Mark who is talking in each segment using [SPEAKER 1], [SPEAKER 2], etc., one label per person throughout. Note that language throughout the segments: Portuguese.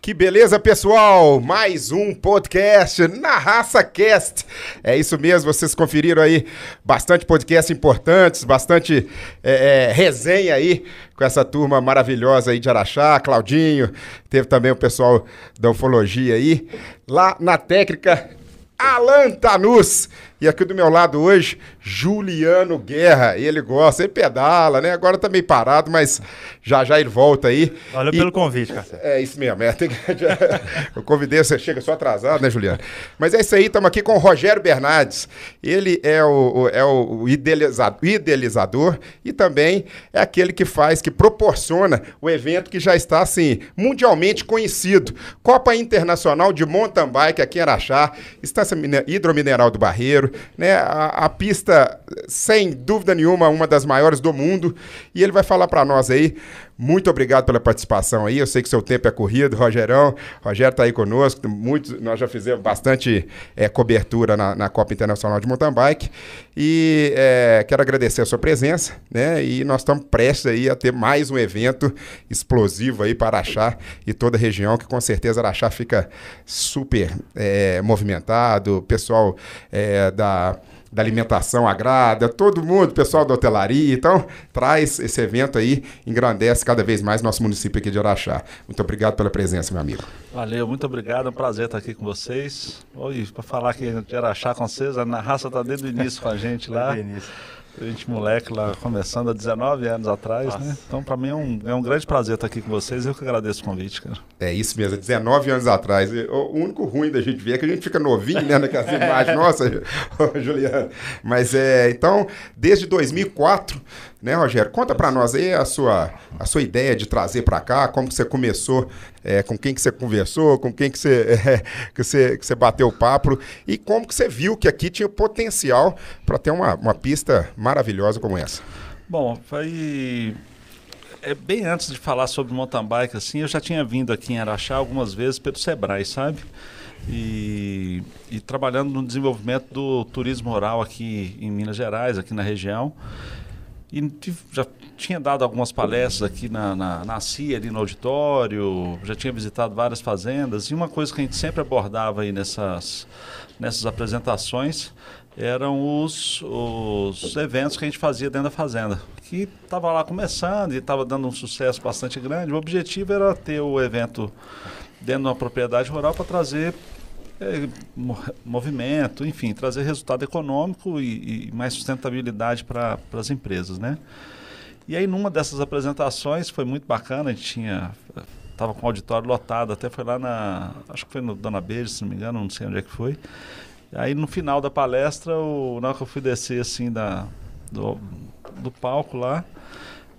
[SPEAKER 1] Que beleza, pessoal! Mais um podcast na Raça Cast. É isso mesmo, vocês conferiram aí bastante podcasts importantes, bastante é, é, resenha aí com essa turma maravilhosa aí de Araxá, Claudinho, teve também o pessoal da Ufologia aí. Lá na técnica, Alan Tanus. E aqui do meu lado hoje, Juliano Guerra. Ele gosta, ele pedala, né? Agora tá meio parado, mas já já ele volta aí.
[SPEAKER 2] Valeu
[SPEAKER 1] E-
[SPEAKER 2] pelo convite, cara.
[SPEAKER 1] É isso mesmo, é, tem que- eu convidei, você chega só atrasado, né, Juliano? Mas é isso aí, estamos aqui com o Rogério Bernardes. Ele é o, o- é o idealiza- idealizador e também é aquele que faz, que proporciona o evento que já está, assim, mundialmente conhecido. Copa Internacional de Mountain Bike aqui em Araxá, Estância Mine- Hidromineral do Barreiro, né? A, a pista, sem dúvida nenhuma, uma das maiores do mundo. E ele vai falar para nós aí. Muito obrigado pela participação aí. Eu sei que seu tempo é corrido, Rogerão. Rogério tá aí conosco. Muito, nós já fizemos bastante eh, cobertura na, na Copa Internacional de Mountain Bike. E eh, quero agradecer a sua presença, né? E nós estamos prestes aí a ter mais um evento explosivo aí para Araxá e toda a região, que com certeza Araxá fica super eh, movimentado. O pessoal eh, da da alimentação agrada, todo mundo, pessoal da hotelaria. Então, traz esse evento aí, engrandece cada vez mais nosso município aqui de Araxá. Muito obrigado pela presença, meu amigo.
[SPEAKER 3] Valeu, muito obrigado, é um prazer estar aqui com vocês. Oi, para falar que de Araxá com vocês, a Narraça tá desde o início com a gente lá.
[SPEAKER 2] Desde o início.
[SPEAKER 3] A gente moleque lá, começando há 19 anos atrás, né? Então para mim é um, é um grande prazer estar aqui com vocês, eu que agradeço o convite, cara.
[SPEAKER 1] É isso mesmo, 19 anos atrás. E O único ruim da gente ver é que a gente fica novinho, né, naquelas imagens. Nossa, Ju- ô, Juliano. Mas é, então, desde 2004, né, Rogério? Conta pra nós aí a sua, a sua ideia de trazer pra cá, como que você começou, é, com quem que você conversou, com quem que você, é, que você, que você bateu o papo e como que você viu que aqui tinha potencial pra ter uma, uma pista maravilhosa como essa.
[SPEAKER 3] Bom, foi. É bem antes de falar sobre mountain bike, assim, eu já tinha vindo aqui em Araxá algumas vezes pelo Sebrae, sabe? E, e trabalhando no desenvolvimento do turismo rural aqui em Minas Gerais, aqui na região. E tive- já tinha dado algumas palestras aqui na, na, na CIA, ali no auditório, já tinha visitado várias fazendas. E uma coisa que a gente sempre abordava aí nessas, nessas apresentações eram os, os eventos que a gente fazia dentro da fazenda. Que estava lá começando e estava dando um sucesso bastante grande. O objetivo era ter o evento dentro de uma propriedade rural para trazer é, mo- movimento, enfim, trazer resultado econômico e, e mais sustentabilidade para as empresas, né? E aí numa dessas apresentações foi muito bacana, a gente tinha tava com o auditório lotado, até foi lá na, acho que foi no Dona Beija, se não me engano, não sei onde é que foi. Aí no final da palestra, o, na hora que eu fui descer assim da, do, do palco lá,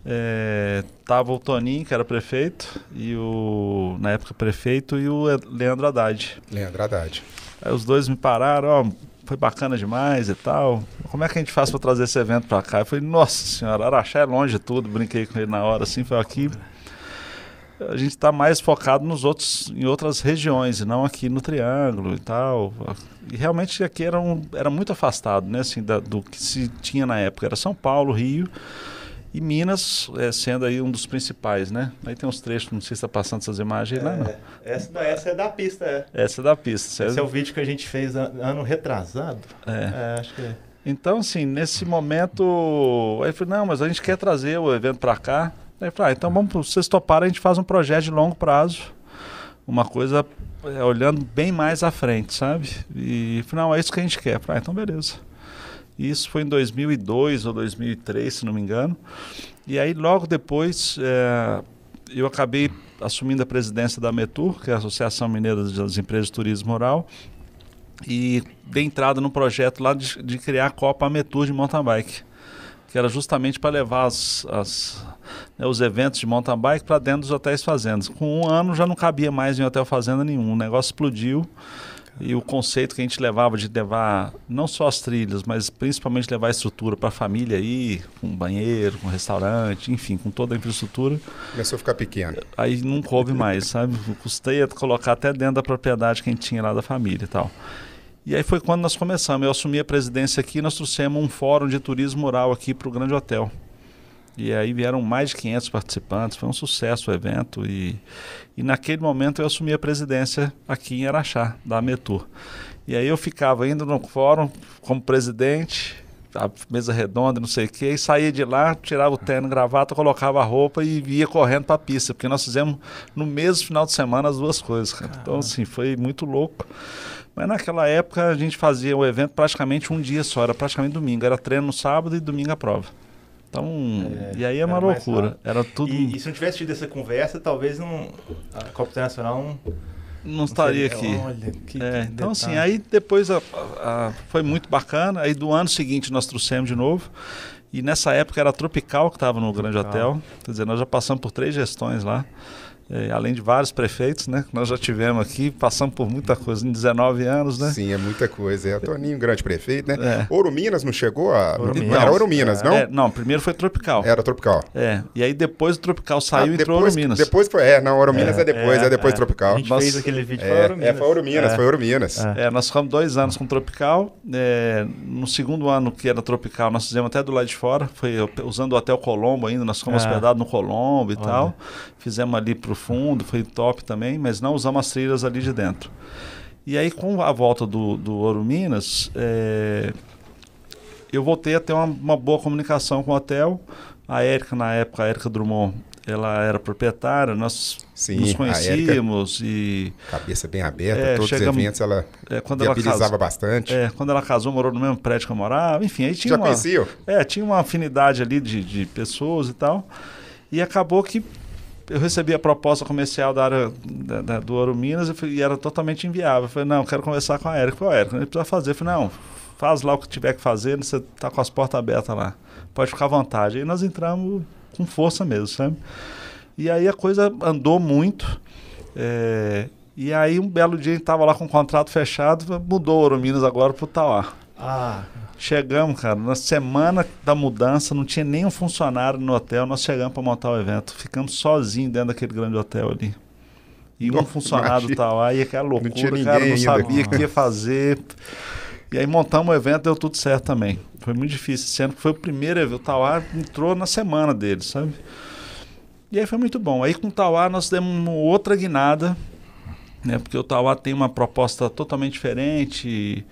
[SPEAKER 3] é, tava o Toninho, que era prefeito, e o, na época prefeito, e o Leandro Haddad.
[SPEAKER 1] Leandro Haddad.
[SPEAKER 3] Aí os dois me pararam, ó, foi bacana demais e tal. Como é que a gente faz pra trazer esse evento pra cá? Eu falei, nossa senhora, Araxá é longe de tudo. Brinquei com ele na hora, assim, foi aqui. A gente tá mais focado nos outros, em outras regiões, e não aqui no Triângulo e tal. E realmente aqui era, um, era muito afastado, né, assim, da- do que se tinha na época. Era São Paulo, Rio e Minas, eh, sendo aí um dos principais, né? Aí tem uns trechos, não sei se tá passando essas imagens lá, não.
[SPEAKER 2] Essa, não, essa é da pista, é.
[SPEAKER 3] Essa é da pista. essa
[SPEAKER 2] Esse é o vídeo que a gente fez an- ano retrasado.
[SPEAKER 3] É.
[SPEAKER 2] acho que é.
[SPEAKER 3] Então, assim, nesse momento, aí eu falei, não, mas a gente quer trazer o evento para cá. Aí eu falei, ah, então vamos, pro- vocês toparam, a gente faz um projeto de longo prazo. Uma coisa é, olhando bem mais à frente, sabe? E eu falei, não, é isso que a gente quer. Eu Falei, ah, então beleza. E Isso foi em 2002 ou 2003, se não me engano. E aí, logo depois, eh, eu acabei assumindo a presidência da Metur, que é a Associação Mineira das Empresas de Turismo Rural e dei entrada num projeto lá de, de criar a Copa Metur de mountain bike, que era justamente para levar as- as, né, os eventos de mountain bike para dentro dos hotéis fazendas. Com um ano já não cabia mais em hotel fazenda nenhum, o negócio explodiu. E o conceito que a gente levava de levar não só as trilhas, mas principalmente levar a estrutura para a família aí, com banheiro, com restaurante, enfim, com toda a infraestrutura,
[SPEAKER 1] Começou a ficar pequeno.
[SPEAKER 3] aí não coube mais, sabe? Custei a colocar até dentro da propriedade que a gente tinha lá da família e tal. E aí foi quando nós começamos. Eu assumi a presidência aqui e nós trouxemos um fórum de turismo rural aqui para o Grande Hotel. E aí vieram mais de 500 participantes, foi um sucesso o evento. E, e naquele momento eu assumi a presidência aqui em Araxá, da Ametur. E aí eu ficava indo no fórum como presidente, a mesa redonda, não sei o quê, e saía de lá, tirava o terno, gravata, colocava a roupa e ia correndo para a pista, porque nós fizemos no mesmo final de semana as duas coisas. cara. Então, assim, foi muito louco. Mas naquela época a gente fazia o evento praticamente um dia só, era praticamente domingo. Era treino no sábado e domingo a prova. Então,
[SPEAKER 2] É,
[SPEAKER 3] e aí é uma
[SPEAKER 2] era mais
[SPEAKER 3] loucura.
[SPEAKER 2] rápido.
[SPEAKER 3] Era tudo.
[SPEAKER 2] E, e se não tivesse tido essa conversa, talvez não, a Copa Internacional não,
[SPEAKER 3] não estaria
[SPEAKER 2] seria-
[SPEAKER 3] aqui.
[SPEAKER 2] Olha, que,
[SPEAKER 3] É,
[SPEAKER 2] que
[SPEAKER 3] então, assim,
[SPEAKER 2] detalhe.
[SPEAKER 3] aí depois a- a- a- foi muito bacana. Aí do ano seguinte nós trouxemos de novo. E nessa época era a Tropical que estava no Grande
[SPEAKER 2] Tropical.
[SPEAKER 3] Hotel. Quer dizer, nós já passamos por três gestões lá. eh, além de vários prefeitos, né? Que nós já tivemos aqui, passamos por muita coisa em 19 anos, né?
[SPEAKER 1] Sim, é muita coisa. É Toninho, grande prefeito, né?
[SPEAKER 3] É.
[SPEAKER 1] Ouro Minas não chegou a.
[SPEAKER 2] Ouro
[SPEAKER 1] não,
[SPEAKER 2] Minas.
[SPEAKER 1] Era Ouro Minas, não?
[SPEAKER 3] É, não, primeiro foi Tropical.
[SPEAKER 1] Era Tropical.
[SPEAKER 3] É, e aí depois o Tropical saiu e
[SPEAKER 1] Ah,
[SPEAKER 3] entrou
[SPEAKER 1] depois,
[SPEAKER 3] Ouro Minas.
[SPEAKER 1] Depois foi. É, não, Ouro Minas é, depois, é, depois Tropical.
[SPEAKER 2] A gente
[SPEAKER 3] Nossa.
[SPEAKER 2] fez aquele vídeo
[SPEAKER 1] É,
[SPEAKER 2] para
[SPEAKER 1] é, foi Ouro Minas, foi Ouro Minas.
[SPEAKER 2] É.
[SPEAKER 3] É, nós ficamos dois anos com o Tropical. é, no segundo ano que era Tropical, nós fizemos até do lado de fora. Foi o- usando o Hotel Colombo ainda, nós ficamos
[SPEAKER 1] É.
[SPEAKER 2] Ah.
[SPEAKER 3] hospedados no Colombo e
[SPEAKER 2] Olha.
[SPEAKER 3] tal. Fizemos ali pro fundo, foi top também, mas não usamos as trilhas ali de dentro. E aí, com a volta do, do Ouro Minas, é, eu voltei a ter uma, uma boa comunicação com o hotel. A Érica, na época, a Érica Drummond, ela era proprietária, nós
[SPEAKER 1] Sim,
[SPEAKER 3] nos
[SPEAKER 1] a Érica,
[SPEAKER 3] conhecíamos e
[SPEAKER 1] cabeça bem aberta,
[SPEAKER 3] É,
[SPEAKER 1] todos os
[SPEAKER 3] chegamos-
[SPEAKER 1] eventos, ela
[SPEAKER 3] é, quando ela casou,
[SPEAKER 1] viabilizava bastante.
[SPEAKER 3] é, quando ela casou, morou no mesmo prédio que eu morava. Enfim, aí tinha
[SPEAKER 1] Já
[SPEAKER 3] uma.
[SPEAKER 1] conhecia?
[SPEAKER 3] É, tinha uma afinidade ali de, de pessoas e tal. E acabou que eu recebi a proposta comercial da área da- da- do Ouro Minas e, fui- e era totalmente inviável. Eu falei, não, eu quero conversar com a Érica. Eu falei, "Ó, Érica, não precisa fazer. Eu falei, não, faz lá o que tiver que fazer, você tá com as portas abertas lá. Pode ficar à vontade. Aí nós entramos com força mesmo, sabe? E aí a coisa andou muito. é, e aí um belo dia a gente tava lá com o contrato fechado, mudou o Ouro Minas agora pro Tauá.
[SPEAKER 2] Ah,
[SPEAKER 3] Chegamos, cara, na semana da mudança, não tinha nenhum funcionário no hotel. Nós chegamos para montar o evento. Ficamos sozinhos dentro daquele grande hotel ali. E um
[SPEAKER 1] Nossa,
[SPEAKER 3] funcionário
[SPEAKER 1] imagina.
[SPEAKER 3] tá lá, e aquela loucura,
[SPEAKER 1] tinha
[SPEAKER 3] cara, não
[SPEAKER 1] ninguém ainda.
[SPEAKER 3] sabia o que ia fazer. E aí montamos o evento, deu tudo certo também. Foi muito difícil, sendo que foi o primeiro evento. O Tauá entrou na semana dele, sabe? E aí foi muito bom. Aí com o Tauá nós demos uma outra guinada, né? Porque o Tauá tem uma proposta totalmente diferente. E,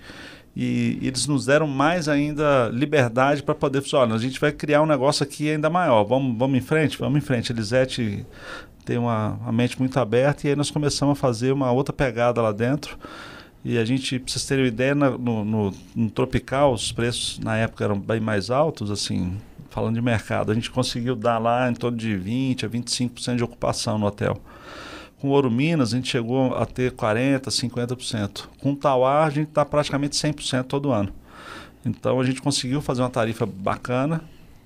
[SPEAKER 3] e eles nos deram mais ainda liberdade para poder falar, olha, a gente vai criar um negócio aqui ainda maior. Vamos, vamos em frente? Vamos em frente. Elisete tem uma, uma mente muito aberta e aí nós começamos a fazer uma outra pegada lá dentro. E a gente, pra vocês terem uma ideia, na- no, no- no Tropical, os preços na época eram bem mais altos, assim, falando de mercado. A gente conseguiu dar lá em torno de 20% a 25% de ocupação no hotel. Com o Ouro Minas, a gente chegou a ter 40%, 50%. Com o Tauá, a gente está praticamente 100% todo ano. Então, a gente conseguiu fazer uma tarifa bacana.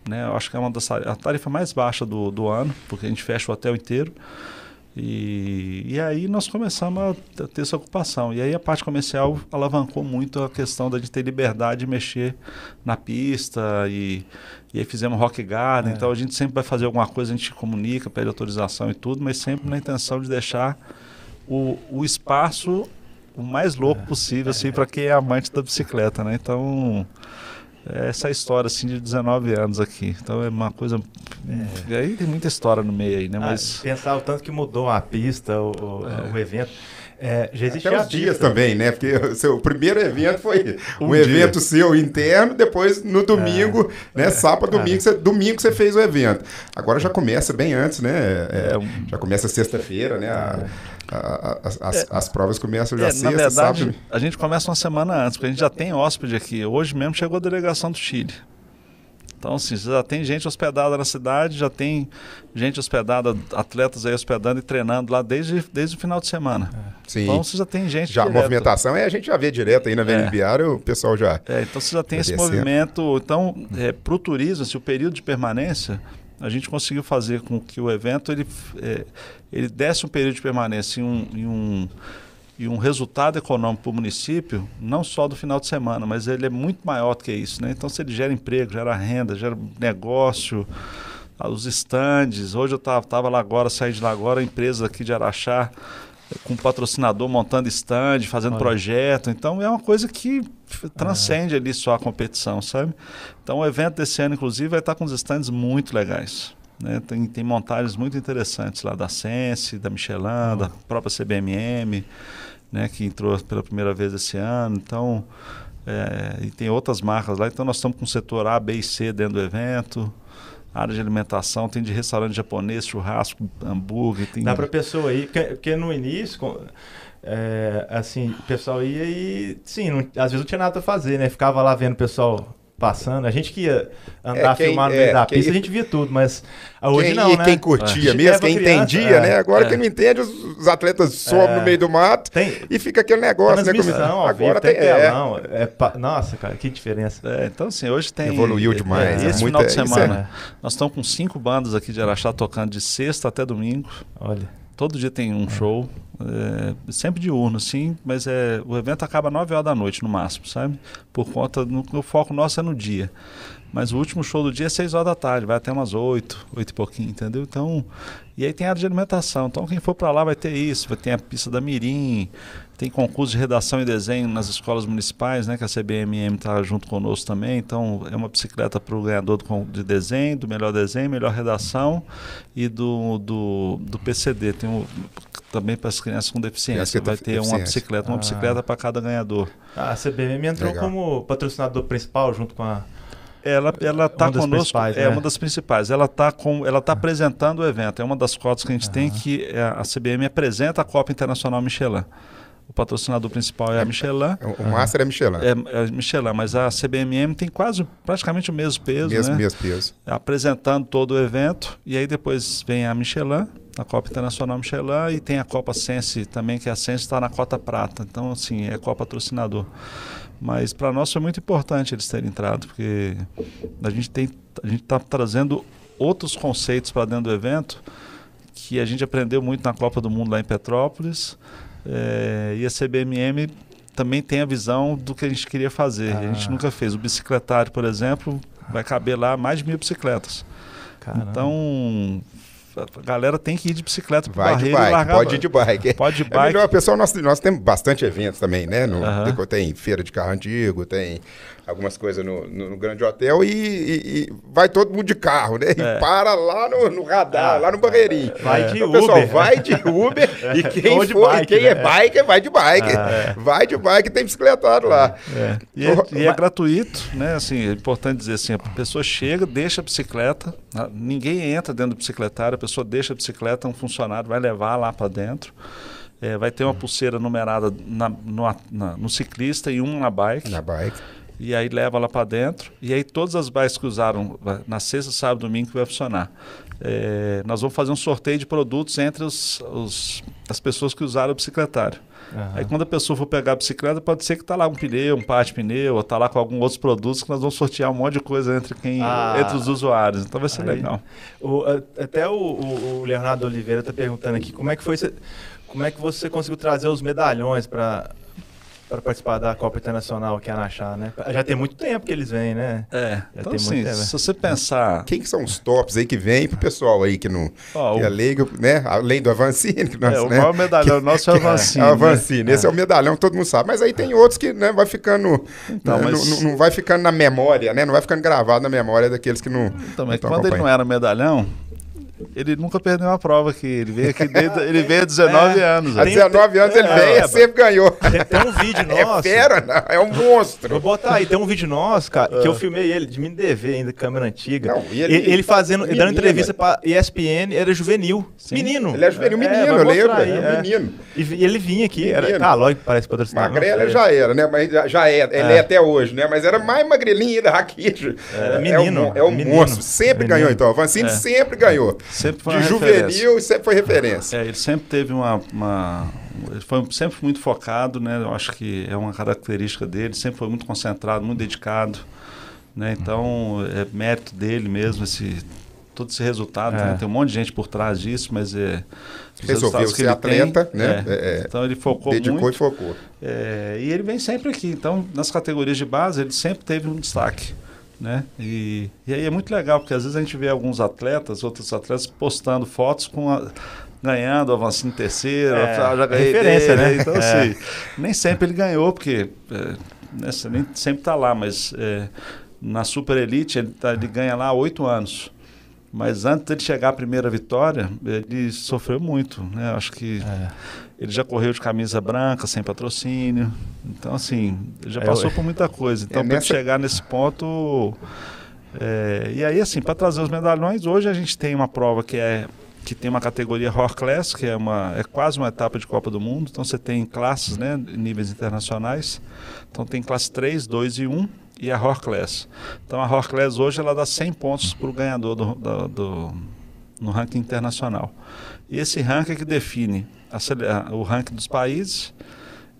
[SPEAKER 3] Né? Eu acho que é uma das tari- a tarifa mais baixa do, do ano, porque a gente fecha o hotel inteiro. E, e aí nós começamos a t- ter essa ocupação. E aí a parte comercial alavancou muito a questão da gente ter liberdade de mexer na pista. E, e aí fizemos Rock Garden.
[SPEAKER 2] É.
[SPEAKER 3] Então a gente sempre vai fazer alguma coisa, a gente comunica, pede autorização e tudo, mas sempre na intenção de deixar o, o espaço o mais louco possível, assim, para quem é amante da bicicleta, né? Então, é essa história, assim, de 19 anos aqui. Então, é uma coisa... E aí tem muita história no meio
[SPEAKER 1] É,
[SPEAKER 3] aí, né?
[SPEAKER 2] É. Ah,
[SPEAKER 3] Mas...
[SPEAKER 2] pensar o tanto que mudou a pista, o, o- o evento. É, já existia
[SPEAKER 1] Até
[SPEAKER 2] a
[SPEAKER 1] os dias
[SPEAKER 2] pista.
[SPEAKER 1] também, né? Porque o seu primeiro evento foi um,
[SPEAKER 3] Um dia.
[SPEAKER 1] evento seu interno, depois no domingo,
[SPEAKER 2] É.
[SPEAKER 1] né? Sábado, domingo, você, domingo você fez o evento. Agora já começa bem antes, né? É,
[SPEAKER 3] É, um-
[SPEAKER 1] Já começa sexta-feira, né? A- a- a- as,
[SPEAKER 2] É.
[SPEAKER 1] as- as provas começam já
[SPEAKER 3] É,
[SPEAKER 1] sexta,
[SPEAKER 3] na verdade,
[SPEAKER 1] sábado.
[SPEAKER 3] a gente começa uma semana antes, porque a gente já tem hóspede aqui. Hoje mesmo chegou a delegação do Chile. Então, assim, já tem gente hospedada na cidade, já tem gente hospedada, atletas aí hospedando e treinando lá desde, desde o final de semana.
[SPEAKER 1] É. Sim.
[SPEAKER 3] Então, você já tem gente
[SPEAKER 1] já a
[SPEAKER 3] direto.
[SPEAKER 1] movimentação é a gente já vê direto aí na
[SPEAKER 2] É.
[SPEAKER 1] Avenida Biária, o pessoal já.
[SPEAKER 3] É, então você já tem esse
[SPEAKER 1] Obedecendo.
[SPEAKER 3] movimento. Então, para o turismo, assim, o período de permanência, a gente conseguiu fazer com que o evento ele, é, ele desse um período de permanência e um, e um, e um resultado econômico para o município, não só do final de semana, mas ele é muito maior do que isso. Né? Então, se ele gera emprego, gera renda, gera negócio. ah, Os estandes, hoje eu estava lá agora, saí de lá agora, a empresa aqui de Araxá com patrocinador montando stand, fazendo
[SPEAKER 2] Olha. É.
[SPEAKER 3] projeto. Então é uma coisa que f- transcende ali só a competição, sabe? Então o evento desse ano, inclusive, vai estar com os stands muito legais. né? Tem, tem montagens muito interessantes lá da Sense, da Michelin,
[SPEAKER 2] Uhum.
[SPEAKER 3] da própria CBMM, né? que entrou pela primeira vez esse ano. Então, é, e tem outras marcas lá. Então nós estamos com o setor A, B e C dentro do evento. Área de alimentação, tem de restaurante japonês, churrasco, hambúrguer. Tem
[SPEAKER 2] Dá pra pessoa ir, porque, porque no início, com- é, assim, o pessoal ia e, sim, não- às vezes não tinha nada pra fazer, né? Ficava lá vendo o pessoal passando. A gente que ia andar,
[SPEAKER 1] É, quem-
[SPEAKER 2] filmar no
[SPEAKER 1] é,
[SPEAKER 2] meio da
[SPEAKER 1] quem-
[SPEAKER 2] pista, a gente via tudo, mas ah, hoje
[SPEAKER 1] quem,
[SPEAKER 2] não,
[SPEAKER 1] e
[SPEAKER 2] né?
[SPEAKER 1] quem
[SPEAKER 2] A
[SPEAKER 1] curtia
[SPEAKER 2] gente
[SPEAKER 1] mesmo,
[SPEAKER 2] leva
[SPEAKER 1] quem
[SPEAKER 2] criança,
[SPEAKER 1] entendia,
[SPEAKER 2] é.
[SPEAKER 1] né? Agora
[SPEAKER 3] é.
[SPEAKER 1] quem não entende, os, os atletas somem
[SPEAKER 2] É.
[SPEAKER 1] no meio do mato
[SPEAKER 2] Tem
[SPEAKER 1] e fica aquele negócio, né?
[SPEAKER 2] transmissão
[SPEAKER 1] como-
[SPEAKER 2] ao vivo,
[SPEAKER 1] Agora
[SPEAKER 2] tem,
[SPEAKER 1] tem. é.
[SPEAKER 2] telão. É. pa- Nossa, cara, que diferença.
[SPEAKER 3] É, então assim, hoje tem.
[SPEAKER 1] Evoluiu demais,
[SPEAKER 3] É,
[SPEAKER 1] é
[SPEAKER 3] esse
[SPEAKER 1] muito-
[SPEAKER 3] final
[SPEAKER 1] é,
[SPEAKER 3] de
[SPEAKER 1] isso
[SPEAKER 3] semana. Nós estamos com cinco bandas aqui de Araxá tocando de sexta até domingo.
[SPEAKER 2] Olha,
[SPEAKER 3] Todo dia tem
[SPEAKER 1] Ah.
[SPEAKER 3] um show. é, sempre diurno, sim, mas é, o evento acaba 9 horas da noite no máximo, sabe? Por conta. No, o foco nosso é no dia. Mas o último show do dia é 6 horas da tarde, vai até umas 8, 8 e pouquinho, entendeu? Então. E aí tem área de alimentação. Então quem for pra lá vai ter isso, vai ter a pista da Mirim, tem concurso de redação e desenho nas escolas municipais, né? Que a CBMM tá junto conosco também. Então é uma bicicleta pro ganhador do, con- de desenho, do melhor desenho, melhor redação e do, do, do PCD. Tem o- também para as crianças com deficiência.
[SPEAKER 1] Criança com
[SPEAKER 3] Vai ter uma
[SPEAKER 1] deficiência.
[SPEAKER 3] bicicleta, uma
[SPEAKER 2] Ah.
[SPEAKER 3] bicicleta para cada ganhador.
[SPEAKER 2] a CBM entrou
[SPEAKER 1] Legal.
[SPEAKER 2] como patrocinador principal junto com a...
[SPEAKER 3] Ela ela está
[SPEAKER 2] Uma das
[SPEAKER 3] conosco, é
[SPEAKER 2] principais, né?
[SPEAKER 3] uma das principais. Ela está com, ela tá apresentando o evento. É uma das cotas que a gente tem que é, a CBM apresenta a Copa Internacional Michelin. O patrocinador principal é a Michelin.
[SPEAKER 1] O- O Master é Michelin.
[SPEAKER 3] É, é a Michelin, mas a CBMM tem quase praticamente o mesmo peso,
[SPEAKER 1] mesmo,
[SPEAKER 3] né?
[SPEAKER 1] mesmo peso.
[SPEAKER 3] apresentando todo o evento. E aí depois vem a Michelin, a Copa Internacional Michelin, e tem a Copa Sense também, que a Sense está na cota prata. Então, assim, é co-patrocinador. Mas para nós foi muito importante eles terem entrado, porque a gente tem a gente está trazendo outros conceitos para dentro do evento que a gente aprendeu muito na Copa do Mundo lá em Petrópolis. eh, e a CBMM também tem a visão do que a gente queria fazer. e A gente
[SPEAKER 2] Ah.
[SPEAKER 3] nunca fez. O bicicletário, por exemplo, vai caber lá mais de mil bicicletas.
[SPEAKER 2] Caramba.
[SPEAKER 3] Então, a galera tem que ir de bicicleta pro
[SPEAKER 1] Vai de
[SPEAKER 3] barreiro e
[SPEAKER 1] bike,
[SPEAKER 3] largar.
[SPEAKER 1] pode ir de bike.
[SPEAKER 3] Pode ir de
[SPEAKER 1] É
[SPEAKER 3] bike.
[SPEAKER 1] melhor, pessoal, nós, nós temos bastante eventos também, né? No,
[SPEAKER 3] Aham.
[SPEAKER 1] deco- Tem feira de carro antigo, tem algumas coisas no, no- no grande hotel e, e- e vai todo mundo de carro, né?
[SPEAKER 3] É.
[SPEAKER 1] E para lá no, no radar,
[SPEAKER 2] Ah,
[SPEAKER 1] lá no barreirinho.
[SPEAKER 2] vai de
[SPEAKER 1] então, pessoal,
[SPEAKER 2] Uber.
[SPEAKER 1] vai de Uber
[SPEAKER 3] É.
[SPEAKER 1] e quem,
[SPEAKER 2] Ou de
[SPEAKER 1] for, e
[SPEAKER 2] bike,
[SPEAKER 1] quem é
[SPEAKER 2] né?
[SPEAKER 1] bike, vai de bike. Vai de bike, tem bicicletado lá.
[SPEAKER 3] Ah, É. E, é, e é gratuito, né? Assim, é importante dizer assim, a pessoa chega, deixa a bicicleta, a- ninguém entra dentro do bicicletário, a pessoa deixa a bicicleta, um funcionário vai levar lá para dentro. É, vai ter uma pulseira numerada na- no, a- na- no ciclista e uma na bike.
[SPEAKER 1] Na bike.
[SPEAKER 3] E aí leva lá para dentro. E aí todas as bikes que usaram vai- na sexta, sábado, domingo que vai funcionar. É, nós vamos fazer um sorteio de produtos entre os- os- as pessoas que usaram o bicicletário.
[SPEAKER 2] Aham.
[SPEAKER 3] Aí quando a pessoa for pegar a bicicleta, pode ser que tá lá um pneu, um par de pneu, ou tá lá com alguns outros produtos que nós vamos sortear um monte de coisa entre quem,
[SPEAKER 2] Ah.
[SPEAKER 3] entre os usuários. Então vai ser
[SPEAKER 2] Aí.
[SPEAKER 3] legal.
[SPEAKER 2] O- a- até o, o- o Leonardo Oliveira está perguntando aqui como é que foi você, como é que você conseguiu trazer os medalhões para para participar da Copa Internacional aqui em Araxá, né? Já tem muito tempo que eles vêm, né?
[SPEAKER 3] É,
[SPEAKER 2] Já
[SPEAKER 3] então
[SPEAKER 2] tem
[SPEAKER 3] assim,
[SPEAKER 2] muito, né,
[SPEAKER 3] se você pensar...
[SPEAKER 1] Quem que são os tops aí que vem pro pessoal aí que não...
[SPEAKER 3] Ó,
[SPEAKER 1] que é
[SPEAKER 3] o-
[SPEAKER 1] leigo, né? Além do Avancini, que nós,
[SPEAKER 3] é, o
[SPEAKER 1] né?
[SPEAKER 3] maior medalhão nosso é o Avancini.
[SPEAKER 1] é o
[SPEAKER 3] né?
[SPEAKER 1] Avancini. Esse é o medalhão, todo mundo sabe. Mas aí tem outros que né, vai ficando.
[SPEAKER 3] Então,
[SPEAKER 1] né,
[SPEAKER 3] mas-
[SPEAKER 1] não, não- não vai ficando na memória, né? Não vai ficando gravado na memória daqueles que não.
[SPEAKER 3] Então, mas
[SPEAKER 1] não tão
[SPEAKER 3] quando ele não
[SPEAKER 1] acompanhando.
[SPEAKER 3] era medalhão, ele nunca perdeu uma prova aqui. Ele veio aqui desde, ele veio há 19
[SPEAKER 2] É.
[SPEAKER 3] anos.
[SPEAKER 1] Há
[SPEAKER 3] ó.
[SPEAKER 2] Tem-
[SPEAKER 1] 19 anos ele
[SPEAKER 2] é,
[SPEAKER 1] veio
[SPEAKER 2] é,
[SPEAKER 1] e sempre ganhou.
[SPEAKER 2] Tem, tem um vídeo
[SPEAKER 1] É
[SPEAKER 2] nosso.
[SPEAKER 1] fera, não, é um monstro.
[SPEAKER 2] Vou botar aí, tem um vídeo nosso, cara, que eu filmei ele, de me dever ainda, câmera antiga.
[SPEAKER 1] Ah. Não, e ele-
[SPEAKER 2] ele, ele fazendo, ele dando
[SPEAKER 1] Menino,
[SPEAKER 2] entrevista pra ESPN, era juvenil. Menino.
[SPEAKER 1] Ele é juvenil menino,
[SPEAKER 2] vai
[SPEAKER 1] eu lembro.
[SPEAKER 2] mostrar aí,
[SPEAKER 1] Era um
[SPEAKER 2] é.
[SPEAKER 1] menino.
[SPEAKER 2] E, vi- e ele vinha aqui, era,
[SPEAKER 1] Menino.
[SPEAKER 2] tá, lógico, parece patrocinador.
[SPEAKER 1] Magrelo
[SPEAKER 2] É.
[SPEAKER 1] ele já era, né? Mas já- já é, ele é. até hoje, né? Mas era mais magrelinho ainda, raquítico. É,
[SPEAKER 2] menino,
[SPEAKER 1] um, mon- é um
[SPEAKER 2] menino.
[SPEAKER 1] monstro. Sempre
[SPEAKER 2] Menino.
[SPEAKER 1] ganhou, então. O
[SPEAKER 3] É.
[SPEAKER 1] Avancini sempre ganhou.
[SPEAKER 3] Sempre foi
[SPEAKER 1] De
[SPEAKER 3] uma
[SPEAKER 1] juvenil,
[SPEAKER 3] referência.
[SPEAKER 1] sempre foi referência.
[SPEAKER 3] É, ele sempre teve uma. uma- ele foi sempre muito focado, né? Eu acho que é uma característica dele. Sempre foi muito concentrado, muito dedicado. Né? Então, é mérito dele mesmo esse, todo esse resultado.
[SPEAKER 2] É.
[SPEAKER 3] né? Tem um monte de gente por trás disso, mas é.
[SPEAKER 1] Resolveu
[SPEAKER 3] os resultados que
[SPEAKER 1] ser
[SPEAKER 3] ele
[SPEAKER 1] atleta, né?
[SPEAKER 3] é.
[SPEAKER 1] É, é.
[SPEAKER 3] Então, ele
[SPEAKER 2] Ah,
[SPEAKER 3] focou
[SPEAKER 1] Dedicou
[SPEAKER 3] muito.
[SPEAKER 1] e focou.
[SPEAKER 3] É, e ele vem sempre aqui. Então, nas categorias de base, ele sempre teve um destaque. Né? E, e aí é muito legal, porque às vezes a gente vê alguns atletas, outros atletas, postando fotos com a- ganhando, avançando em terceiro,
[SPEAKER 2] É,
[SPEAKER 3] ah, já
[SPEAKER 2] é
[SPEAKER 3] ganhei
[SPEAKER 2] referência,
[SPEAKER 3] dele,
[SPEAKER 2] né?
[SPEAKER 3] Então,
[SPEAKER 2] É.
[SPEAKER 3] assim, nem sempre ele ganhou, porque é, né, você nem sempre está lá, mas é, na Super Elite ele, tá- ele ganha lá há oito anos. Mas antes de chegar à primeira vitória, ele sofreu muito, né? Acho que
[SPEAKER 2] É.
[SPEAKER 3] ele já correu de camisa branca, sem patrocínio. Então, assim, ele já
[SPEAKER 2] É,
[SPEAKER 3] passou
[SPEAKER 2] ué.
[SPEAKER 3] por muita coisa. Então,
[SPEAKER 1] É,
[SPEAKER 3] para
[SPEAKER 1] nessa-
[SPEAKER 3] chegar nesse ponto. é, e aí, assim, para trazer os medalhões, hoje a gente tem uma prova que é que tem uma categoria Horror Class, que é, uma, é quase uma etapa de Copa do Mundo. Então, você tem classes, né, níveis internacionais. Então, tem classe 3, 2 e 1 e a Horror Class. Então, a Horror Class hoje ela dá 100 pontos para o ganhador do, do- do- no ranking internacional. E esse ranking é que define a sele- a- o ranking dos países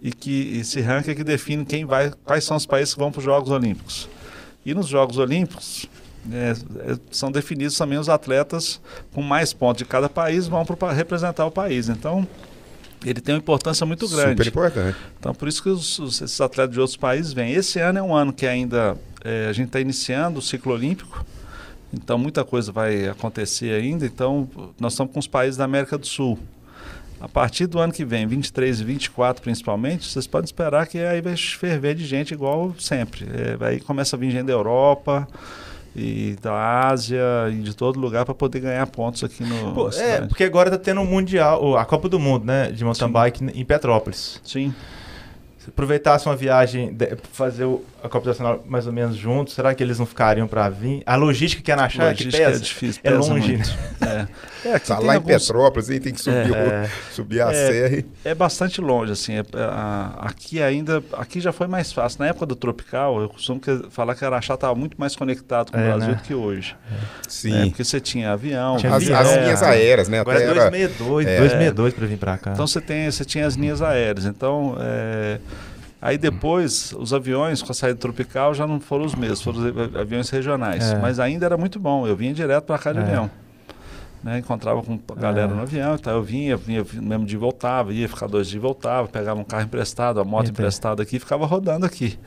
[SPEAKER 3] e que esse ranking é que define quem vai, quais são os países que vão para os Jogos Olímpicos. E nos Jogos Olímpicos né, é, são definidos também os atletas com mais pontos de cada país vão pro pa- representar o país. Então ele tem uma importância muito grande.
[SPEAKER 1] Super importante.
[SPEAKER 3] Então, por isso que os- os- esses atletas de outros países vêm. Esse ano é um ano que ainda eh, a gente está iniciando o ciclo olímpico, então muita coisa vai acontecer ainda. Então, nós estamos com os países da América do Sul. A partir do ano que vem, 23 e 24 principalmente, vocês podem esperar que aí vai ferver de gente igual sempre. Eh, aí começa a vir gente da Europa e da Ásia e de todo lugar para poder ganhar pontos aqui no.
[SPEAKER 2] Pô,
[SPEAKER 3] na
[SPEAKER 2] é,
[SPEAKER 3] cidade.
[SPEAKER 2] porque agora tá tendo o Mundial, o- a Copa do Mundo, né? De mountain
[SPEAKER 3] Sim.
[SPEAKER 2] bike em Petrópolis.
[SPEAKER 3] Sim.
[SPEAKER 2] Se aproveitasse uma viagem, de- fazer o- a Copa Nacional mais ou menos junto, será que eles não ficariam pra vir? A logística que é na Chá, que
[SPEAKER 3] Logística
[SPEAKER 2] pesa.
[SPEAKER 3] é difícil,
[SPEAKER 2] É
[SPEAKER 3] pesa
[SPEAKER 2] longe,
[SPEAKER 3] muito. É.
[SPEAKER 1] Tá
[SPEAKER 3] tem
[SPEAKER 1] lá em
[SPEAKER 3] alguns-
[SPEAKER 1] Petrópolis, aí tem que subir, o-
[SPEAKER 2] É.
[SPEAKER 1] subir a
[SPEAKER 3] É.
[SPEAKER 1] serra. e-
[SPEAKER 3] É bastante longe, assim. é- é- a- aqui ainda, aqui já foi mais fácil. Na época do tropical, eu costumo que- falar que Araxá estava muito mais conectado com o
[SPEAKER 2] É,
[SPEAKER 3] Brasil
[SPEAKER 2] né?
[SPEAKER 3] do que hoje. É,
[SPEAKER 1] Sim.
[SPEAKER 3] porque você tinha avião,
[SPEAKER 2] Tinha
[SPEAKER 1] as,
[SPEAKER 2] avião,
[SPEAKER 1] as
[SPEAKER 2] é.
[SPEAKER 1] linhas aéreas, né?
[SPEAKER 2] Agora
[SPEAKER 1] Até
[SPEAKER 2] é
[SPEAKER 1] era-
[SPEAKER 2] 262,
[SPEAKER 1] é.
[SPEAKER 2] 262 pra vir pra cá.
[SPEAKER 3] Então você, tem, você tinha as linhas aéreas. Então, é, aí depois, os aviões com a saída tropical já não foram os mesmos, foram os avi- aviões regionais.
[SPEAKER 2] É.
[SPEAKER 3] Mas ainda era muito bom. Eu vinha direto para cá de
[SPEAKER 2] É.
[SPEAKER 3] avião. Né? Encontrava com a galera
[SPEAKER 2] É.
[SPEAKER 3] no avião, então eu vinha, vinha mesmo de voltava, ia ficar dois dias e voltava, pegava um carro emprestado, a moto
[SPEAKER 2] Entendi.
[SPEAKER 3] emprestada aqui, e ficava rodando aqui.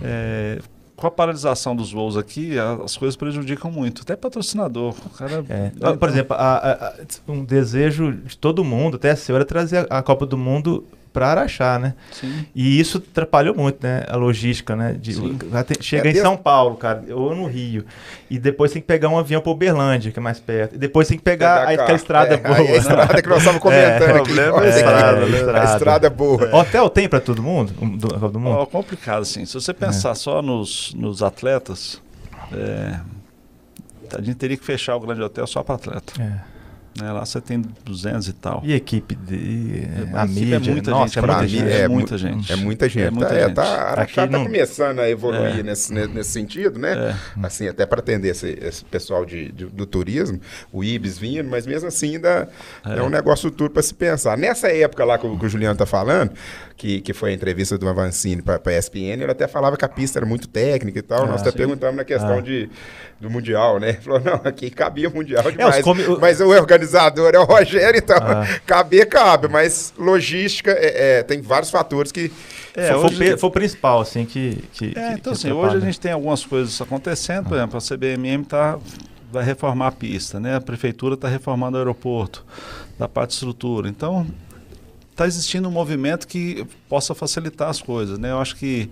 [SPEAKER 3] É, com a paralisação dos voos aqui, a- as coisas prejudicam muito. Até patrocinador. O cara, um
[SPEAKER 2] É. Ah, Por exemplo, a- a- a- um desejo de todo mundo, até seu, era trazer a a Copa do Mundo pra Araxá, né?
[SPEAKER 3] Sim.
[SPEAKER 2] E isso atrapalhou muito, né? A logística, né? De,
[SPEAKER 3] Sim.
[SPEAKER 2] lá tem-
[SPEAKER 1] É,
[SPEAKER 2] chega em
[SPEAKER 1] desde-
[SPEAKER 2] São Paulo, cara, ou no Rio. E depois tem que pegar um avião pra Uberlândia, que é mais perto. E depois tem que pegar, aí
[SPEAKER 1] cá.
[SPEAKER 2] aquela estrada
[SPEAKER 1] É,
[SPEAKER 2] boa.
[SPEAKER 1] aí a
[SPEAKER 2] né?
[SPEAKER 1] estrada que nós estávamos comentando
[SPEAKER 2] É,
[SPEAKER 1] aqui.
[SPEAKER 2] problema
[SPEAKER 1] Olha
[SPEAKER 2] é
[SPEAKER 1] isso aqui.
[SPEAKER 2] estrada,
[SPEAKER 1] A
[SPEAKER 2] estrada.
[SPEAKER 1] estrada boa.
[SPEAKER 3] é.
[SPEAKER 2] Hotel tem pra todo mundo? Um, Do, do mundo?
[SPEAKER 3] Ó, complicado, assim. Se você pensar só nos, nos atletas, é, a gente teria que fechar o grande hotel só para atleta.
[SPEAKER 2] É.
[SPEAKER 3] né? Lá você tem 200 e tal.
[SPEAKER 2] E a equipe de.
[SPEAKER 3] É,
[SPEAKER 2] a
[SPEAKER 3] a equipe
[SPEAKER 2] mídia,
[SPEAKER 3] é muita
[SPEAKER 2] nossa,
[SPEAKER 3] gente, é
[SPEAKER 1] pra mim,
[SPEAKER 3] muita gente.
[SPEAKER 1] é
[SPEAKER 3] É muita
[SPEAKER 1] mu-
[SPEAKER 3] gente.
[SPEAKER 1] É muita gente.
[SPEAKER 3] É muita
[SPEAKER 1] tá,
[SPEAKER 3] gente.
[SPEAKER 1] É, tá, a Araxá
[SPEAKER 2] Aqui
[SPEAKER 1] tá
[SPEAKER 2] não-
[SPEAKER 1] começando a evoluir
[SPEAKER 3] É.
[SPEAKER 1] nesse, ne- nesse sentido, né? Assim, até para atender esse, esse pessoal de, de- do turismo, o Ibis vindo, mas mesmo assim ainda é, um negócio duro para se pensar. Nessa época lá que o, que o Juliano tá falando, que, que foi a entrevista do Avancini para a ESPN, ele até falava que a pista era muito técnica e tal. Nós
[SPEAKER 3] Ah,
[SPEAKER 1] até perguntamos na questão de, do Mundial, né? Ele Falou, não, aqui cabia
[SPEAKER 3] É,
[SPEAKER 1] Mundial demais.
[SPEAKER 2] come- o-
[SPEAKER 1] Mas o organizador é o Rogério, então
[SPEAKER 2] Ah.
[SPEAKER 1] caber, cabe, mas logística é, é, tem vários fatores que.
[SPEAKER 3] É,
[SPEAKER 2] foi, foi
[SPEAKER 3] hoje-
[SPEAKER 2] o pe- foi o principal, assim, que. que
[SPEAKER 3] É,
[SPEAKER 2] que- né?
[SPEAKER 3] então
[SPEAKER 2] que Ah.
[SPEAKER 3] assim,
[SPEAKER 2] atrapalha.
[SPEAKER 3] hoje a gente tem algumas coisas acontecendo, por exemplo, a CBMM tá, vai reformar a pista, né? A prefeitura está reformando o aeroporto, da parte de estrutura. Então, está existindo um movimento que possa facilitar as coisas, né? Eu acho que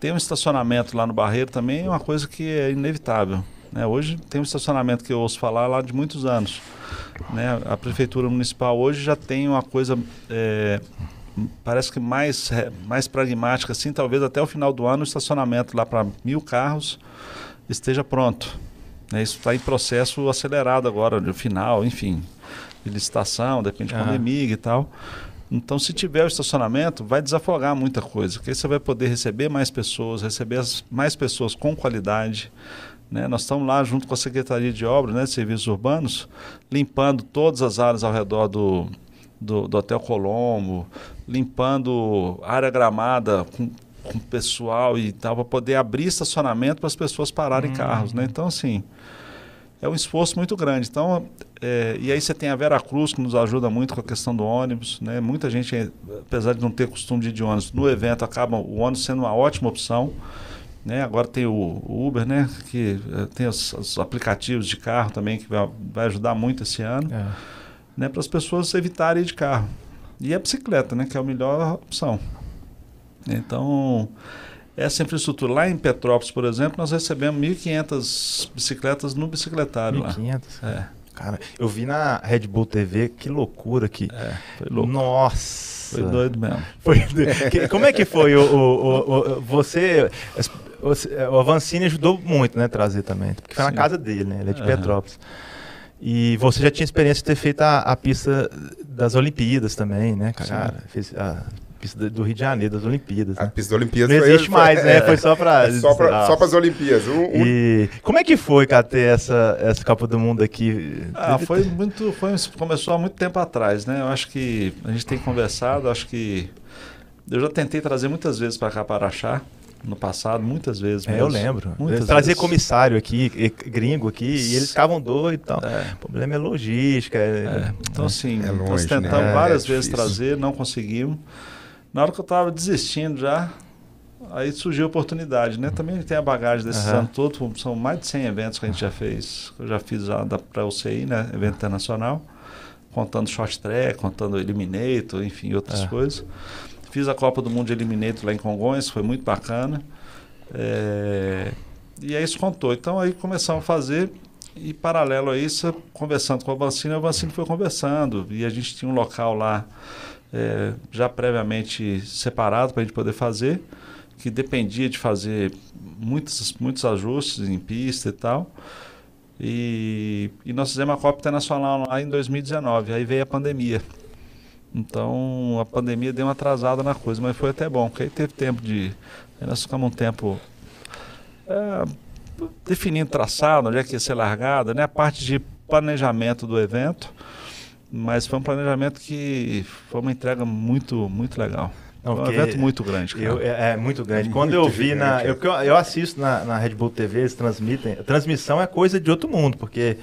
[SPEAKER 3] ter um estacionamento lá no Barreiro também é uma coisa que é inevitável. Né? Hoje tem um estacionamento que eu ouço falar lá de muitos anos. Né? A prefeitura municipal hoje já tem uma coisa é, parece que mais, é, mais pragmática, assim, talvez até o final do ano o estacionamento lá para mil carros esteja pronto. Né? Isso está em processo acelerado agora, no final, enfim, de licitação, depende de
[SPEAKER 2] Aham.
[SPEAKER 3] pandemia e tal. Então, se tiver o estacionamento, vai desafogar muita coisa, porque aí você vai poder receber mais pessoas, receber as- mais pessoas com qualidade. né? Nós estamos lá junto com a Secretaria de Obras, né, de Serviços Urbanos, limpando todas as áreas ao redor do, do, do Hotel Colombo, limpando área gramada com, com pessoal e tal, para poder abrir estacionamento para as pessoas pararem carros. Né? Então, assim, é um esforço muito grande. Então, é, e aí você tem a Vera Cruz, que nos ajuda muito com a questão do ônibus. Né? Muita gente, eh, apesar de não ter costume de ir de ônibus, no evento acaba o ônibus sendo uma ótima opção. Né? Agora tem o, o Uber, né? que eh, tem os, os aplicativos de carro também, que vai, vai ajudar muito esse ano.
[SPEAKER 2] É.
[SPEAKER 3] né, para as pessoas evitarem ir de carro. E a bicicleta, né, que é a melhor opção. Então, essa infraestrutura lá em Petrópolis, por exemplo, nós recebemos 1.500 bicicletas no bicicletário lá.
[SPEAKER 2] 1500.
[SPEAKER 3] É,
[SPEAKER 2] Cara, eu vi na Red Bull TV, que loucura que.
[SPEAKER 3] é, foi louco.
[SPEAKER 2] Nossa!
[SPEAKER 3] Foi doido mesmo.
[SPEAKER 2] Foi doido. Que- Como é que foi o, o- o- o- você, as- você- O Avancini ajudou muito, né? Trazer também. Porque foi na
[SPEAKER 3] Sim.
[SPEAKER 2] casa dele, né? Ele é de
[SPEAKER 3] Aham.
[SPEAKER 2] Petrópolis. E você já tinha experiência de ter feito a, a pista das Olimpíadas também, né, cara?
[SPEAKER 3] Sim.
[SPEAKER 2] Cara, fez a pista do- do Rio de Janeiro, das Olimpíadas.
[SPEAKER 1] A
[SPEAKER 2] Né?
[SPEAKER 1] pista da Olimpíada
[SPEAKER 2] Não
[SPEAKER 1] foi-
[SPEAKER 2] existe
[SPEAKER 1] foi-
[SPEAKER 2] mais, né?
[SPEAKER 1] é,
[SPEAKER 2] Foi só pra.
[SPEAKER 1] é só
[SPEAKER 2] Ah,
[SPEAKER 1] para as Olimpíadas. Um, um-
[SPEAKER 2] E como é que foi, cara, ter essa, essa Copa do Mundo aqui?
[SPEAKER 3] Ah,
[SPEAKER 2] Teve-
[SPEAKER 3] foi muito. Foi, começou há muito tempo atrás, né? Eu acho que a gente tem conversado, acho que. Eu já tentei trazer muitas vezes para cá para Araxá, no passado, muitas vezes.
[SPEAKER 2] É,
[SPEAKER 3] mesmo.
[SPEAKER 2] eu lembro.
[SPEAKER 3] Muitas
[SPEAKER 2] Trazia
[SPEAKER 3] vezes. É,
[SPEAKER 2] comissário aqui, e- gringo aqui, e eles ficavam doidos e tal.
[SPEAKER 3] É.
[SPEAKER 2] O problema é logística. é-
[SPEAKER 3] É, então, assim,
[SPEAKER 1] É
[SPEAKER 3] nós
[SPEAKER 1] longe, né?
[SPEAKER 3] tentamos
[SPEAKER 1] É,
[SPEAKER 3] várias
[SPEAKER 1] é
[SPEAKER 3] vezes
[SPEAKER 1] difícil.
[SPEAKER 3] trazer, não conseguimos. Na hora que eu estava desistindo já, aí surgiu a oportunidade, né? Também tem a bagagem desses
[SPEAKER 2] Aham.
[SPEAKER 3] anos todos, são mais de 100 eventos que a gente já fez, que eu já fiz já para a UCI, né? Evento internacional, contando short track, contando Eliminator, enfim, outras
[SPEAKER 2] É.
[SPEAKER 3] coisas. Fiz a Copa do Mundo de Eliminator lá em Congonhas, foi muito bacana. É, E aí isso contou. Então aí começamos a fazer e paralelo a isso, conversando com a vacina, a vacina foi conversando e a gente tinha um local lá é, já previamente separado para a gente poder fazer, que dependia de fazer muitos, muitos ajustes em pista e tal. E, e nós fizemos a Copa Internacional lá em 2019, aí veio a pandemia. Então a pandemia deu uma atrasada na coisa, mas foi até bom, porque aí teve tempo de. Aí nós ficamos um tempo é, definindo traçado, onde é que ia ser largada, né? a parte de planejamento do evento. Mas foi um planejamento que foi uma entrega muito, muito legal.
[SPEAKER 2] Não,
[SPEAKER 3] foi um
[SPEAKER 2] porque
[SPEAKER 3] evento muito grande, cara.
[SPEAKER 2] eu- é, é muito grande.
[SPEAKER 1] É
[SPEAKER 2] Quando
[SPEAKER 1] muito
[SPEAKER 2] eu vi na.
[SPEAKER 1] gigante,
[SPEAKER 2] Eu, porque eu, eu assisto na, na Red Bull TV, eles transmitem. A transmissão é coisa de outro mundo, porque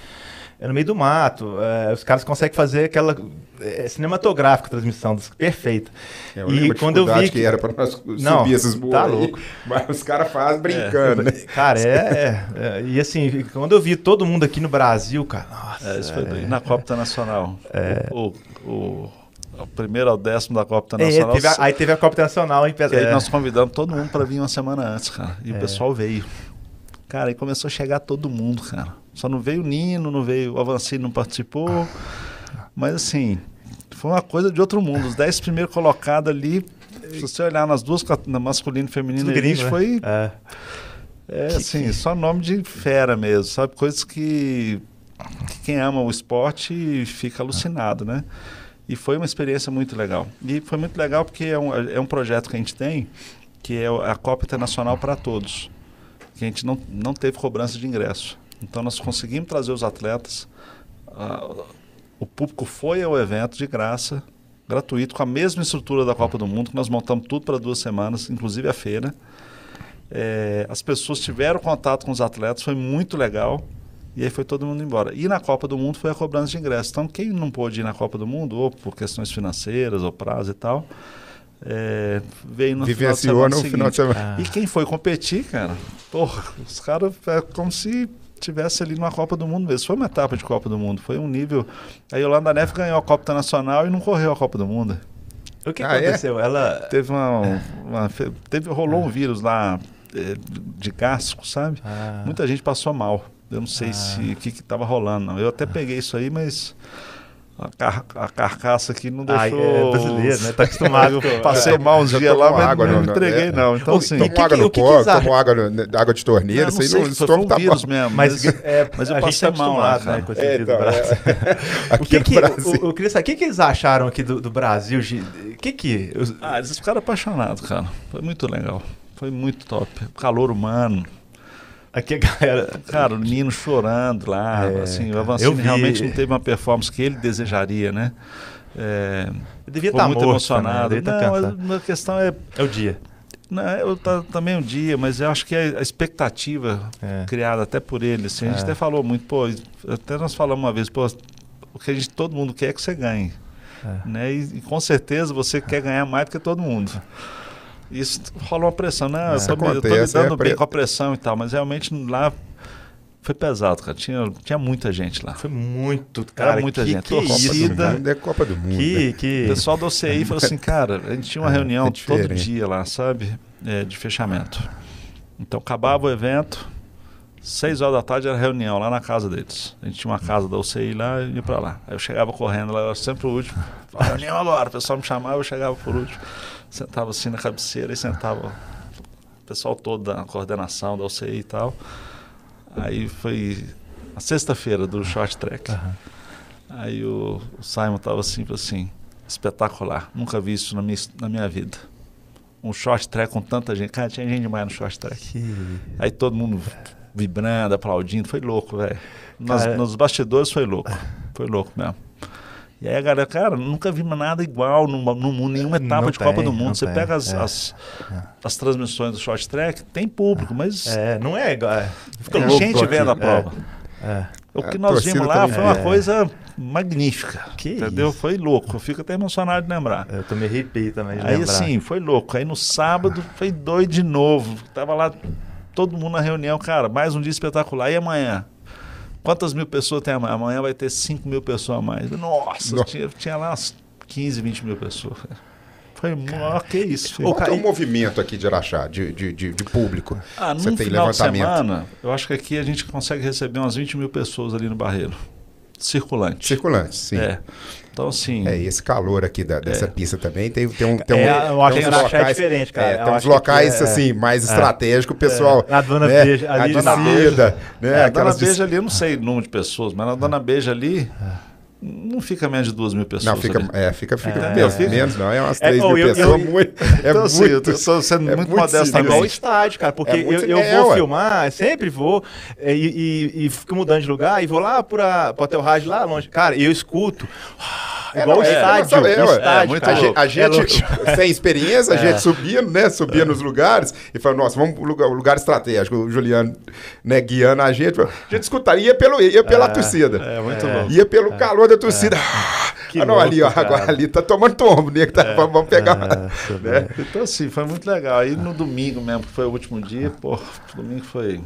[SPEAKER 2] é no meio do mato. é, os caras conseguem fazer aquela. É, cinematográfica a transmissão, dos- perfeita.
[SPEAKER 1] É, eu
[SPEAKER 2] e
[SPEAKER 1] lembro a
[SPEAKER 2] quando eu vi.
[SPEAKER 1] dificuldade que era para nós
[SPEAKER 2] Não,
[SPEAKER 1] subir essas
[SPEAKER 2] tá
[SPEAKER 1] aí,
[SPEAKER 2] louco. É,
[SPEAKER 1] mas os caras fazem brincando, né?
[SPEAKER 2] Cara, é, é, é, E assim, quando eu vi todo mundo aqui no Brasil, cara. Nossa,
[SPEAKER 3] É, isso foi
[SPEAKER 2] é.
[SPEAKER 3] doido. Na Copa Internacional. O, o, o primeiro ao décimo da Copa Internacional.
[SPEAKER 2] É, teve a- aí teve a Copa Internacional em é,
[SPEAKER 3] que aí
[SPEAKER 2] Pedra.
[SPEAKER 3] nós convidamos todo mundo para vir uma semana antes, cara. E
[SPEAKER 2] É.
[SPEAKER 3] o pessoal veio. Cara, aí começou a chegar todo mundo, cara. Só não veio o Nino, não veio o Avancini, não participou. Mas assim, foi uma coisa de outro mundo. Os 10 primeiros colocados ali, se você olhar nas duas, cat- na masculino e feminino, elite, foi
[SPEAKER 2] É.
[SPEAKER 3] é, assim, só nome de fera mesmo, sabe? Coisas que, que quem ama o esporte fica alucinado, né? E foi uma experiência muito legal. E foi muito legal porque é um, é um projeto que a gente tem, que é o- a Copa Internacional para Todos, que a gente não, não teve cobrança de ingresso. Então nós conseguimos trazer os atletas, ah, o público foi ao evento de graça, gratuito, com a mesma estrutura da Copa do Mundo, que nós montamos tudo para duas semanas, inclusive a feira. É, as pessoas tiveram contato com os atletas, foi muito legal. E aí foi todo mundo embora. E na Copa do Mundo foi a cobrança de ingresso. Então, quem não pôde ir na Copa do Mundo, ou por questões financeiras, ou prazo e tal, é, veio no
[SPEAKER 1] Vivenciou
[SPEAKER 3] final de semana
[SPEAKER 1] no
[SPEAKER 3] seguinte.
[SPEAKER 1] final de semana.
[SPEAKER 2] Ah.
[SPEAKER 3] E quem foi competir, cara, porra, os caras é como se tivesse ali numa Copa do Mundo mesmo. Foi uma etapa de Copa do Mundo, foi um nível. A Yolanda Neff ganhou a Copa Internacional e não correu a Copa do Mundo.
[SPEAKER 2] O que
[SPEAKER 1] Ah, é?
[SPEAKER 2] aconteceu? Ela.
[SPEAKER 3] Teve uma.
[SPEAKER 2] É.
[SPEAKER 3] uma fe- teve, rolou um vírus lá eh, de casco, sabe?
[SPEAKER 2] Ah,
[SPEAKER 3] Muita gente passou mal. Eu não sei
[SPEAKER 2] Ah.
[SPEAKER 3] se o que que tava rolando, não. Eu até peguei isso aí, mas a, car- a carcaça aqui não
[SPEAKER 2] Ah,
[SPEAKER 3] deixou.
[SPEAKER 2] é brasileiro, né? Tá acostumado com- É.
[SPEAKER 3] Eu passei mal uns
[SPEAKER 1] Já
[SPEAKER 3] dias lá,
[SPEAKER 1] tomou
[SPEAKER 3] mas
[SPEAKER 1] água,
[SPEAKER 3] não,
[SPEAKER 1] não,
[SPEAKER 2] né?
[SPEAKER 3] me
[SPEAKER 1] não,
[SPEAKER 3] entreguei,
[SPEAKER 1] é.
[SPEAKER 3] não. Então,
[SPEAKER 2] Ô,
[SPEAKER 3] assim.
[SPEAKER 2] e
[SPEAKER 1] Tomou
[SPEAKER 2] que-
[SPEAKER 1] água
[SPEAKER 2] que- Ah,
[SPEAKER 1] no
[SPEAKER 2] o que que
[SPEAKER 1] copo,
[SPEAKER 2] Zara-
[SPEAKER 1] tomou água, no- né, água de torneira,
[SPEAKER 3] não,
[SPEAKER 1] isso aí
[SPEAKER 3] sei,
[SPEAKER 1] não, o
[SPEAKER 3] foi- foi um
[SPEAKER 1] estômago tá
[SPEAKER 3] vírus
[SPEAKER 1] bom.
[SPEAKER 3] mesmo.
[SPEAKER 2] Mas, é,
[SPEAKER 3] mas eu
[SPEAKER 2] a gente
[SPEAKER 3] passei
[SPEAKER 2] tá
[SPEAKER 3] mal lá,
[SPEAKER 2] acostumado,
[SPEAKER 3] cara.
[SPEAKER 2] né, com esse
[SPEAKER 1] É,
[SPEAKER 2] vídeo
[SPEAKER 1] então,
[SPEAKER 2] do Brasil.
[SPEAKER 1] é.
[SPEAKER 2] O
[SPEAKER 1] Aqui
[SPEAKER 2] que
[SPEAKER 1] no
[SPEAKER 2] que,
[SPEAKER 1] Brasil.
[SPEAKER 2] o, o, Cris, o que que eles acharam aqui do, do Brasil? Gi- O que que... os-
[SPEAKER 3] Ah, eles ficaram apaixonados, cara. Foi muito legal. Foi muito top. Calor humano.
[SPEAKER 2] aqui a galera...
[SPEAKER 3] Cara, o Nino chorando lá,
[SPEAKER 2] É,
[SPEAKER 3] assim, o
[SPEAKER 2] cara,
[SPEAKER 3] Avancini
[SPEAKER 2] eu vi.
[SPEAKER 3] realmente não teve uma performance que ele desejaria, né? É,
[SPEAKER 2] Eu devia
[SPEAKER 3] ficou
[SPEAKER 2] estar
[SPEAKER 3] muito
[SPEAKER 2] morto,
[SPEAKER 3] emocionado.
[SPEAKER 2] Também, eu devia tá
[SPEAKER 3] não, mas
[SPEAKER 2] cansado.
[SPEAKER 3] a questão é,
[SPEAKER 2] É o dia.
[SPEAKER 3] não, eu tá, também um dia, mas eu acho que é a, a expectativa
[SPEAKER 2] É.
[SPEAKER 3] criada até por ele, assim, a gente
[SPEAKER 2] É.
[SPEAKER 3] até falou muito, pô, até nós falamos uma vez, pô, o que a gente, todo mundo quer é que você ganhe,
[SPEAKER 2] É.
[SPEAKER 3] né? E, e com certeza você quer ganhar mais do que todo mundo. Isso rola uma pressão, né? Eu
[SPEAKER 1] Isso
[SPEAKER 3] tô, me, eu tô me
[SPEAKER 1] acontece, é
[SPEAKER 3] dando bem
[SPEAKER 1] pre-
[SPEAKER 3] com a pressão e tal, mas realmente lá Foi pesado, cara. Tinha, tinha muita gente lá.
[SPEAKER 2] Foi muito, cara.
[SPEAKER 3] Era muita
[SPEAKER 2] que,
[SPEAKER 3] gente.
[SPEAKER 2] Que
[SPEAKER 3] Copa do
[SPEAKER 1] Copa do
[SPEAKER 2] ida.
[SPEAKER 1] Mundo é Copa do Mundo. né?
[SPEAKER 2] Que,
[SPEAKER 3] O
[SPEAKER 2] que...
[SPEAKER 3] pessoal do OCI falou assim, cara, a gente tinha uma reunião
[SPEAKER 1] é
[SPEAKER 3] todo
[SPEAKER 1] diferente.
[SPEAKER 3] dia lá, sabe? É, de fechamento. Então acabava o evento, seis horas da tarde era reunião lá na casa deles. A gente tinha uma casa da UCI lá e ia pra lá. Aí eu chegava correndo lá, eu era sempre o último. Falava, reunião agora, o pessoal me chamava, eu chegava por último. Sentava assim na cabeceira e sentava o pessoal todo da coordenação da UCI e tal. Aí foi a sexta-feira do short track. Aí o, o Simon tava assim, falou assim, espetacular, nunca vi isso na minha, his- na minha vida. Um short track com tanta gente. Cara, tinha gente demais no short track.
[SPEAKER 2] que-
[SPEAKER 3] Aí todo mundo vibrando, aplaudindo. Foi louco, velho. Nos,
[SPEAKER 2] Cara-
[SPEAKER 3] nos bastidores foi louco. Foi louco mesmo. E aí a galera, cara, nunca vi nada igual no, no mundo, nenhuma etapa
[SPEAKER 2] Não
[SPEAKER 3] de Copa
[SPEAKER 2] tem,
[SPEAKER 3] do Mundo.
[SPEAKER 2] não
[SPEAKER 3] Você
[SPEAKER 2] tem,
[SPEAKER 3] pega as,
[SPEAKER 2] é.
[SPEAKER 3] as, as transmissões do short track, tem público, mas
[SPEAKER 2] É, não é igual. é.
[SPEAKER 3] tem
[SPEAKER 2] louco
[SPEAKER 3] gente
[SPEAKER 2] aqui,
[SPEAKER 3] vendo a
[SPEAKER 2] é.
[SPEAKER 3] prova.
[SPEAKER 2] É.
[SPEAKER 3] O que
[SPEAKER 1] A
[SPEAKER 3] nós
[SPEAKER 1] torcida
[SPEAKER 3] vimos lá
[SPEAKER 1] também
[SPEAKER 3] foi uma
[SPEAKER 2] é.
[SPEAKER 3] coisa magnífica.
[SPEAKER 2] Que
[SPEAKER 3] entendeu?
[SPEAKER 2] isso.
[SPEAKER 3] Foi louco. Eu fico até emocionado de lembrar.
[SPEAKER 2] Eu também arrepio também de
[SPEAKER 3] Aí
[SPEAKER 2] lembrar.
[SPEAKER 3] assim, foi louco. Aí no sábado foi doido de novo. Tava lá todo mundo na reunião, cara, mais um dia espetacular. E amanhã? Quantas mil pessoas tem amanhã? Amanhã vai ter 5 mil pessoas a mais. Nossa,
[SPEAKER 1] Nossa.
[SPEAKER 3] Tinha, tinha lá umas 15, 20 mil pessoas. Foi mó- que isso. filho.
[SPEAKER 1] Qual que é o
[SPEAKER 2] Caí-
[SPEAKER 1] movimento aqui de Araxá, de, de, de, de público?
[SPEAKER 3] Ah, num
[SPEAKER 1] Você tem
[SPEAKER 3] final de
[SPEAKER 1] levantamento.
[SPEAKER 3] semana, eu acho que aqui a gente consegue receber umas 20 mil pessoas ali no Barreiro. Circulante.
[SPEAKER 1] Circulantes, sim. É.
[SPEAKER 3] É. Então, assim.
[SPEAKER 1] esse calor aqui da- dessa
[SPEAKER 3] É.
[SPEAKER 1] pista também tem, tem um... Tem um
[SPEAKER 2] É, eu acho
[SPEAKER 1] tem
[SPEAKER 2] que
[SPEAKER 1] uns
[SPEAKER 2] Araxá é
[SPEAKER 1] locais-
[SPEAKER 2] diferente, cara.
[SPEAKER 1] é,
[SPEAKER 2] Eu
[SPEAKER 1] tem uns
[SPEAKER 2] acho que
[SPEAKER 1] locais,
[SPEAKER 2] é-
[SPEAKER 1] assim, mais estratégico, o pessoal...
[SPEAKER 2] Na Dona
[SPEAKER 1] né,
[SPEAKER 2] Beija, ali
[SPEAKER 1] a
[SPEAKER 2] na
[SPEAKER 1] descida, né?
[SPEAKER 3] É, a Dona
[SPEAKER 1] aquelas des-
[SPEAKER 3] Beija ali, eu não sei o número de pessoas, mas na Dona Beija ali não fica menos de duas mil pessoas.
[SPEAKER 1] Não, fica,
[SPEAKER 3] ali.
[SPEAKER 1] é, fica, fica
[SPEAKER 2] É.
[SPEAKER 1] menos, menos, não. É umas
[SPEAKER 2] É,
[SPEAKER 1] 3
[SPEAKER 2] oh,
[SPEAKER 1] mil
[SPEAKER 2] eu- eu-
[SPEAKER 1] pessoas. muito, é
[SPEAKER 3] Então, assim, eu
[SPEAKER 1] muito.
[SPEAKER 3] tô só sendo
[SPEAKER 1] é
[SPEAKER 3] muito
[SPEAKER 1] muito
[SPEAKER 3] modesto
[SPEAKER 2] É
[SPEAKER 1] sinistro.
[SPEAKER 2] igual o
[SPEAKER 3] também.
[SPEAKER 2] estádio, cara, porque
[SPEAKER 1] É muito
[SPEAKER 2] eu, eu
[SPEAKER 1] ideal,
[SPEAKER 2] vou
[SPEAKER 1] ué.
[SPEAKER 2] filmar, sempre vou, é, e, e, e fico mudando de lugar, e vou lá pra, pro Hotel Rádio lá longe. Cara, e eu escuto,
[SPEAKER 1] É,
[SPEAKER 2] igual
[SPEAKER 1] não,
[SPEAKER 2] o
[SPEAKER 1] é,
[SPEAKER 2] estádio,
[SPEAKER 1] é,
[SPEAKER 2] o
[SPEAKER 1] ué.
[SPEAKER 2] estádio,
[SPEAKER 3] É, muito
[SPEAKER 1] A
[SPEAKER 2] cara.
[SPEAKER 1] gente, a
[SPEAKER 2] É
[SPEAKER 1] gente,
[SPEAKER 2] louco. É.
[SPEAKER 1] sem experiência, a gente subia, né? Subia nos lugares e falava, nossa, vamos pro lugar, lugar estratégico. O Juliano né, guiando a gente. A gente escutaria ia pelo, ia pela torcida.
[SPEAKER 3] É, muito louco.
[SPEAKER 1] Ia pelo calor da torcida.
[SPEAKER 2] É. Que
[SPEAKER 1] Ah, não, ali, ó,
[SPEAKER 2] louco, cara. É.
[SPEAKER 1] agora ali tá tomando tombo, né? que tá- vamos, vamos pegar.
[SPEAKER 2] Nossa,
[SPEAKER 1] né?
[SPEAKER 2] velho.
[SPEAKER 3] Então, assim, foi muito legal. Aí no domingo mesmo, que foi o último dia, pô, domingo foi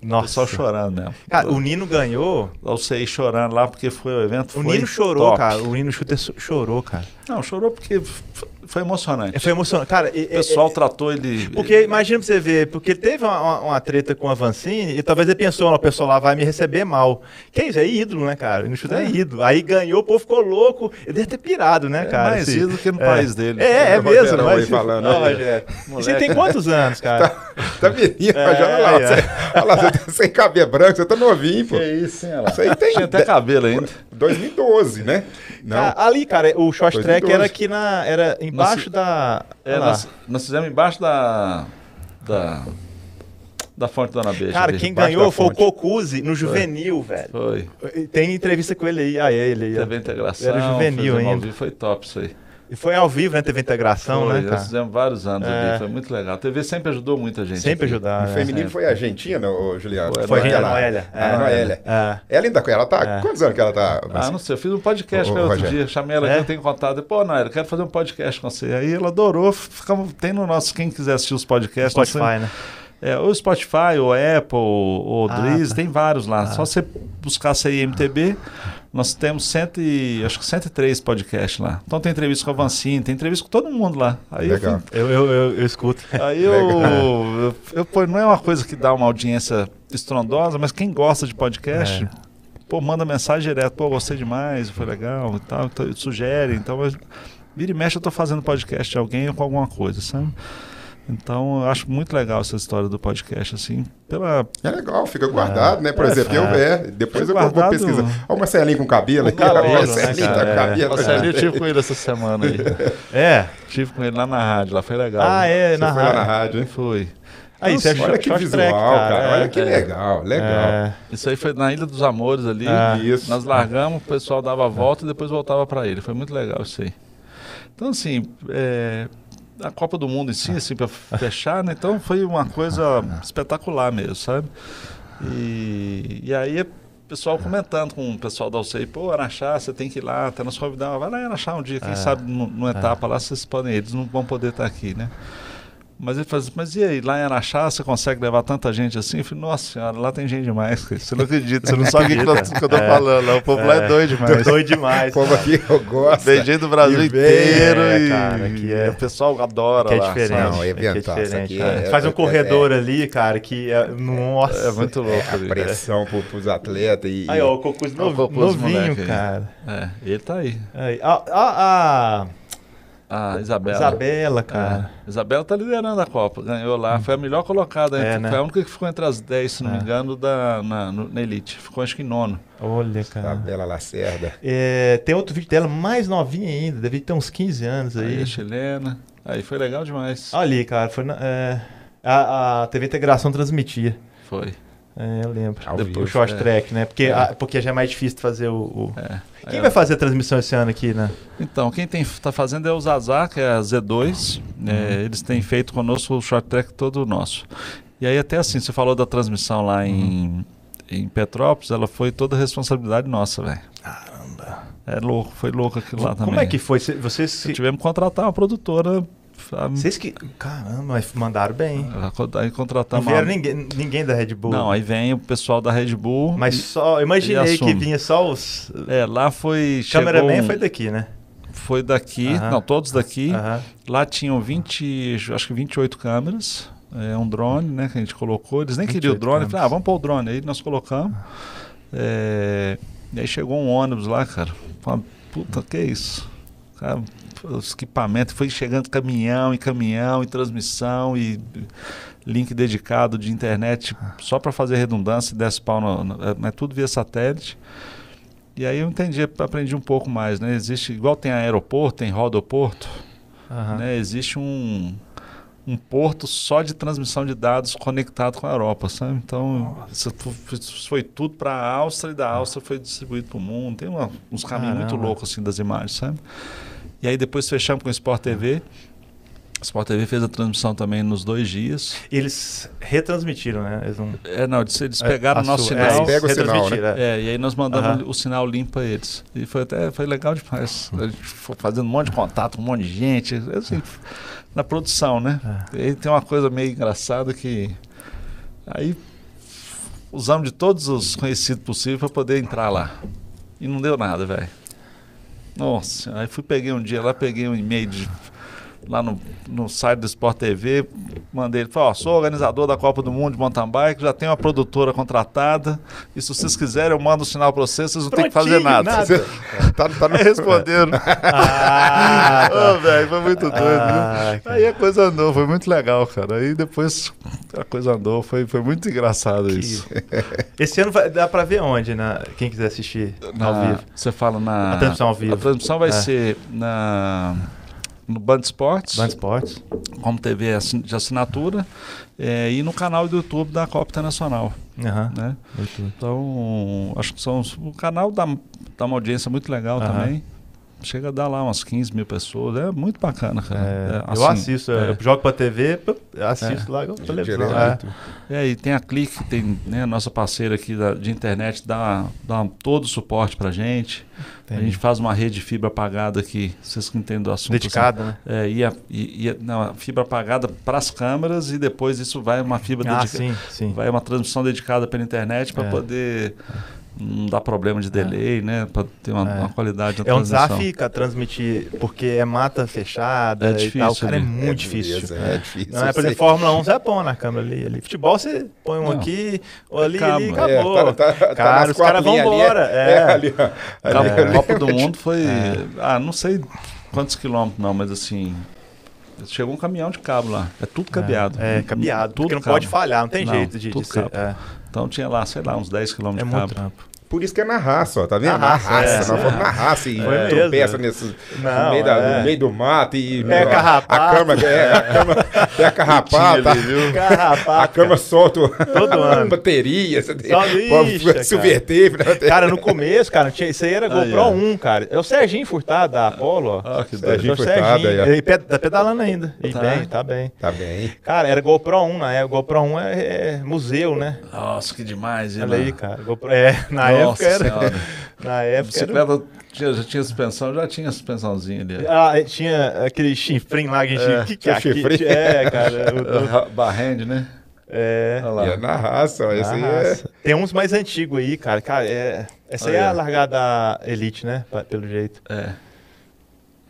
[SPEAKER 3] o pessoal
[SPEAKER 2] Nossa.
[SPEAKER 3] chorando mesmo.
[SPEAKER 2] Cara, o Nino ganhou.
[SPEAKER 3] Eu sei chorando lá porque foi o evento.
[SPEAKER 2] O
[SPEAKER 3] foi
[SPEAKER 2] Nino chorou,
[SPEAKER 3] top.
[SPEAKER 2] cara. O Nino Shooter so- chorou, cara. É,
[SPEAKER 3] Não, chorou porque f- foi emocionante.
[SPEAKER 2] Foi emocionante. Cara,
[SPEAKER 3] O pessoal tratou ele.
[SPEAKER 2] Porque imagina pra você ver, porque ele teve uma, uma- uma treta com a Vancini e talvez ele pensou, "Não, o pessoal lá vai me receber mal. Que isso, é ídolo, né, cara? O Nishida é. ídolo. Aí ganhou, o povo ficou louco. Ele deve ter pirado, né,
[SPEAKER 3] É
[SPEAKER 2] cara?
[SPEAKER 3] mais ídolo que no
[SPEAKER 2] é.
[SPEAKER 3] país dele. um
[SPEAKER 2] É, é,
[SPEAKER 1] O
[SPEAKER 2] mesmo.
[SPEAKER 1] Roberto
[SPEAKER 2] Mas,
[SPEAKER 1] aí falando,
[SPEAKER 2] Ó,
[SPEAKER 1] olha,
[SPEAKER 2] Rogério, Você
[SPEAKER 3] né? moleque.
[SPEAKER 2] tem quantos anos, cara?
[SPEAKER 1] Tá menino, já não lá.
[SPEAKER 2] é.
[SPEAKER 1] Você, olha lá, você tá sem cabelo branco, você tá novinho, pô.
[SPEAKER 3] isso, hein,
[SPEAKER 1] Isso aí tem
[SPEAKER 3] Tinha até cabelo ainda.
[SPEAKER 1] 2012, né? Não.
[SPEAKER 2] Ah, ali, cara, o short track
[SPEAKER 1] 2012.
[SPEAKER 2] era aqui na. Era embaixo da.
[SPEAKER 3] É,
[SPEAKER 2] olha lá.
[SPEAKER 3] nós, nós fizemos embaixo da. Da, da fonte da Ana Beija.
[SPEAKER 2] Cara,
[SPEAKER 3] ali.
[SPEAKER 2] quem
[SPEAKER 1] embaixo da
[SPEAKER 2] ganhou foi o
[SPEAKER 1] fonte.
[SPEAKER 2] Cocuzzi no juvenil, velho.
[SPEAKER 3] Foi.
[SPEAKER 2] Tem entrevista com ele aí. Ah, ele aí. ó.
[SPEAKER 3] Teve a integração.
[SPEAKER 2] Era juvenil
[SPEAKER 3] fizemos ao
[SPEAKER 2] ainda.
[SPEAKER 3] vivo, Foi top isso aí.
[SPEAKER 2] E foi ao vivo, né? Teve integração,
[SPEAKER 3] foi,
[SPEAKER 2] né,
[SPEAKER 3] nós
[SPEAKER 2] cara?
[SPEAKER 3] fizemos vários anos
[SPEAKER 2] É.
[SPEAKER 3] ali. Foi muito legal. A TV sempre ajudou muita gente.
[SPEAKER 2] Sempre
[SPEAKER 3] aqui.
[SPEAKER 2] ajudar.
[SPEAKER 1] O
[SPEAKER 2] né?
[SPEAKER 1] feminino
[SPEAKER 3] é.
[SPEAKER 1] foi a Argentina, ô, Juliano?
[SPEAKER 3] Foi,
[SPEAKER 2] Foi a
[SPEAKER 1] aquela-
[SPEAKER 2] Noélia.
[SPEAKER 1] A
[SPEAKER 2] É.
[SPEAKER 1] Noélia.
[SPEAKER 2] É.
[SPEAKER 1] Ela ainda ela tá.
[SPEAKER 2] É.
[SPEAKER 1] Quantos anos que ela tá?
[SPEAKER 3] Ah, não sei, eu fiz um podcast
[SPEAKER 1] Ô,
[SPEAKER 3] com ela outro
[SPEAKER 1] Rogério.
[SPEAKER 3] dia, chamei ela aqui,
[SPEAKER 2] É?
[SPEAKER 3] eu tenho contato. Pô, Nair, eu quero fazer um podcast com você. Aí ela adorou, ficamos, tem no nosso, quem quiser assistir os podcasts, nós temos-
[SPEAKER 2] Spotify, né?
[SPEAKER 3] É, ou Spotify, ou Apple, ou
[SPEAKER 2] Ah,
[SPEAKER 3] Driz,
[SPEAKER 2] tá.
[SPEAKER 3] tem vários lá. Só você buscar CIMTB, nós temos cento e, acho que 103 podcasts lá. Então tem entrevista com a Vancini, tem entrevista com todo mundo lá. Aí eu
[SPEAKER 1] Legal.
[SPEAKER 3] fui-
[SPEAKER 2] Eu, eu, eu, eu escuto.
[SPEAKER 3] Aí eu, eu, eu, pô, não é uma coisa que dá uma audiência estrondosa, mas quem gosta de podcast,
[SPEAKER 2] É.
[SPEAKER 3] pô, manda mensagem direto, pô, gostei demais, foi legal e tal, então, sugere, então eu- vira e mexe eu tô fazendo podcast de alguém ou com alguma coisa, sabe? Então eu acho muito legal essa história do podcast, assim, pela...
[SPEAKER 1] É legal, fica guardado, né? Por
[SPEAKER 3] É,
[SPEAKER 1] exemplo,
[SPEAKER 2] é.
[SPEAKER 1] eu, é, depois
[SPEAKER 3] Fica
[SPEAKER 1] eu vou- vou
[SPEAKER 3] guardado.
[SPEAKER 1] pesquisar. Olha o Marcelinho com cabelo aqui.
[SPEAKER 2] cabelo,
[SPEAKER 1] ó,
[SPEAKER 2] né,
[SPEAKER 1] Marcelinho
[SPEAKER 2] cara?
[SPEAKER 1] tá
[SPEAKER 2] É.
[SPEAKER 1] cabelo.
[SPEAKER 3] Marcelo, eu tive com ele essa semana aí,
[SPEAKER 2] É.
[SPEAKER 3] tive com ele lá na rádio, lá foi legal.
[SPEAKER 2] Ah,
[SPEAKER 1] Tá Você
[SPEAKER 2] é, na
[SPEAKER 1] foi lá na
[SPEAKER 2] rádio.
[SPEAKER 1] rádio, hein?
[SPEAKER 3] Foi.
[SPEAKER 2] Aí,
[SPEAKER 3] Não,
[SPEAKER 2] você achou
[SPEAKER 1] Olha que
[SPEAKER 2] short
[SPEAKER 1] visual,
[SPEAKER 2] track,
[SPEAKER 1] cara. Olha
[SPEAKER 2] é.
[SPEAKER 1] que legal, legal.
[SPEAKER 2] É.
[SPEAKER 3] Isso aí foi na Ilha dos Amores ali.
[SPEAKER 2] Ah.
[SPEAKER 1] Isso.
[SPEAKER 3] Nós largamos, o pessoal dava a volta e depois voltava para ele. Foi muito legal isso aí. Então, assim, é, a Copa do Mundo em si, assim, para fechar, né? Então foi uma coisa espetacular mesmo, sabe? E, e aí o pessoal comentando com o pessoal da UCI, pô, Araxá, você tem que ir lá, tá até nos
[SPEAKER 2] É,
[SPEAKER 3] convidar, vai lá em Araxá um dia, quem sabe nu- numa etapa lá, vocês podem ir, eles não vão poder estar aqui, tá né? Mas ele falou assim, mas e aí, lá em Araxá você consegue levar tanta gente assim? Eu falei, nossa senhora, lá tem gente demais. cara. Você não acredita, você não sabe o que, eu tô- que eu tô falando. não. O povo lá é doido demais.
[SPEAKER 2] Doido demais.
[SPEAKER 1] O povo
[SPEAKER 2] cara.
[SPEAKER 1] aqui eu gosto.
[SPEAKER 3] Tem gente do Brasil
[SPEAKER 1] E vem,
[SPEAKER 3] inteiro
[SPEAKER 2] é,
[SPEAKER 3] e,
[SPEAKER 2] cara, que é-
[SPEAKER 3] o pessoal adora
[SPEAKER 2] Que é
[SPEAKER 3] lá.
[SPEAKER 2] diferente.
[SPEAKER 3] sabe?
[SPEAKER 1] Não, é
[SPEAKER 2] é que é
[SPEAKER 1] evento, ó, isso aqui
[SPEAKER 2] diferente.
[SPEAKER 1] é-
[SPEAKER 2] cara. Faz um
[SPEAKER 1] é-
[SPEAKER 2] corredor ali, cara, que é. Nossa.
[SPEAKER 3] É muito louco.
[SPEAKER 1] É, a
[SPEAKER 3] ali.
[SPEAKER 1] pressão pro, pros atletas e.
[SPEAKER 2] né? Aí, ó, o
[SPEAKER 1] É
[SPEAKER 2] Cocuz
[SPEAKER 3] Olha o
[SPEAKER 2] novo-
[SPEAKER 3] Cocuz,
[SPEAKER 2] novinho,
[SPEAKER 3] moleque aí.
[SPEAKER 2] cara.
[SPEAKER 3] É, ele tá aí.
[SPEAKER 2] Aí, a, a- a
[SPEAKER 3] A Isabela.
[SPEAKER 2] Isabela,
[SPEAKER 3] É,
[SPEAKER 2] cara.
[SPEAKER 3] Isabela tá liderando a Copa, ganhou lá, foi a melhor colocada,
[SPEAKER 2] Hum. É,
[SPEAKER 3] entre-
[SPEAKER 2] né?
[SPEAKER 3] foi a única que ficou entre as 10, se não
[SPEAKER 2] É.
[SPEAKER 3] me engano, da, na, no- na Elite. Ficou acho que em nono.
[SPEAKER 2] Olha,
[SPEAKER 1] A
[SPEAKER 2] cara.
[SPEAKER 1] Bela Lacerda.
[SPEAKER 2] É, tem outro vídeo dela mais novinha ainda, deve ter uns 15 anos
[SPEAKER 3] Aí
[SPEAKER 2] aí. Ah.
[SPEAKER 3] a chilena. Aí foi legal demais.
[SPEAKER 2] Olha ali, cara, foi na, é, a, a TV Integração transmitia.
[SPEAKER 3] Foi.
[SPEAKER 2] É, eu lembro.
[SPEAKER 1] Ao
[SPEAKER 2] Depois,
[SPEAKER 1] vivo,
[SPEAKER 2] o short
[SPEAKER 3] é.
[SPEAKER 2] track, né? Porque,
[SPEAKER 3] É.
[SPEAKER 2] a- porque já é mais difícil fazer o. o-
[SPEAKER 3] É.
[SPEAKER 2] Quem
[SPEAKER 3] Aí
[SPEAKER 2] vai fazer a transmissão esse ano aqui, né?
[SPEAKER 3] Então, quem tem, tá fazendo é o Zazar, que é a Z2.
[SPEAKER 2] Uhum.
[SPEAKER 3] né, eles têm feito conosco o short track todo nosso. E aí, até assim, você falou da transmissão lá
[SPEAKER 2] Uhum.
[SPEAKER 3] em, em Petrópolis, ela foi toda responsabilidade nossa, velho. Caramba. É louco, foi louco aquilo lá também.
[SPEAKER 2] Como é que foi? Cê- Vocês que.
[SPEAKER 3] Tivemos que contratar uma produtora. a-
[SPEAKER 2] Vocês que. Caramba, mas mandaram bem. hein?
[SPEAKER 3] a co- Aí
[SPEAKER 2] Não
[SPEAKER 3] contratamos.
[SPEAKER 2] vieram ninguém, ninguém da Red Bull.
[SPEAKER 3] Ah, tá Não, aí vem o pessoal da Red Bull.
[SPEAKER 2] Mas só. eu Imaginei que
[SPEAKER 3] assume.
[SPEAKER 2] vinha só os.
[SPEAKER 3] É, lá foi. chegou
[SPEAKER 2] Cameraman
[SPEAKER 3] um-
[SPEAKER 2] foi daqui, né?
[SPEAKER 3] foi daqui,
[SPEAKER 2] Aham.
[SPEAKER 3] não, todos daqui.
[SPEAKER 2] Aham.
[SPEAKER 3] Lá tinham 20, acho que 28 câmeras, é, um drone, né, que a gente colocou. Eles nem queriam o
[SPEAKER 2] 28
[SPEAKER 3] drone,
[SPEAKER 2] câmeras.
[SPEAKER 3] falaram, ah, vamos pôr o drone. Aí nós colocamos. É, e aí chegou um ônibus lá, cara. Falei, Puta, que isso? Cara, os equipamentos, foi chegando caminhão e caminhão e transmissão e link dedicado de internet só para fazer redundância e 10 pau, no- no- é, mas tudo via satélite. E aí eu entendi, aprendi um pouco mais, né? Existe, igual tem aeroporto, tem rodoporto,
[SPEAKER 2] Aham.
[SPEAKER 3] né? Existe um, um porto só de transmissão de dados conectado com a Europa, sabe? Então, isso fu- fu- isso foi tudo para a Áustria e da Áustria foi distribuído para o mundo. Tem uma- uns caminhos muito
[SPEAKER 2] Caramba.
[SPEAKER 3] loucos assim das imagens, sabe? E aí depois fechamos com o Sport TV. A Sport TV fez a transmissão também nos dois dias.
[SPEAKER 2] Eles retransmitiram, né? Eles não.
[SPEAKER 3] É, não, eles, eles
[SPEAKER 2] É,
[SPEAKER 3] pegaram
[SPEAKER 2] a
[SPEAKER 3] o nosso
[SPEAKER 2] sua-
[SPEAKER 3] sinal.
[SPEAKER 1] Eles pegam o sinal, né?
[SPEAKER 2] retransmitiram, é.
[SPEAKER 3] É, e aí nós mandamos
[SPEAKER 2] Aham.
[SPEAKER 3] o sinal limpo para eles. E foi até foi legal demais. A gente foi fazendo um monte de contato, um monte de gente, assim, na produção, né? E aí tem uma coisa meio engraçada que aí usamos de todos os conhecidos possíveis para poder entrar lá. E não deu nada, velho. Nossa, aí fui peguei um dia lá, peguei um e-mail de- lá no, no site do Sport TV, mandei ele, falou, ó, sou organizador da Copa do Mundo de mountain bike, já tenho uma produtora contratada, e se vocês quiserem eu mando o sinal pra vocês, vocês não tem que fazer
[SPEAKER 2] Prontinho,
[SPEAKER 3] nada.
[SPEAKER 2] nada.
[SPEAKER 1] Você- tá, tá no...
[SPEAKER 3] Aí responderam.
[SPEAKER 2] Ah, tá.
[SPEAKER 3] Ô, velho, foi muito doido.
[SPEAKER 2] Ah,
[SPEAKER 3] viu?
[SPEAKER 2] cara.
[SPEAKER 3] Aí a coisa andou, foi muito legal, cara. Aí depois a coisa andou, foi, foi muito engraçado isso.
[SPEAKER 2] Esse ano vai, dá pra ver onde, né? Quem quiser assistir ao
[SPEAKER 3] Na-
[SPEAKER 2] vivo.
[SPEAKER 3] Ah. Você fala na.
[SPEAKER 2] A transmissão ao vivo.
[SPEAKER 3] A transmissão vai
[SPEAKER 2] É.
[SPEAKER 3] ser na. No Band Sports,
[SPEAKER 2] Band Sports.
[SPEAKER 3] como TV assin- de assinatura, é, e no canal do YouTube da Copa Internacional.
[SPEAKER 2] Aham.
[SPEAKER 3] Né? Então, acho que são, o canal dá, dá uma audiência muito legal
[SPEAKER 2] Aham.
[SPEAKER 3] também. Chega a dar lá umas 15 mil pessoas, é muito bacana, cara.
[SPEAKER 2] É,
[SPEAKER 3] É,
[SPEAKER 2] eu
[SPEAKER 3] assim,
[SPEAKER 2] assisto,
[SPEAKER 3] é.
[SPEAKER 2] eu jogo pra TV, pup, assisto lá, igual televisão.
[SPEAKER 1] Direto.
[SPEAKER 2] É.
[SPEAKER 3] É, e tem a Clique, tem né, a nossa parceira aqui da- de internet, dá, dá todo o suporte pra gente. A
[SPEAKER 2] Entendi.
[SPEAKER 3] gente faz uma rede de fibra apagada aqui, vocês que entendem do assunto.
[SPEAKER 2] Dedicado, né?
[SPEAKER 3] assim. É, e a, e- e a- não, a fibra apagada pras câmeras e depois isso vai uma fibra
[SPEAKER 2] Ah,
[SPEAKER 3] dedicada.
[SPEAKER 2] sim, sim.
[SPEAKER 3] Vai uma transmissão dedicada pela internet para
[SPEAKER 2] É.
[SPEAKER 3] poder não dar problema de delay, né? Para ter uma,
[SPEAKER 2] É.
[SPEAKER 3] uma qualidade na
[SPEAKER 2] É um
[SPEAKER 3] transmissão.
[SPEAKER 2] desafio, cara, transmitir, porque é mata fechada
[SPEAKER 3] É
[SPEAKER 2] e tal.
[SPEAKER 3] difícil
[SPEAKER 2] Cara, é
[SPEAKER 3] ali.
[SPEAKER 2] muito
[SPEAKER 1] É
[SPEAKER 2] difícil.
[SPEAKER 1] dureza,
[SPEAKER 2] cara.
[SPEAKER 1] é difícil,
[SPEAKER 2] Não é,
[SPEAKER 1] eu
[SPEAKER 2] por
[SPEAKER 1] sei.
[SPEAKER 2] exemplo, Fórmula 1 você põe na câmera ali, ali. Futebol você põe um
[SPEAKER 3] Não.
[SPEAKER 2] aqui, ou ali,
[SPEAKER 3] Acaba.
[SPEAKER 2] ali,
[SPEAKER 3] É,
[SPEAKER 2] acabou.
[SPEAKER 1] tá- tá- tá
[SPEAKER 2] cara,
[SPEAKER 1] nas
[SPEAKER 2] os caras
[SPEAKER 1] quatro
[SPEAKER 2] vão
[SPEAKER 1] linhas ali,
[SPEAKER 2] embora.
[SPEAKER 1] É,
[SPEAKER 2] é.
[SPEAKER 1] ali, ó.
[SPEAKER 3] A
[SPEAKER 1] Ali, ali.
[SPEAKER 3] Copa do Mundo foi. Ah, não sei quantos quilômetros, não, mas assim. Chegou um caminhão de cabo lá. É tudo cabeado.
[SPEAKER 2] É, cabeado.
[SPEAKER 3] Tudo
[SPEAKER 2] porque não
[SPEAKER 3] cabo.
[SPEAKER 2] pode falhar, não tem
[SPEAKER 3] Não,
[SPEAKER 2] jeito de, de
[SPEAKER 3] tudo
[SPEAKER 2] ser.
[SPEAKER 3] cabo.
[SPEAKER 2] É,
[SPEAKER 3] Então tinha lá, sei lá, uns 10
[SPEAKER 2] é
[SPEAKER 3] quilômetros de
[SPEAKER 2] muito
[SPEAKER 3] cabo.
[SPEAKER 2] trampo.
[SPEAKER 1] Por isso que é na raça, ó, tá vendo?
[SPEAKER 2] Na
[SPEAKER 1] Na,
[SPEAKER 2] raça,
[SPEAKER 1] raça,
[SPEAKER 2] é,
[SPEAKER 1] nós
[SPEAKER 2] é.
[SPEAKER 1] vamos na raça e
[SPEAKER 2] Foi
[SPEAKER 1] tropeça
[SPEAKER 2] mesmo.
[SPEAKER 1] nesses,
[SPEAKER 2] Não,
[SPEAKER 1] no, meio da-
[SPEAKER 2] é.
[SPEAKER 1] no meio do mato e...
[SPEAKER 2] É, carrapato.
[SPEAKER 1] A cama, é, a cama, é a
[SPEAKER 2] Ah, tá.
[SPEAKER 1] carrapata, a
[SPEAKER 2] Carrapato.
[SPEAKER 1] cama solta o-
[SPEAKER 2] Todo ano.
[SPEAKER 1] bateria, você
[SPEAKER 2] Só lixa, cara.
[SPEAKER 1] subverteve. Né?
[SPEAKER 2] Cara, no começo, cara, tinha, isso aí era
[SPEAKER 3] Aí,
[SPEAKER 2] GoPro
[SPEAKER 3] ó.
[SPEAKER 2] 1, cara. É o Serginho Furtado da Apollo, ó.
[SPEAKER 3] Ah, que doido.
[SPEAKER 1] Serginho
[SPEAKER 2] Doutor
[SPEAKER 1] Furtado, aí, ó.
[SPEAKER 2] Ele ped- tá pedalando ainda. E
[SPEAKER 3] Tá.
[SPEAKER 2] bem, tá bem.
[SPEAKER 1] Tá bem.
[SPEAKER 2] Cara, era GoPro 1 na época. GoPro 1 é, é museu, né?
[SPEAKER 3] Nossa, que demais, hein,
[SPEAKER 2] Olha aí, é
[SPEAKER 3] mano?
[SPEAKER 2] cara. GoPro, é, na
[SPEAKER 3] né? Nossa
[SPEAKER 2] época era.
[SPEAKER 3] Senhora.
[SPEAKER 2] Na época era.
[SPEAKER 3] Bicicleta Tinha, já tinha suspensão, já tinha suspensãozinha ali.
[SPEAKER 2] Ah, tinha aquele chifrinho lá que a gente.
[SPEAKER 3] É,
[SPEAKER 2] que que é
[SPEAKER 1] tinha chifrinho.
[SPEAKER 2] aqui? É, cara. o-
[SPEAKER 3] Ah, Barrende, né?
[SPEAKER 2] É.
[SPEAKER 3] Olha lá.
[SPEAKER 1] E é na raça, ó, esse aí é.
[SPEAKER 2] Nossa. Tem uns mais antigos aí, cara. Cara, é... essa aí é
[SPEAKER 3] Olha.
[SPEAKER 2] a largada elite, né? Pa- Pelo jeito.
[SPEAKER 3] É.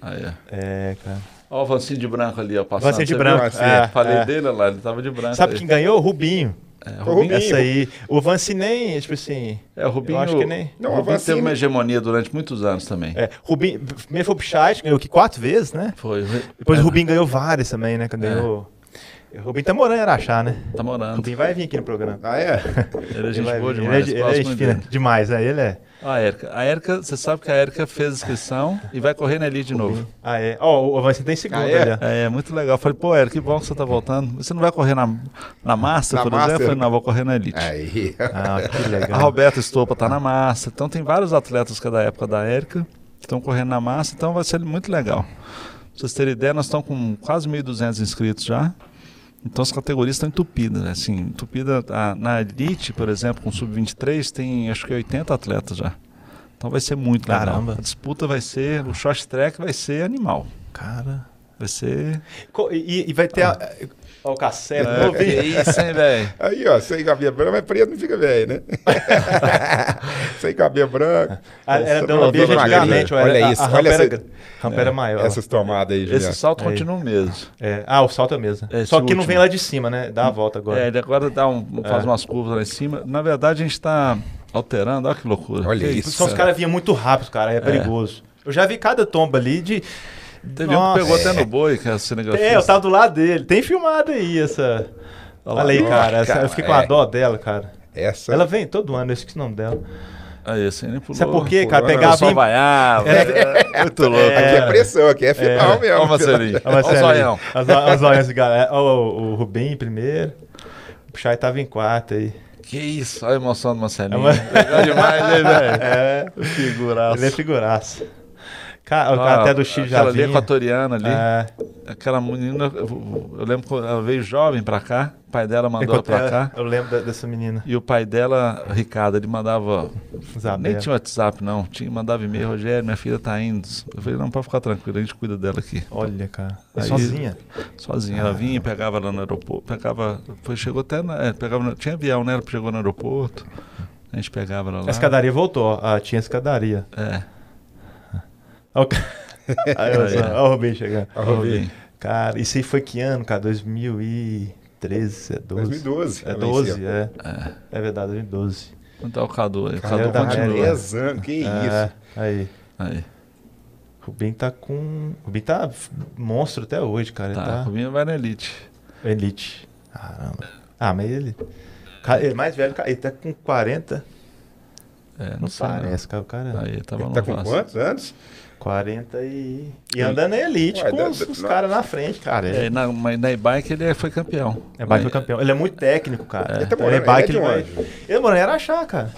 [SPEAKER 3] Aí, ó.
[SPEAKER 2] É, cara.
[SPEAKER 3] Ó o Vancinho de branco ali, ó. Passando.
[SPEAKER 2] Vancinho de
[SPEAKER 3] Você
[SPEAKER 2] branco.
[SPEAKER 3] viu?
[SPEAKER 2] É,
[SPEAKER 3] Falei
[SPEAKER 2] é.
[SPEAKER 3] dele, olha lá, ele tava de branco.
[SPEAKER 2] Sabe
[SPEAKER 3] aí.
[SPEAKER 2] quem ganhou? O Rubinho.
[SPEAKER 3] É, o
[SPEAKER 1] Foi o
[SPEAKER 3] Rubinho.
[SPEAKER 1] Rubinho.
[SPEAKER 2] Essa aí. O Vance nem, tipo assim.
[SPEAKER 3] É, o Rubinho.
[SPEAKER 2] Eu acho que nem-
[SPEAKER 1] Não,
[SPEAKER 3] o
[SPEAKER 1] o
[SPEAKER 3] Rubinho
[SPEAKER 1] Vancinho-
[SPEAKER 3] teve uma hegemonia durante muitos anos também.
[SPEAKER 2] É, Rubinho. Primeiro foi pro chat, ganhou que quatro vezes, né?
[SPEAKER 3] Foi.
[SPEAKER 2] Depois
[SPEAKER 3] é,
[SPEAKER 2] o Rubinho ganhou várias também, né? Quando Ganhou. O Rubinho tá morando em Araxá, né?
[SPEAKER 3] Tá
[SPEAKER 2] O
[SPEAKER 3] morando.
[SPEAKER 2] Rubinho vai vir aqui no programa.
[SPEAKER 1] Ah, é?
[SPEAKER 3] Ele é
[SPEAKER 2] Ele
[SPEAKER 3] Tá, gente
[SPEAKER 2] vai
[SPEAKER 3] boa
[SPEAKER 2] vir.
[SPEAKER 3] demais.
[SPEAKER 2] Ele é, ele é
[SPEAKER 3] próximo
[SPEAKER 2] gente fina
[SPEAKER 3] dele.
[SPEAKER 2] demais, né? Ele é.
[SPEAKER 3] Ó a Erika. A Erika, você sabe que a Erika fez inscrição e vai correr na Elite de novo.
[SPEAKER 2] Ah, é. Ó, o Vance tem segundo
[SPEAKER 1] Ah, é?
[SPEAKER 2] ali, ó.
[SPEAKER 3] É, é muito legal. Eu Falei, pô, Erika, que bom que você tá voltando. Você não vai correr na, na massa,
[SPEAKER 1] Na
[SPEAKER 3] por
[SPEAKER 1] massa,
[SPEAKER 3] exemplo? Eu falei,
[SPEAKER 1] Erika.
[SPEAKER 3] não, vou correr na Elite.
[SPEAKER 1] Aí.
[SPEAKER 2] Ah, que
[SPEAKER 3] A
[SPEAKER 2] legal.
[SPEAKER 3] Roberta Estopa tá na massa. Então tem vários atletas que é da época da Érica que estão correndo na massa, então vai ser muito legal. Pra vocês terem ideia, nós estamos com quase 1.200 inscritos já. Então as categorias estão entupidas, né? assim, entupida a- na Elite, por exemplo, com Sub-23, tem acho que 80 atletas já. Então vai ser muito legal.
[SPEAKER 2] Caramba.
[SPEAKER 3] A disputa vai ser, o short track vai ser animal.
[SPEAKER 2] Cara.
[SPEAKER 3] Vai ser...
[SPEAKER 2] Co- E, e vai ter. a- Ó, o Cacete.
[SPEAKER 3] É, que isso, hein, velho?
[SPEAKER 1] Aí, ó, sem cabelo branco, mas preto não fica velho, né? sem cabelo branco.
[SPEAKER 2] Ah, era
[SPEAKER 1] Essa é
[SPEAKER 2] da Olimpíada
[SPEAKER 1] novela
[SPEAKER 2] antigamente,
[SPEAKER 1] maneira.
[SPEAKER 2] olha
[SPEAKER 1] olha
[SPEAKER 2] a-
[SPEAKER 1] isso,
[SPEAKER 2] a rampa
[SPEAKER 1] olha
[SPEAKER 2] era
[SPEAKER 1] essa-
[SPEAKER 2] gr- rampa
[SPEAKER 3] É,
[SPEAKER 2] era maior.
[SPEAKER 1] essas tomadas aí, Juliano.
[SPEAKER 3] Esse salto
[SPEAKER 2] Aí.
[SPEAKER 3] continua o mesmo.
[SPEAKER 2] É. Ah, o salto é mesmo.
[SPEAKER 3] Esse
[SPEAKER 2] Só que não
[SPEAKER 3] último.
[SPEAKER 2] vem lá de cima, né? Dá a volta agora.
[SPEAKER 3] É, ele agora dá um, faz
[SPEAKER 2] É.
[SPEAKER 3] umas curvas lá em cima. Na verdade, a gente está alterando, olha que loucura.
[SPEAKER 1] Olha
[SPEAKER 3] Que
[SPEAKER 1] isso.
[SPEAKER 2] Só os caras vinham muito rápido, cara. É perigoso. Eu já vi cada tomba ali de.
[SPEAKER 3] Teve um
[SPEAKER 2] Nossa.
[SPEAKER 3] que pegou até no boi, que é o cinegrafista.
[SPEAKER 2] É, eu tava do lado dele. Tem filmado aí essa.
[SPEAKER 3] lá.
[SPEAKER 2] Olha aí,
[SPEAKER 1] Nossa,
[SPEAKER 2] cara. essa-
[SPEAKER 1] cara,
[SPEAKER 2] eu fiquei com a
[SPEAKER 1] é.
[SPEAKER 2] dó dela, cara.
[SPEAKER 1] Essa.
[SPEAKER 2] Ela vem todo ano, eu esqueci o nome dela.
[SPEAKER 3] Aí, assim, ele pulou.
[SPEAKER 2] Sabe por quê,
[SPEAKER 1] pulou,
[SPEAKER 2] cara?
[SPEAKER 1] né?
[SPEAKER 2] Pegava.
[SPEAKER 3] Só né?
[SPEAKER 2] em-
[SPEAKER 3] vaiava.
[SPEAKER 2] É.
[SPEAKER 3] Muito louco.
[SPEAKER 1] Aqui é
[SPEAKER 2] Era.
[SPEAKER 1] pressão, aqui é final
[SPEAKER 3] É.
[SPEAKER 1] mesmo.
[SPEAKER 3] Ó, Marcelinho.
[SPEAKER 2] Olha
[SPEAKER 3] Ó, o zoião.
[SPEAKER 2] Os olhos de galera. É, Ó, o, o Rubinho em primeiro. O Chay tava em quarto aí.
[SPEAKER 3] Que isso, olha a emoção do
[SPEAKER 2] É,
[SPEAKER 3] Marcelinho.
[SPEAKER 2] mas-
[SPEAKER 3] Legal demais, né, velho?
[SPEAKER 2] É.
[SPEAKER 3] Figuraço.
[SPEAKER 2] Ele é figuraça. Cara, o
[SPEAKER 3] Ah,
[SPEAKER 2] cara até do Chile já
[SPEAKER 3] Aquela ali
[SPEAKER 2] vinha.
[SPEAKER 3] equatoriana ali.
[SPEAKER 2] É,
[SPEAKER 3] Aquela menina, eu eu lembro quando ela veio jovem pra cá. O pai dela mandou ela
[SPEAKER 2] enquanto-
[SPEAKER 3] pra cá.
[SPEAKER 2] Eu lembro da- dessa menina,
[SPEAKER 3] E o pai dela, Ricardo, ele mandava.
[SPEAKER 2] Isabel.
[SPEAKER 3] Nem tinha WhatsApp, não. Tinha, mandava e-mail, Rogério, minha filha tá indo. Eu falei, não, pode ficar tranquilo, a gente cuida dela aqui.
[SPEAKER 2] Olha, cara. É
[SPEAKER 3] Aí-
[SPEAKER 2] sozinha.
[SPEAKER 3] Sozinha. Ela vinha, pegava ela no aeroporto. Pegava. Foi, chegou até. Na, é, pegava, no- tinha avião, né? Ela chegou no aeroporto. A gente pegava ela lá.
[SPEAKER 2] A escadaria voltou. ó. Ah, tinha escadaria.
[SPEAKER 3] É.
[SPEAKER 2] Ó, o ca- Aí, ó,
[SPEAKER 3] Aí, ó.
[SPEAKER 2] ó, o Rubinho chegando.
[SPEAKER 1] Ó, Rubinho.
[SPEAKER 3] Rubinho.
[SPEAKER 2] Cara, isso aí foi que ano, cara? 2013, é 12.
[SPEAKER 1] 2012.
[SPEAKER 2] É
[SPEAKER 1] ela
[SPEAKER 2] 12,
[SPEAKER 1] venceu.
[SPEAKER 2] é.
[SPEAKER 3] É.
[SPEAKER 2] É verdade, 2012.
[SPEAKER 3] Quanto é o Cadu aí? O
[SPEAKER 2] Cara,
[SPEAKER 3] Cadu
[SPEAKER 2] tá
[SPEAKER 3] continua.
[SPEAKER 2] beleza.
[SPEAKER 1] 10 anos, que isso.
[SPEAKER 2] É, aí.
[SPEAKER 3] Aí.
[SPEAKER 2] O Rubinho tá com. O Rubinho tá f- monstro até hoje, cara. Ele
[SPEAKER 3] Tá.
[SPEAKER 2] tá.
[SPEAKER 3] Rubinho vai na elite.
[SPEAKER 2] Elite. Caramba. Ah, mas ele. Cara, ele é mais velho, cara. Ele tá com 40.
[SPEAKER 3] É, não,
[SPEAKER 2] Não
[SPEAKER 3] sei. não.
[SPEAKER 2] parece, cara. O cara.
[SPEAKER 3] Aí, tava
[SPEAKER 1] Ele
[SPEAKER 3] no
[SPEAKER 1] tá com
[SPEAKER 3] Vasco.
[SPEAKER 1] quantos anos?
[SPEAKER 2] 40 e. E andando em elite
[SPEAKER 1] Ué,
[SPEAKER 2] com
[SPEAKER 1] da-
[SPEAKER 2] os,
[SPEAKER 1] da-
[SPEAKER 2] os
[SPEAKER 1] não-
[SPEAKER 2] caras na frente, cara.
[SPEAKER 3] É,
[SPEAKER 2] Ele
[SPEAKER 3] e na, mas na e-bike ele é- foi campeão.
[SPEAKER 2] é bike
[SPEAKER 3] Aí-
[SPEAKER 2] do campeão. Ele é muito técnico, cara.
[SPEAKER 1] Ele tá
[SPEAKER 2] Então,
[SPEAKER 1] morando-
[SPEAKER 2] bike,
[SPEAKER 1] ele é de
[SPEAKER 2] vai-
[SPEAKER 1] onde?
[SPEAKER 2] Ele morou em Araxá, cara.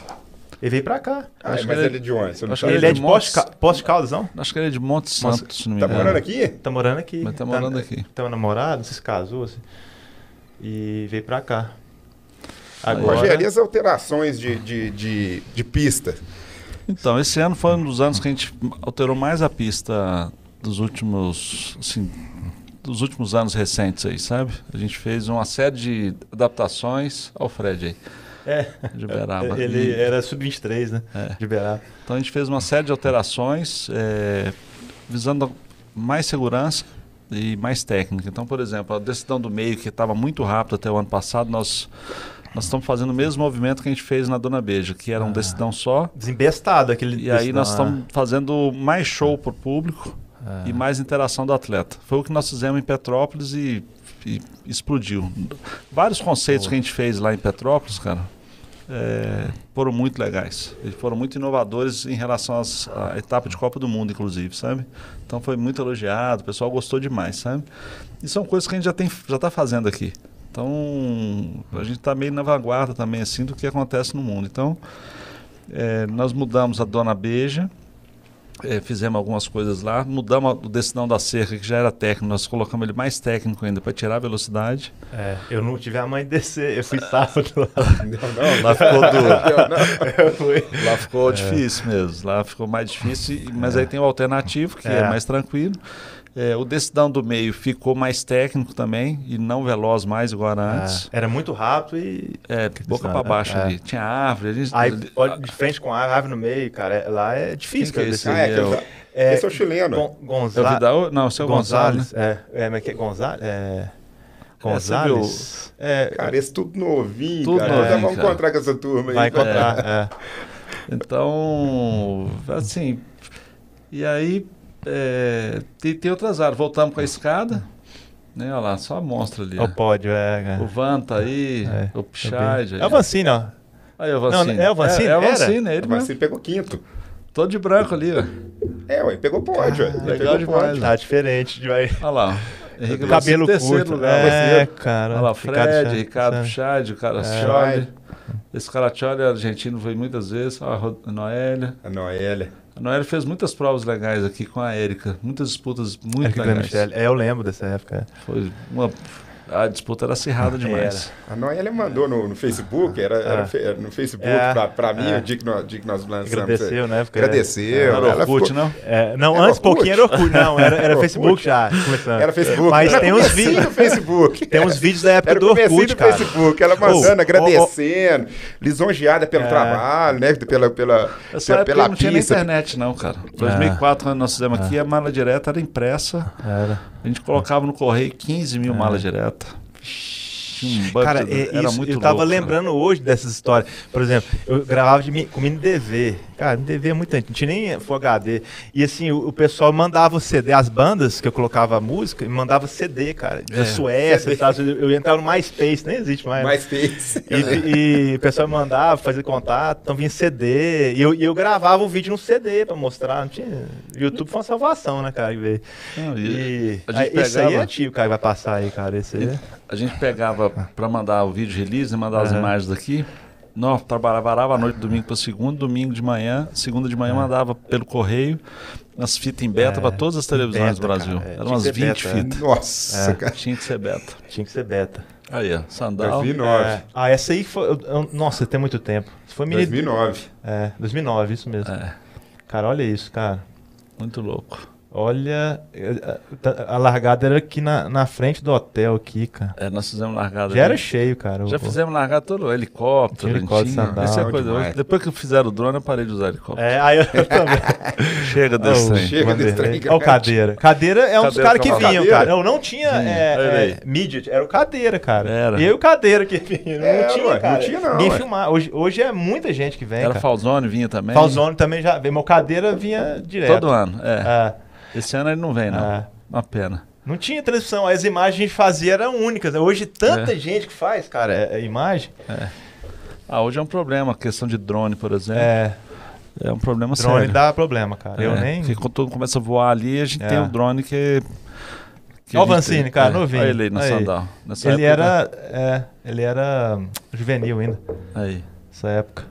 [SPEAKER 2] Ele veio pra cá.
[SPEAKER 1] Ah, mas
[SPEAKER 3] Acho que ele-
[SPEAKER 1] ele é de onde? Você não
[SPEAKER 3] acho
[SPEAKER 1] sabe?
[SPEAKER 3] que
[SPEAKER 2] ele,
[SPEAKER 3] ele é
[SPEAKER 2] é
[SPEAKER 3] de
[SPEAKER 2] de Poste,
[SPEAKER 3] Montes-
[SPEAKER 2] Ca- Poste Caldas, não?
[SPEAKER 3] Acho que ele é de Monte Santo, se não me
[SPEAKER 1] Tá
[SPEAKER 3] engano.
[SPEAKER 1] morando aqui?
[SPEAKER 2] Tá morando aqui.
[SPEAKER 3] Mas tá morando aqui.
[SPEAKER 2] Tá namorado, se casou, assim. E veio pra cá.
[SPEAKER 1] Rogério, e
[SPEAKER 2] Agora.
[SPEAKER 1] as alterações de, de, de, de pista?
[SPEAKER 3] Então, esse ano foi um dos anos que a gente alterou mais a pista dos últimos, assim, dos últimos anos recentes aí, sabe? A gente fez uma série de adaptações ao Fred aí,
[SPEAKER 2] É.
[SPEAKER 3] de Uberaba.
[SPEAKER 2] Ele
[SPEAKER 3] E-
[SPEAKER 2] era sub-23, né?
[SPEAKER 3] É.
[SPEAKER 2] De Beraba.
[SPEAKER 3] Então a gente fez uma série de alterações é, visando mais segurança e mais técnica. Então, por exemplo, a decisão do meio que estava muito rápida até o ano passado, nós nós estamos fazendo o mesmo movimento que a gente fez na Dona Beija, que era um decidão só
[SPEAKER 2] Desembestado aquele.
[SPEAKER 3] E aí nós
[SPEAKER 2] Não, é.
[SPEAKER 3] estamos fazendo mais show pro público e mais interação do atleta. Foi o que nós fizemos em Petrópolis e, e explodiu. Vários conceitos que a gente fez lá em Petrópolis, cara, é, foram muito legais. E foram muito inovadores em relação às- à etapa de Copa do Mundo, inclusive, sabe? Então foi muito elogiado, o pessoal gostou demais, sabe? E são coisas que a gente já tem, já está fazendo aqui. Então a gente está meio na vanguarda também assim do que acontece no mundo. Então é, nós mudamos a Dona Beija, É, fizemos algumas coisas lá, mudamos o decidão da cerca, que já era técnico, nós colocamos ele mais técnico ainda para tirar a velocidade.
[SPEAKER 2] É, eu não tive a mãe descer, eu fui sábado lá.
[SPEAKER 3] Não, lá ficou duro. lá ficou difícil mesmo, É. lá ficou mais difícil, mas aí tem o alternativo, que é,
[SPEAKER 2] É.
[SPEAKER 3] mais tranquilo. É, o decidão do meio ficou mais técnico também, e não veloz mais igual era antes.
[SPEAKER 2] É, Era muito rápido e.
[SPEAKER 3] É, boca para baixo
[SPEAKER 2] É.
[SPEAKER 3] ali. Tinha árvore, ali.
[SPEAKER 2] Aí, olha de frente com a ave no meio, cara. é- lá é difícil
[SPEAKER 3] Quem que é
[SPEAKER 2] descer.
[SPEAKER 1] Ah, é,
[SPEAKER 3] Eu-
[SPEAKER 1] aquele- esse é o chileno.
[SPEAKER 2] Gon
[SPEAKER 3] É o
[SPEAKER 2] Gonza
[SPEAKER 3] Vidal? Não, o seu Gonzalo. né?
[SPEAKER 2] Gonzales. É, é, mas que é Gonzales? É. Gonzales?
[SPEAKER 3] você
[SPEAKER 2] É,
[SPEAKER 1] Cara, esse tudo novinho,
[SPEAKER 3] Tudo
[SPEAKER 1] cara.
[SPEAKER 3] novinho,
[SPEAKER 1] Já vamos
[SPEAKER 3] cara.
[SPEAKER 1] encontrar com essa turma aí.
[SPEAKER 2] vai encontrar. É.
[SPEAKER 3] Então, assim. E aí, é, tem, tem outras áreas. Voltamos com a escada. Né, olha lá, só a mostra ali.
[SPEAKER 2] É
[SPEAKER 3] ó.
[SPEAKER 2] o pódio, é. cara.
[SPEAKER 3] O Van tá aí,
[SPEAKER 2] É,
[SPEAKER 3] o Pichard.
[SPEAKER 2] É o Vancini, ó.
[SPEAKER 3] Aí, o Vancini.
[SPEAKER 2] Não, é o Vancini?
[SPEAKER 3] É, é o
[SPEAKER 2] Era?
[SPEAKER 3] Vancini, é ele
[SPEAKER 1] Mas
[SPEAKER 3] mesmo.
[SPEAKER 1] ele pegou quinto.
[SPEAKER 3] Todo de branco ali, ó.
[SPEAKER 1] É, ué, pegou pódio. ué. Ele
[SPEAKER 3] Ah, legal
[SPEAKER 1] pegou
[SPEAKER 3] demais. né?
[SPEAKER 1] pódio.
[SPEAKER 2] Tá diferente. Vai...
[SPEAKER 3] Olha lá. ó. Henrique Vancini,
[SPEAKER 2] Cabelo
[SPEAKER 3] terceiro
[SPEAKER 2] curto.
[SPEAKER 3] lugar.
[SPEAKER 2] é,
[SPEAKER 3] Vancini.
[SPEAKER 2] cara.
[SPEAKER 3] Olha lá, Fred,
[SPEAKER 2] Chá-
[SPEAKER 3] Ricardo
[SPEAKER 2] Chá-
[SPEAKER 3] Pichard, o
[SPEAKER 2] É.
[SPEAKER 3] Caraccioli. Esse Caraccioli é argentino, veio muitas vezes. Ó, a Ro- a Noélia.
[SPEAKER 1] A Noélia.
[SPEAKER 3] A Noélia fez muitas provas legais aqui com a Érica. Muitas disputas muito
[SPEAKER 2] Eric
[SPEAKER 3] legais.
[SPEAKER 2] Michele. É, eu lembro dessa época.
[SPEAKER 3] Foi uma... A disputa
[SPEAKER 2] Ah,
[SPEAKER 3] era acirrada demais.
[SPEAKER 1] A Noélia mandou no, no Facebook, era, era fe- era no Facebook
[SPEAKER 2] É.
[SPEAKER 1] pra, pra mim,
[SPEAKER 2] É.
[SPEAKER 1] o dia que nós, dia que nós lançamos.
[SPEAKER 2] Agradeceu, né? Porque-
[SPEAKER 1] Agradeceu.
[SPEAKER 3] Era
[SPEAKER 1] ela
[SPEAKER 3] Orkut,
[SPEAKER 1] ficou-
[SPEAKER 3] não?
[SPEAKER 2] É, não,
[SPEAKER 1] Era
[SPEAKER 2] antes
[SPEAKER 1] Orkut?
[SPEAKER 2] pouquinho era Orkut. Não, era, era
[SPEAKER 1] Orkut.
[SPEAKER 2] Facebook já. Começando.
[SPEAKER 1] Era Facebook.
[SPEAKER 2] né? Mas
[SPEAKER 1] Era
[SPEAKER 2] tem uns
[SPEAKER 1] comecinho
[SPEAKER 2] vídeos.
[SPEAKER 1] do Facebook.
[SPEAKER 2] Tem uns vídeos da época
[SPEAKER 1] Era o
[SPEAKER 2] do
[SPEAKER 1] comecinho
[SPEAKER 2] Orkut,
[SPEAKER 1] do
[SPEAKER 2] cara.
[SPEAKER 1] Facebook, ela mandando,
[SPEAKER 2] Oh, oh,
[SPEAKER 1] agradecendo, lisonjeada pelo
[SPEAKER 2] É.
[SPEAKER 1] trabalho, né? Pela, pela,
[SPEAKER 3] Essa
[SPEAKER 1] pela,
[SPEAKER 3] época
[SPEAKER 1] pela
[SPEAKER 3] não tinha nem
[SPEAKER 1] pista.
[SPEAKER 3] internet, não, cara.
[SPEAKER 2] Ah.
[SPEAKER 3] 2004, quando nós fizemos aqui, a mala direta era impressa.
[SPEAKER 2] Era.
[SPEAKER 3] A gente colocava no correio 15 mil malas direta. Tinha um banco
[SPEAKER 2] Ah. Cara,
[SPEAKER 3] de-
[SPEAKER 2] é
[SPEAKER 3] era
[SPEAKER 2] isso,
[SPEAKER 3] muito
[SPEAKER 2] eu tava
[SPEAKER 3] louco, né?
[SPEAKER 1] né?
[SPEAKER 3] cara.
[SPEAKER 2] lembrando hoje dessas histórias. Por exemplo, eu gravava de, mi- com mini DV. Cara, mini DV é muito antigo, não tinha nem Full HD. E assim, o, o pessoal mandava o CD, as bandas que eu colocava a música, e mandava CD, cara. Da
[SPEAKER 3] É.
[SPEAKER 2] Suécia, Estados Unidos. Eu ia entrar no MySpace, nem existe mais. né?
[SPEAKER 1] Mas fez.
[SPEAKER 2] E, e o pessoal me mandava fazer contato, então vinha CD. E eu, e eu gravava o vídeo no CD pra mostrar. Não tinha... YouTube foi uma salvação, né, cara? que veio.
[SPEAKER 3] Não, e-
[SPEAKER 2] E,
[SPEAKER 3] a gente
[SPEAKER 2] ah, esse aí é
[SPEAKER 3] pegava-
[SPEAKER 2] antigo, cara, que vai passar aí, cara. Esse aí. é-
[SPEAKER 3] A gente pegava para mandar o vídeo release, né, mandar as
[SPEAKER 2] Ah. Aham.
[SPEAKER 3] imagens daqui. Nós trabalhava varava a noite, domingo para segunda, domingo de manhã, segunda de
[SPEAKER 2] Ah.
[SPEAKER 3] manhã mandava pelo correio as fitas em beta para todas as televisões
[SPEAKER 2] É, beta,
[SPEAKER 3] do Brasil.
[SPEAKER 2] cara, é.
[SPEAKER 3] Eram
[SPEAKER 2] Tinha
[SPEAKER 3] umas
[SPEAKER 2] que
[SPEAKER 3] 20
[SPEAKER 2] ser beta, é.
[SPEAKER 3] fitas.
[SPEAKER 1] Nossa, cara.
[SPEAKER 3] Tinha que ser beta.
[SPEAKER 2] Tinha que ser beta.
[SPEAKER 3] Aí, ó, sandal.
[SPEAKER 1] 2009.
[SPEAKER 2] É. Ah, essa aí foi. eu- eu- nossa, tem muito tempo. Isso Foi mini.
[SPEAKER 1] 2009.
[SPEAKER 2] É, 2009, isso mesmo.
[SPEAKER 3] É,
[SPEAKER 2] Cara, olha isso, cara.
[SPEAKER 3] muito louco.
[SPEAKER 2] Olha. eh, A, a largada era aqui na, na frente do hotel, aqui, cara.
[SPEAKER 3] É, nós fizemos largada.
[SPEAKER 2] Já era
[SPEAKER 3] ali.
[SPEAKER 2] cheio, cara.
[SPEAKER 3] Já
[SPEAKER 2] o-
[SPEAKER 3] fizemos largada todo o helicóptero,
[SPEAKER 2] Helicóptero,
[SPEAKER 3] lentinho.
[SPEAKER 2] sandal,
[SPEAKER 3] Essa é a coisa.
[SPEAKER 1] demais.
[SPEAKER 3] hoje, Depois que fizeram o drone, eu parei de usar helicóptero.
[SPEAKER 2] É, aí eu também.
[SPEAKER 3] Chega desse
[SPEAKER 2] Oh,
[SPEAKER 3] trem.
[SPEAKER 1] chega
[SPEAKER 2] Vanderlei.
[SPEAKER 1] desse trem
[SPEAKER 2] Ó o
[SPEAKER 1] grande.
[SPEAKER 2] cadeira. Cadeira é um dos
[SPEAKER 3] Cadeira
[SPEAKER 2] caras que
[SPEAKER 3] com
[SPEAKER 2] vinham,
[SPEAKER 1] cadeira.
[SPEAKER 2] cara. Eu não tinha é,
[SPEAKER 3] Olha
[SPEAKER 2] é,
[SPEAKER 3] aí.
[SPEAKER 2] midget, era o cadeira, cara.
[SPEAKER 3] Era.
[SPEAKER 2] E eu e o cadeira que vinha. Não
[SPEAKER 1] É,
[SPEAKER 2] tinha,
[SPEAKER 1] ué, não
[SPEAKER 2] cara.
[SPEAKER 1] tinha não,
[SPEAKER 2] Ninguém
[SPEAKER 1] ué.
[SPEAKER 2] filmava. Hoje, hoje é muita gente que vem,
[SPEAKER 3] Era
[SPEAKER 2] cara.
[SPEAKER 3] Falzone, vinha também.
[SPEAKER 2] Falzone também já veio. Meu cadeira vinha direto.
[SPEAKER 3] Todo ano, é.
[SPEAKER 2] Ah,
[SPEAKER 3] Esse ano ele não vem, não.
[SPEAKER 2] ah.
[SPEAKER 3] Uma pena.
[SPEAKER 2] Não tinha transmissão, as imagens que a gente fazia eram únicas. né? Hoje tanta
[SPEAKER 3] É.
[SPEAKER 2] gente que faz, cara, é, é imagem.
[SPEAKER 3] Ah, hoje é um problema. A questão de drone, por exemplo, é,
[SPEAKER 2] É,
[SPEAKER 3] um problema
[SPEAKER 2] drone
[SPEAKER 3] sério.
[SPEAKER 2] dá problema, cara. Eu
[SPEAKER 3] É,
[SPEAKER 2] nem.
[SPEAKER 3] Porque quando todo começa a voar ali, a gente
[SPEAKER 2] É.
[SPEAKER 3] tem um drone que... que
[SPEAKER 2] Ó o
[SPEAKER 3] a gente-
[SPEAKER 2] Vancini, cara, novinho.
[SPEAKER 3] Olha ele aí na
[SPEAKER 2] Aí.
[SPEAKER 3] sandal. Nessa
[SPEAKER 2] Ele
[SPEAKER 3] época- né?
[SPEAKER 2] era, é, ele era hum, juvenil ainda,
[SPEAKER 3] Aí.
[SPEAKER 2] nessa época.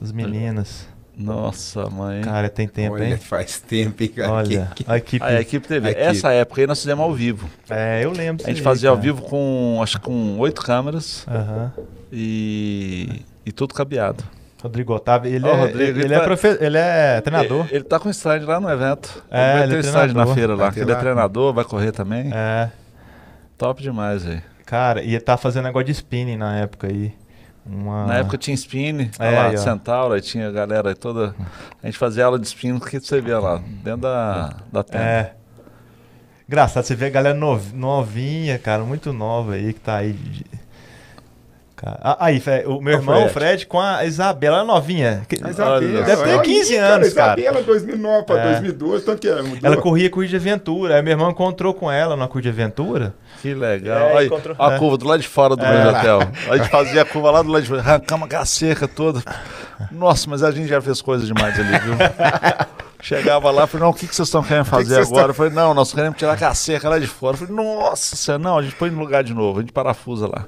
[SPEAKER 2] As meninas.
[SPEAKER 3] Nossa, mãe.
[SPEAKER 2] Cara, tem tempo,
[SPEAKER 1] Olha,
[SPEAKER 2] hein?
[SPEAKER 1] faz tempo, hein, cara.
[SPEAKER 2] Olha,
[SPEAKER 1] Que- que-
[SPEAKER 2] a equipe.
[SPEAKER 3] Aí, a equipe TV.
[SPEAKER 1] A equipe.
[SPEAKER 3] Essa época aí nós fizemos ao vivo.
[SPEAKER 2] É, eu lembro.
[SPEAKER 3] A gente
[SPEAKER 2] disso aí,
[SPEAKER 3] fazia ao
[SPEAKER 2] cara.
[SPEAKER 3] vivo com, acho que com oito câmeras
[SPEAKER 2] Aham.
[SPEAKER 3] e, e tudo cabeado.
[SPEAKER 2] Rodrigo Otávio, ele,
[SPEAKER 3] Ó,
[SPEAKER 2] é,
[SPEAKER 3] Rodrigo,
[SPEAKER 2] ele,
[SPEAKER 3] ele
[SPEAKER 2] é
[SPEAKER 3] tá-
[SPEAKER 2] profe- ele é treinador.
[SPEAKER 3] Ele, ele tá com estágio lá no evento.
[SPEAKER 2] É,
[SPEAKER 3] vai
[SPEAKER 2] ele
[SPEAKER 3] ter
[SPEAKER 2] é
[SPEAKER 3] estágio
[SPEAKER 2] treinador.
[SPEAKER 3] na feira
[SPEAKER 1] Vai
[SPEAKER 3] lá.
[SPEAKER 1] ter
[SPEAKER 3] Ele é
[SPEAKER 1] lá.
[SPEAKER 3] treinador, vai correr também.
[SPEAKER 2] É.
[SPEAKER 3] Top demais aí.
[SPEAKER 2] Cara, e ele tá fazendo negócio de spinning na época aí. Uma...
[SPEAKER 3] Na época tinha spin,
[SPEAKER 2] Ah. É,
[SPEAKER 3] lá,
[SPEAKER 2] aí, ó.
[SPEAKER 3] Centauro, aí tinha a galera aí toda. A gente fazia aula de spin, que você via lá, dentro da, da tenda.
[SPEAKER 2] É. Engraçado, você vê a galera nov- novinha, cara, muito nova aí, que tá aí. de- Cara, ah, aí, Fé, o meu
[SPEAKER 1] Ó,
[SPEAKER 2] irmão, o
[SPEAKER 1] Fred.
[SPEAKER 2] Fred, com a Isabela, ela é novinha. que-
[SPEAKER 1] A Isabela,
[SPEAKER 3] Olha,
[SPEAKER 2] deve ter
[SPEAKER 1] olha
[SPEAKER 2] 15
[SPEAKER 1] aí,
[SPEAKER 2] anos, cara.
[SPEAKER 1] Isabela, 2009 para
[SPEAKER 2] É.
[SPEAKER 1] 2012, tanto que um ela mudou.
[SPEAKER 2] Ela corria corrida de aventura. Aí meu irmão encontrou com ela na corrida de aventura.
[SPEAKER 3] Que legal.
[SPEAKER 2] É,
[SPEAKER 3] Olha,
[SPEAKER 2] encontrou-
[SPEAKER 3] a
[SPEAKER 2] é.
[SPEAKER 3] curva do lado de fora do
[SPEAKER 2] É.
[SPEAKER 3] Grande Hotel. A gente fazia a curva lá do lado de fora, arrancamos a cerca toda. Nossa, mas a gente já fez coisa demais ali, viu? Chegava lá, falei, não, o que, que vocês estão querendo
[SPEAKER 1] que
[SPEAKER 3] fazer
[SPEAKER 1] vocês
[SPEAKER 3] agora? Eu Falei, não, nós queremos tirar a cerca lá de fora. Eu Falei, nossa, senhora, não, a gente põe no lugar de novo, a gente parafusa lá.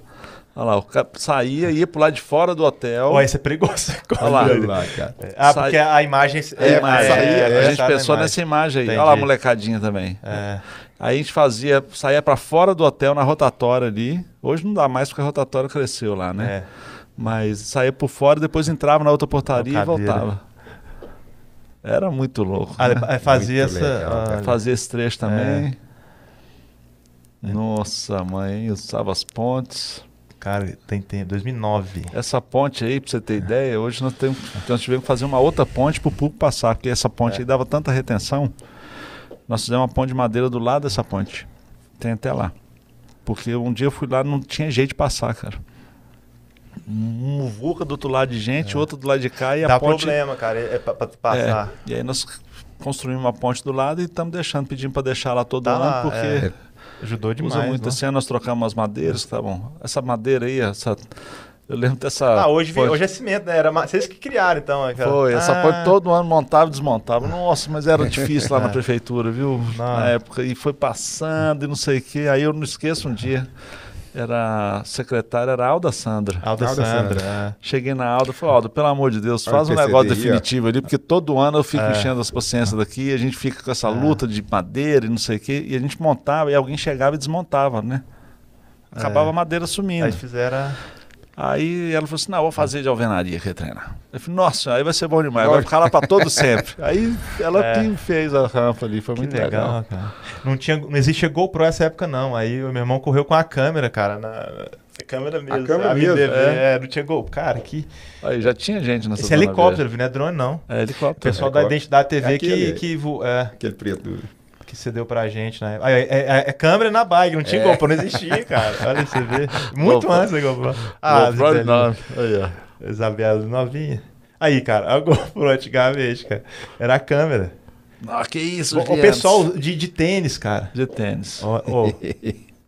[SPEAKER 3] Olha lá, o cara saía, ia pro lado de fora do hotel.
[SPEAKER 2] Ó, esse é perigoso.
[SPEAKER 3] Olha lá.
[SPEAKER 1] Olha lá, cara.
[SPEAKER 2] É, Ah,
[SPEAKER 3] Sai-
[SPEAKER 2] porque a imagem...
[SPEAKER 3] É, mas
[SPEAKER 1] é,
[SPEAKER 3] aí
[SPEAKER 1] é,
[SPEAKER 3] a gente pensou nessa imagem aí.
[SPEAKER 2] tá Entendi.
[SPEAKER 3] Olha lá a molecadinha também.
[SPEAKER 2] É.
[SPEAKER 3] Aí a gente fazia, saía pra fora do hotel na rotatória ali. Hoje não dá mais porque a rotatória cresceu lá, né?
[SPEAKER 2] É.
[SPEAKER 3] Mas saía por fora, depois entrava na outra portaria e
[SPEAKER 2] Cadeira.
[SPEAKER 3] voltava. Era muito louco.
[SPEAKER 2] Ah,
[SPEAKER 3] né?
[SPEAKER 2] é, fazia
[SPEAKER 1] Muito
[SPEAKER 2] essa...
[SPEAKER 1] legal, cara.
[SPEAKER 2] ah,
[SPEAKER 3] Fazia esse trecho também. Nossa, mãe, usava as pontes.
[SPEAKER 2] Cara, tem tempo. 2009.
[SPEAKER 3] Essa ponte aí, pra você ter ideia, hoje nós, temos, então nós tivemos que fazer uma outra ponte pro público passar, porque essa ponte
[SPEAKER 2] É.
[SPEAKER 3] aí dava tanta retenção. Nós fizemos uma ponte de madeira do lado dessa ponte. Tem até lá. Porque um dia eu fui lá não tinha jeito de passar, cara. Um vulca do outro lado de gente, outro do lado de cá e a
[SPEAKER 2] É. Dá
[SPEAKER 3] ponte.
[SPEAKER 2] problema, cara, é pra, pra passar.
[SPEAKER 3] É, e aí nós construímos uma ponte do lado e estamos deixando, pedindo para deixar lá todo
[SPEAKER 2] Tá
[SPEAKER 3] ano,
[SPEAKER 2] lá,
[SPEAKER 3] porque
[SPEAKER 2] é. Ajudou demais.
[SPEAKER 3] usa muito
[SPEAKER 2] né?
[SPEAKER 3] assim, aí nós trocamos as madeiras, tá bom. Essa madeira aí, essa. Eu lembro dessa.
[SPEAKER 2] Ah, hoje, vi-
[SPEAKER 3] ponte-
[SPEAKER 2] hoje é cimento, né? Era, ma- vocês que criaram, então. Aquela...
[SPEAKER 3] Foi, essa
[SPEAKER 2] Ah,
[SPEAKER 3] ponte todo ano montava e desmontava. Nossa, mas era difícil lá na prefeitura, viu?
[SPEAKER 2] Não.
[SPEAKER 3] Na época. E foi passando e não sei o quê. Aí eu não esqueço um dia. Era a secretária, era a Alda Sandra.
[SPEAKER 2] Alda
[SPEAKER 1] Alda
[SPEAKER 2] Sandra.
[SPEAKER 3] Cheguei na Alda e falei, Alda, pelo amor de Deus,
[SPEAKER 1] Olha
[SPEAKER 3] faz
[SPEAKER 1] o
[SPEAKER 3] um negócio
[SPEAKER 1] PCDI, ó.
[SPEAKER 3] definitivo ali, porque todo ano eu fico
[SPEAKER 2] É.
[SPEAKER 3] enchendo as paciências daqui, a gente fica com essa luta de madeira e não sei o quê, e a gente montava, e alguém chegava e desmontava, né? Acabava a madeira
[SPEAKER 2] é.
[SPEAKER 3] sumindo.
[SPEAKER 2] Aí fizeram. ah, a-
[SPEAKER 3] Aí ela falou assim: não, eu vou fazer de alvenaria que treinar. Eu falei, nossa, aí vai ser bom demais, vai ficar lá pra todo sempre. aí ela
[SPEAKER 2] É.
[SPEAKER 3] que fez a rampa ali, foi
[SPEAKER 2] Que
[SPEAKER 3] muito
[SPEAKER 2] legal,
[SPEAKER 3] legal.
[SPEAKER 2] cara. Não, tinha, não existia GoPro nessa época, não. Aí o meu irmão correu com a câmera, cara. Na... A câmera mesmo.
[SPEAKER 1] câmera
[SPEAKER 2] vida
[SPEAKER 1] mesmo,
[SPEAKER 2] dele,
[SPEAKER 3] é.
[SPEAKER 2] É. não tinha GoPro. Cara, que.
[SPEAKER 3] Aí já tinha gente nessa
[SPEAKER 2] Esse é
[SPEAKER 3] zona
[SPEAKER 2] helicóptero, não é drone, não.
[SPEAKER 3] verde. É
[SPEAKER 2] O
[SPEAKER 3] helicóptero.
[SPEAKER 2] pessoal
[SPEAKER 1] É
[SPEAKER 2] da
[SPEAKER 1] helicóptero.
[SPEAKER 2] Identidade TV
[SPEAKER 1] É
[SPEAKER 2] que,
[SPEAKER 1] aquele.
[SPEAKER 2] que, vo- é,
[SPEAKER 1] Aquele preto.
[SPEAKER 2] que você deu pra gente, né? Ah, É, é- é câmera na bike, não tinha
[SPEAKER 1] É.
[SPEAKER 2] GoPro, não existia, cara. Olha, você vê. Muito
[SPEAKER 3] GoPro.
[SPEAKER 2] antes da GoPro.
[SPEAKER 3] Ah,
[SPEAKER 2] Zitelli.
[SPEAKER 3] Aí, ó.
[SPEAKER 2] Isabela novinha. Aí, cara, a GoPro antigamente, cara, era a câmera.
[SPEAKER 3] Ah, que isso,
[SPEAKER 2] O, o
[SPEAKER 3] gente.
[SPEAKER 2] pessoal de, de tênis, cara.
[SPEAKER 3] De tênis.
[SPEAKER 2] Ó, ó,